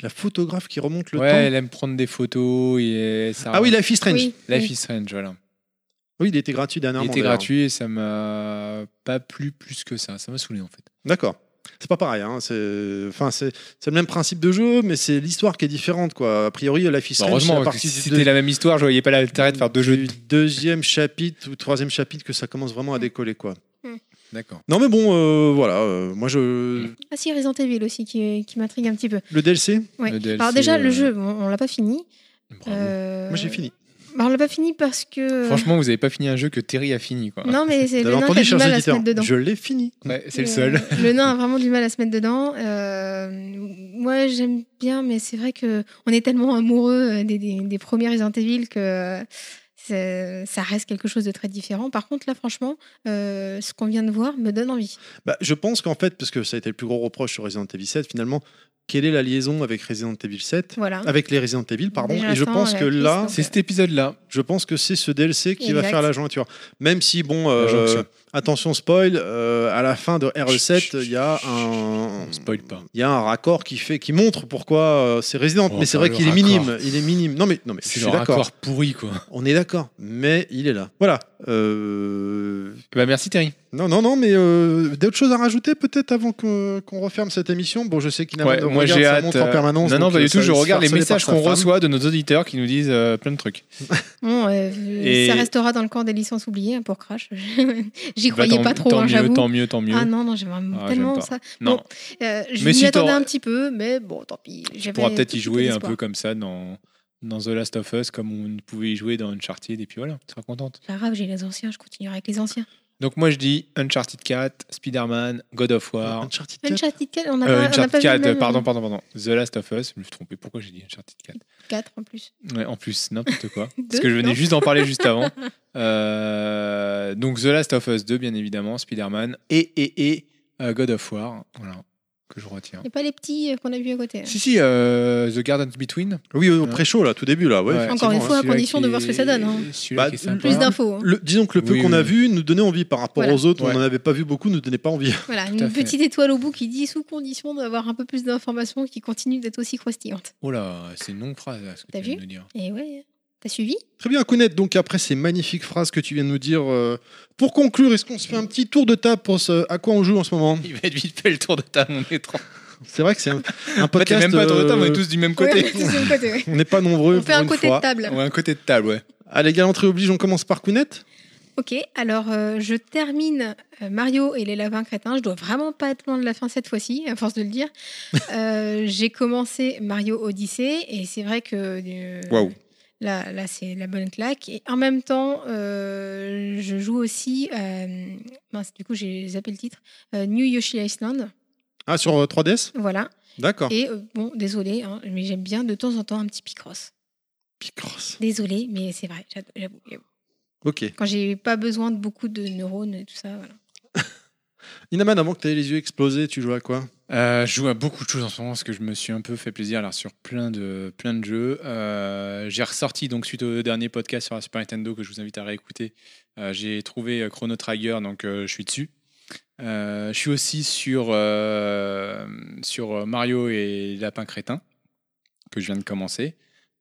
La photographe qui remonte le
ouais, elle
temps.
aime prendre des photos et ça.
Ah oui, Life is Strange. Oui,
Life
oui.
is Strange, voilà.
Oui, il était gratuit
Il
dernièrement.
était
d'ailleurs.
gratuit et ça m'a pas plu plus que ça. Ça m'a saoulé en fait.
D'accord. C'est pas pareil. Hein. C'est... Enfin, c'est... c'est le même principe de jeu, mais c'est l'histoire qui est différente. Quoi. A priori, Life is
Bon,
Strange, c'est
Bah, heureusement,
à
parce que
partir
si
du
c'était
deux-
la même histoire, je voyais pas l'intérêt de faire deux jeux.
deuxième chapitre ou troisième chapitre que ça commence vraiment à décoller. quoi.
D'accord.
Non, mais bon, euh, voilà. euh, moi, je.
Ah si, Resident Evil aussi qui, qui m'intrigue un petit peu.
Le DLC
Ouais.
Le DLC,
Alors déjà, le
euh,
jeu, on, on l'a pas fini. Euh,
Moi, j'ai fini.
bah, on l'a pas fini parce que.
Franchement, vous avez pas fini un jeu que Terry a fini quoi.
Euh. Non, mais c'est- Vous le avez nain qui a entendu, du chers mal à se auditeurs, mettre dedans. je
l'ai fini.
Ouais, c'est le
Euh,
seul.
le nain a vraiment du mal à se mettre dedans. Euh, moi, j'aime bien, mais c'est vrai que on est tellement amoureux euh, des, des, des premiers Resident Evil que euh, c'est- ça reste quelque chose de très différent. Par contre, là, franchement, euh, ce qu'on vient de voir me donne envie.
Bah, je pense qu'en fait, parce que ça a été le plus gros reproche sur Resident Evil 7, finalement, quelle est la liaison avec Resident Evil 7
Voilà.
Ah bah,
Avec les Resident Evil, pardon.
Déjà
et je
sans
pense
la
que
piste,
là.
donc. C'est cet épisode-là.
Je pense que c'est ce DLC qui va
Exact.
faire la jointure. Même si, bon, euh,
jonction.
attention, spoil, euh, à la fin de RE7, il y a un.
spoil pas.
Il y a un raccord qui, fait, qui montre pourquoi euh, c'est Resident.
Oh,
mais c'est vrai
enfin, le
qu'il est
raccord.
minime. Il est minime. Non, mais, non, mais je
C'est
suis
le raccord
d'accord.
pourri quoi.
On est d'accord, mais il est là. Voilà. Euh,
Bah merci Terry.
Non, non, non, mais euh, d'autres choses à rajouter peut-être avant que- qu'on referme cette émission. Bon, je sais qu'il
Ouais, moi j'ai hâte.
en
euh,
permanence.
non, non,
donc,
pas
euh,
du
ça
tout. Je
va se
regarde les
harceler par
messages
sa
qu'on
femme.
reçoit de nos auditeurs qui nous disent euh, plein de trucs.
Bon, euh,
Et-
ça restera dans le camp des licences oubliées hein, pour Crash. [LAUGHS] J'y
Bah,
croyais
tant-
pas trop,
tant
hein,
mieux,
j'avoue.
tant mieux, tant mieux.
Ah non, non, j'aime
Ah,
tellement
j'aime pas.
ça.
Non.
Bon, euh, je
Mais
m'y
si
attendais
t'auras-
un petit peu, mais bon, tant pis.
Tu
j'avais
pourras
tout
peut-être y
petit peu
jouer un
d'espoir.
peu comme ça dans, dans The Last of Us, comme on pouvait y jouer dans Uncharted, et puis voilà, tu seras contente.
Pas grave, j'ai les anciens, je continuerai avec les anciens.
Donc moi je dis Uncharted 4, Spider-Man, God of War. Uncharted
Uncharted 4, on a pas, on a pas
4,
vu le même,
Euh, pardon,
euh,
pardon, pardon. The Last of Us, je me suis trompé, pourquoi j'ai dit Uncharted 4
4 en plus.
Ouais, en plus, n'importe
[LAUGHS]
quoi.
Deux,
Parce que je venais
non
juste d'en parler juste avant.
[LAUGHS]
Euh, donc The Last of Us 2, bien évidemment, Spider-Man et, et, et euh, God of War. Voilà. que je retiens.
Il n'y a pas les petits euh, qu'on a vus à côté. là.
Si, si, euh, The Gardens Between.
Oui, au pré-show, là, tout début, là. Ouais,
Encore une
effectivement,
fois, à
hein.
condition de voir ce que ça donne. hein.
Celui-là
Bah,
qui est sympa.
Plus d'infos. hein.
Le- disons que le peu
Oui,
qu'on
oui.
a vu nous donnait envie par rapport
Voilà.
aux autres,
Ouais.
on n'en avait pas vu beaucoup, nous donnait pas envie. [LAUGHS]
Voilà,
à
une
fait.
petite étoile au bout qui dit sous condition d'avoir un peu plus d'informations qui continuent d'être aussi croustillantes.
Oh là, c'est une longue phrase, là, ce que
T'as
tu viens
vu
de nous dire.
Et ouais, hein. t'as suivi
Très bien, Kounet, donc après ces magnifiques phrases que tu viens de nous dire, euh, pour conclure, est-ce qu'on se fait un petit tour de table pour ce... à quoi on joue en ce moment
Il va être vite fait le tour de table, mon étrange.
C'est vrai que c'est un, un
[LAUGHS] En fait, il y a
podcast.
même pas de tour de table, on est
euh,
tous du même
Ouais, [LAUGHS]
côté.
on est
[LAUGHS]
tous de même
[LAUGHS]
côté, ouais.
on n'est pas nombreux.
On fait
pour
un
une
côté
fois.
de table.
Ouais, un côté de table, ouais.
Allez, galanterie oblige, on commence par Kounet.
Ok, alors euh, je termine euh, Mario et les lapins crétins. Je dois vraiment pas être loin de la fin cette fois-ci, à force de
[LAUGHS]
le dire. Euh, J'ai commencé Mario Odyssey et c'est vrai que euh,
Waouh.
là, là c'est la bonne claque. Et en même temps, euh, je joue aussi. euh, mince, du coup, j'ai zappé le titre. euh, New Yoshi Island.
Ah, sur euh, 3DS
Voilà.
Ah.
D'accord.
Et euh, bon, désolé, hein, mais j'aime bien de temps en temps un petit Picross.
Picross.
Désolé, mais c'est vrai. j'ado- j'avoue, j'avoue.
Ok.
Quand j'ai pas besoin de beaucoup de neurones et tout ça, voilà.
Inaman, avant que tu aies les yeux explosés, tu joues à quoi
Euh, je joue à beaucoup de choses en ce moment parce que je me suis un peu fait plaisir là, sur plein de, plein de jeux. Euh, j'ai ressorti, donc suite au dernier podcast sur la Super Nintendo que je vous invite à réécouter, euh, j'ai trouvé euh, Chrono Trigger, donc euh, je suis dessus. Euh, je suis aussi sur, euh, sur euh, Mario et Lapin Crétin, que je viens de commencer.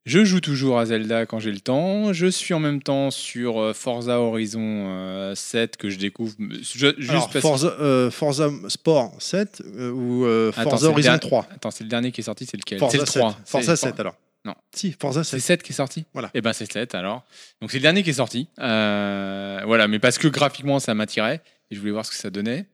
Je joue toujours à Zelda quand j'ai le temps. Je suis en même temps sur euh, Forza Horizon euh, 7 que je découvre. Je- juste
Alors,
parce-
Forza, euh, Forza Sport 7 euh, ou euh, Forza
Attends, c'est le
Horizon
der-
3
Attends, c'est le dernier qui est sorti, c'est lequel
Forza
C'est le
7.
3.
Forza
C'est-
7 alors.
Non.
Si, Forza 7.
C'est 7 qui est sorti
Voilà.
Et ben c'est 7 alors. Donc c'est le dernier qui est sorti. Euh, voilà, mais parce que graphiquement ça m'attirait et je voulais voir ce que ça donnait.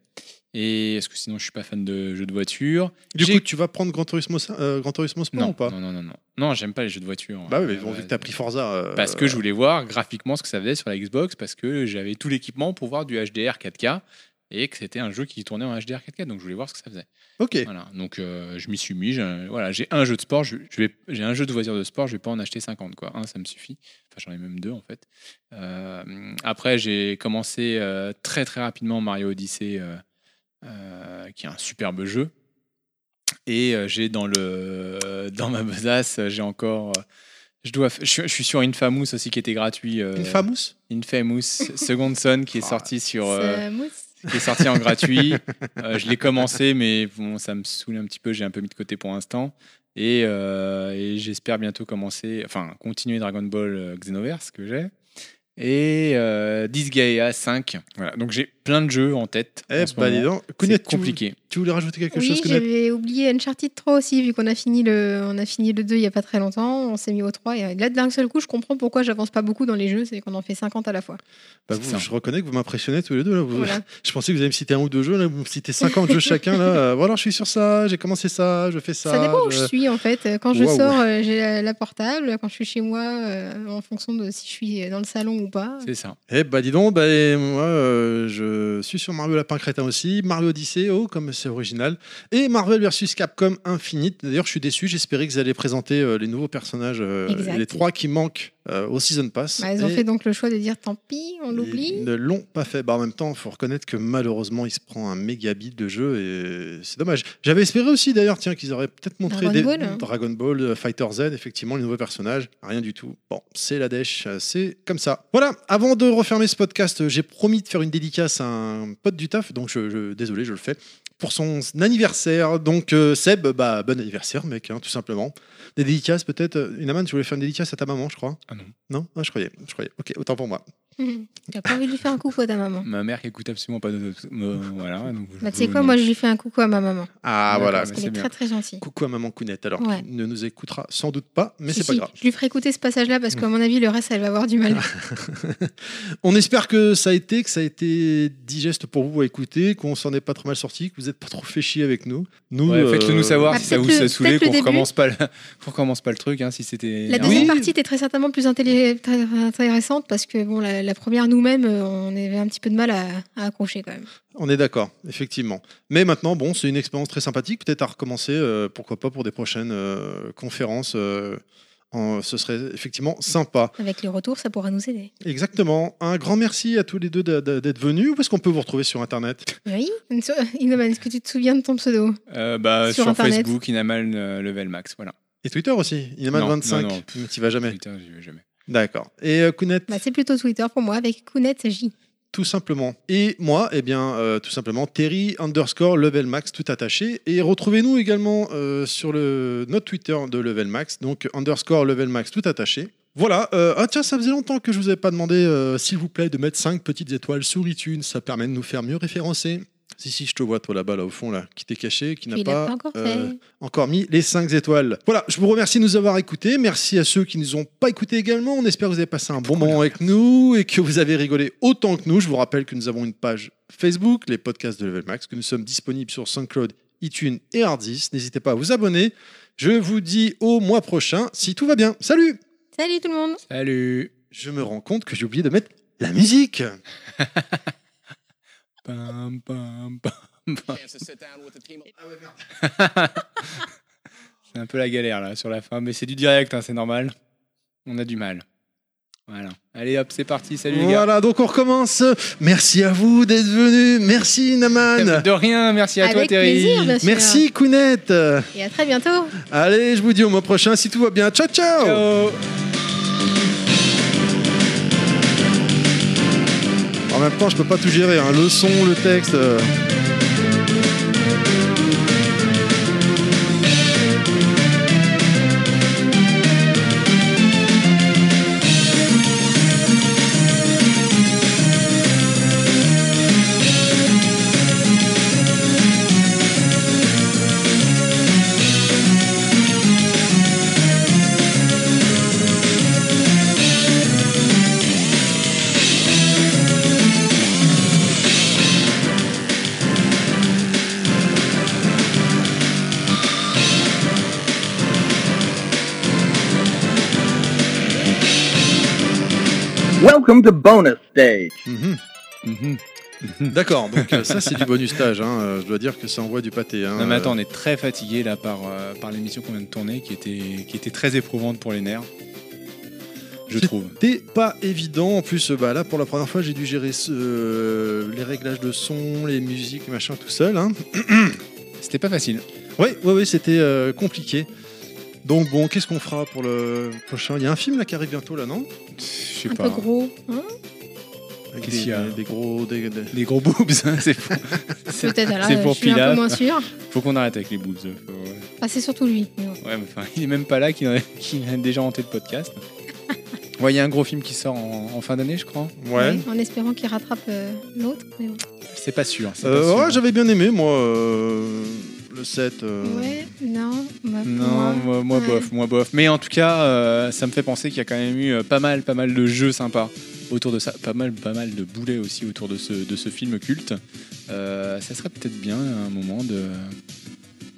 Et parce que sinon je suis pas fan de jeux de voiture.
Du
J'ai-
coup, tu vas prendre Gran Turismo, cin- euh, Gran Turismo Sport
non,
ou pas
non, non, non, non. Non, j'aime pas les jeux de voiture.
Bah oui, mais
Euh,
vu que t'as pris Forza. euh,
Parce que je voulais voir graphiquement ce que ça faisait sur la Xbox, parce que j'avais tout l'équipement pour voir du HDR 4K et que c'était un jeu qui tournait en HDR 4K, donc je voulais voir ce que ça faisait.
Ok.
Voilà, donc euh, je m'y suis mis. j'ai- Voilà, j'ai un jeu de sport, je, je vais, j'ai un jeu de voiture de sport, je vais pas en acheter 50 quoi. Un, ça me suffit. Enfin, j'en ai même deux en fait. Euh, après, j'ai commencé euh, très très rapidement Mario Odyssey, euh, euh, qui est un superbe jeu. Et euh, j'ai dans le euh, dans ma besace, j'ai encore. euh, je dois, f- je, suis- je suis sur Infamous aussi qui était gratuit. euh,
Infamous Oh,
Infamous Second Son qui est sorti sur. euh,
Ça mousse.
qui est sorti en gratuit. Euh, je l'ai commencé, mais bon, ça me saoule un petit peu. J'ai un peu mis de côté pour l'instant. Et, euh, et j'espère bientôt commencer, enfin, continuer Dragon Ball euh, Xenoverse que j'ai. Et euh, Disgaea 5. Voilà. Donc j'ai plein de jeux en tête.
Eh
en ce
bah dis
moment.
donc, Kounet,
C'est
tu,
compliqué.
tu voulais rajouter quelque
Oui,
chose Kounet
j'avais oublié Uncharted 3 aussi, vu qu'on a fini le, on a fini le 2 il y a pas très longtemps, on s'est mis au 3. Et là, d'un seul coup, je comprends pourquoi j'avance pas beaucoup dans les jeux, c'est qu'on en fait 50 à la fois.
Bah,
C'est
vous,
ça.
Je reconnais que vous m'impressionnez tous les deux. Là. Vous-
Voilà.
Je pensais que vous alliez me citer un ou deux jeux. Là. Vous me citez 50 jeux chacun. Là. Euh, Voilà, je suis sur ça, j'ai commencé ça, je fais ça.
Ça, dépend où je
je-
suis en fait. Quand je
Waouh.
sors, euh, j'ai la, la portable. Quand je suis chez moi, euh, en fonction de si je suis dans le salon ou pas.
C'est ça.
Eh bah dis donc, bah, et moi euh, je suis sur Mario Lapin Crétin aussi, Mario Odyssey, oh comme c'est original, et Marvel vs Capcom Infinite. D'ailleurs je suis déçu, j'espérais que vous alliez présenter euh, les nouveaux personnages, euh,
Exact.
les trois qui manquent euh, au Season Pass.
Bah, ils ont
Et
fait donc le choix de dire tant pis, on l'oublie.
Ils ne l'ont pas fait. Bah, en même temps, il faut reconnaître que malheureusement, il se prend un méga bide de jeu et c'est dommage. J'avais espéré aussi d'ailleurs tiens, qu'ils auraient peut-être montré
Dragon
des
Ball, hein.
Dragon Ball, euh, Fighter Z, effectivement, les nouveaux personnages. Rien du tout. Bon, c'est la dèche, euh, c'est comme ça. Voilà, avant de refermer ce podcast, euh, j'ai promis de faire une dédicace à un pote du taf, donc je, je- désolé, je le fais. Pour son anniversaire. Donc, euh, Seb, bah, bon anniversaire, mec, hein, tout simplement. Des dédicaces, peut-être. euh, Inaman, tu voulais faire une dédicace à ta maman, je crois
Ah non.
Non Ah, je croyais. Je croyais. Ok, autant pour moi.
[LAUGHS] T'as pas envie de lui faire un coucou à ta maman
Ma mère qui écoute absolument pas de. euh, voilà. donc je-
Bah, tu sais
Mm.
quoi, moi je lui fais un coucou à ma maman.
Ah,
D'accord,
voilà.
mais
Elle est,
c'est bien.
très très gentille.
Coucou à maman Counette, alors
Ouais.
qui ne nous écoutera sans doute pas, mais
Si,
c'est pas
si,
grave. Mm.
Je lui ferai écouter ce passage-là parce qu'à mon avis, le reste, elle va avoir du mal.
On espère que ça a été, que ça a été digeste pour vous à écouter, qu'on s'en est pas trop mal sorti, que vous n'êtes pas trop fait chier avec nous. nous euh,
Ouais, Faites-le nous savoir
Ah,
si ça vous
peut-être
a
le-
saoulé,
peut-être le
qu'on
début.
recommence, pas le... [LAUGHS] qu'on recommence pas le truc. hein, si c'était.
La
énervant.
deuxième partie était très certainement plus intelli- très intéressante parce que bon, la, la première, nous-mêmes, euh, on avait un petit peu de mal à, à accrocher quand même.
On est d'accord, effectivement. Mais maintenant, bon, c'est une expérience très sympathique, peut-être à recommencer, euh, pourquoi pas pour des prochaines euh, conférences. euh, en- ce serait effectivement sympa.
Avec les retours, ça pourra nous aider.
Exactement. Un grand merci à tous les deux d'a- d'a- d'être venus. Où est-ce qu'on peut vous retrouver sur Internet
Oui. Inoman, est-ce que tu te souviens de ton pseudo
Euh, bah,
Sur
sur
Internet.
Facebook, Inamal euh, Level Max, voilà.
Et Twitter aussi, Inaman
Non,
25.
non, non,
Mais t'y vas jamais.
Putain, j'y vais jamais.
D'accord. Et euh, Kounet,
Bah, C'est plutôt Twitter pour moi, avec Kounet J.
tout simplement. Et moi, eh bien, euh, tout simplement, Terry underscore Level Max, tout attaché. Et retrouvez-nous également euh, sur le, notre Twitter de Level Max, donc underscore Level Max, tout attaché. Voilà, euh, ah tiens, ça faisait longtemps que je vous avais pas demandé, euh, s'il vous plaît, de mettre 5 petites étoiles sur iTunes, ça permet de nous faire mieux référencer. Si, si, je te vois, toi, là-bas, là, au fond, là, qui t'es caché, qui n'a
Tu l'as
pas,
pas encore fait.
euh, encore mis les 5 étoiles. Voilà, je vous remercie de nous avoir écoutés. Merci à ceux qui nous ont pas écoutés également. On espère que vous avez passé un bon moment avec nous et que vous avez rigolé autant que nous. Je vous rappelle que nous avons une page Facebook, les podcasts de Level Max, que nous sommes disponibles sur SoundCloud, iTunes et Hardis. N'hésitez pas à vous abonner. Je vous dis au mois prochain si tout va bien. Salut
Salut tout le monde
Salut Je me rends compte que j'ai oublié de mettre la musique
Pam, pam, pam, pam.
Chance to sit down with the team.
C'est un peu la galère là sur la fin, mais c'est du direct, hein, c'est normal. On a du mal. Voilà. Allez hop, c'est parti. Salut les gars.
Voilà, donc on recommence. Merci à vous d'être venus. Merci Naman.
De rien, merci à toi
Avec
Terry.
plaisir, bien sûr.
Merci Kounet.
Et à très bientôt
Allez, je vous dis au mois prochain si tout va bien. Ciao, ciao. En même temps, je peux pas tout gérer. hein. Le son, le texte. euh.
Welcome to bonus stage.
D'accord. Donc euh, ça, c'est du bonus stage. hein. Euh, Je dois dire que ça envoie du pâté. hein.
Non mais attends, on est très fatigué là par, euh, par l'émission qu'on vient de tourner qui était, qui était très éprouvante pour les nerfs. Je trouve.
C'était pas évident. En plus, euh, bah, là, pour la première fois, j'ai dû gérer ce- euh, les réglages de son, les musiques, machin, tout seul.
C'était pas facile.
Oui, ouais, ouais, c'était euh, compliqué. Donc bon, qu'est-ce qu'on fera pour le prochain Il y a un film là qui arrive bientôt là, non
Je
sais
Un peu gros. hein
Avec
Qu'est-ce
des,
qu'il y a
des- des gros, des, des-
Les gros [LAUGHS] boobs, hein, c'est pour, c'est-
Peut-être, alors,
c'est
euh,
pour
je suis un peu
Pilaf.
moins sûre.
Faut qu'on arrête avec les boobs. euh, faut-
Ah, c'est surtout lui. mais bon.
Ouais, mais enfin, il est même pas là, qui a déjà hanté le [LAUGHS] podcast. Ouais, Il y a un gros film qui sort en, en fin d'année, je crois.
Ouais.
En espérant qu'il rattrape euh, l'autre. mais bon.
C'est pas sûr. c'est
Euh,
pas sûr.
ouais, j'avais bien aimé moi euh, le 7. euh.
Ouais, non. bah,
Non, moi, moi,
ouais.
bof, moi bof. Mais en tout cas, euh, ça me fait penser qu'il y a quand même eu euh, pas mal, pas mal de jeux sympas autour de ça, pas mal, pas mal de boulets aussi autour de ce, de ce film culte. Euh, ça serait peut-être bien à un moment de,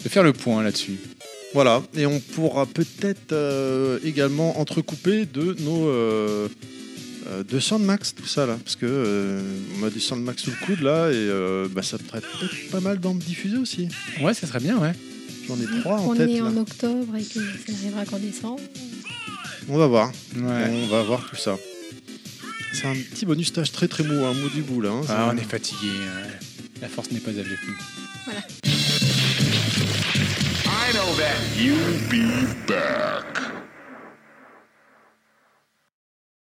de faire le point là-dessus.
Voilà, et on pourra peut-être euh, également entrecouper de nos euh, euh, de Sandmax tout ça là, parce que euh, on a du Sandmax sous le coude là et euh, bah, ça traite peut-être pas mal d'en diffuser aussi.
Ouais, ça serait bien, ouais.
J'en ai trois en
On
tête
est
là.
en octobre et que ça n'arrivera qu'en décembre.
On va voir. On va voir tout ça. C'est un petit bonus stage très très mou, un mou du bout là. hein.
Ah,
C'est-
on est fatigué. euh, La force n'est pas avec nous.
Voilà.
I know that. You be back.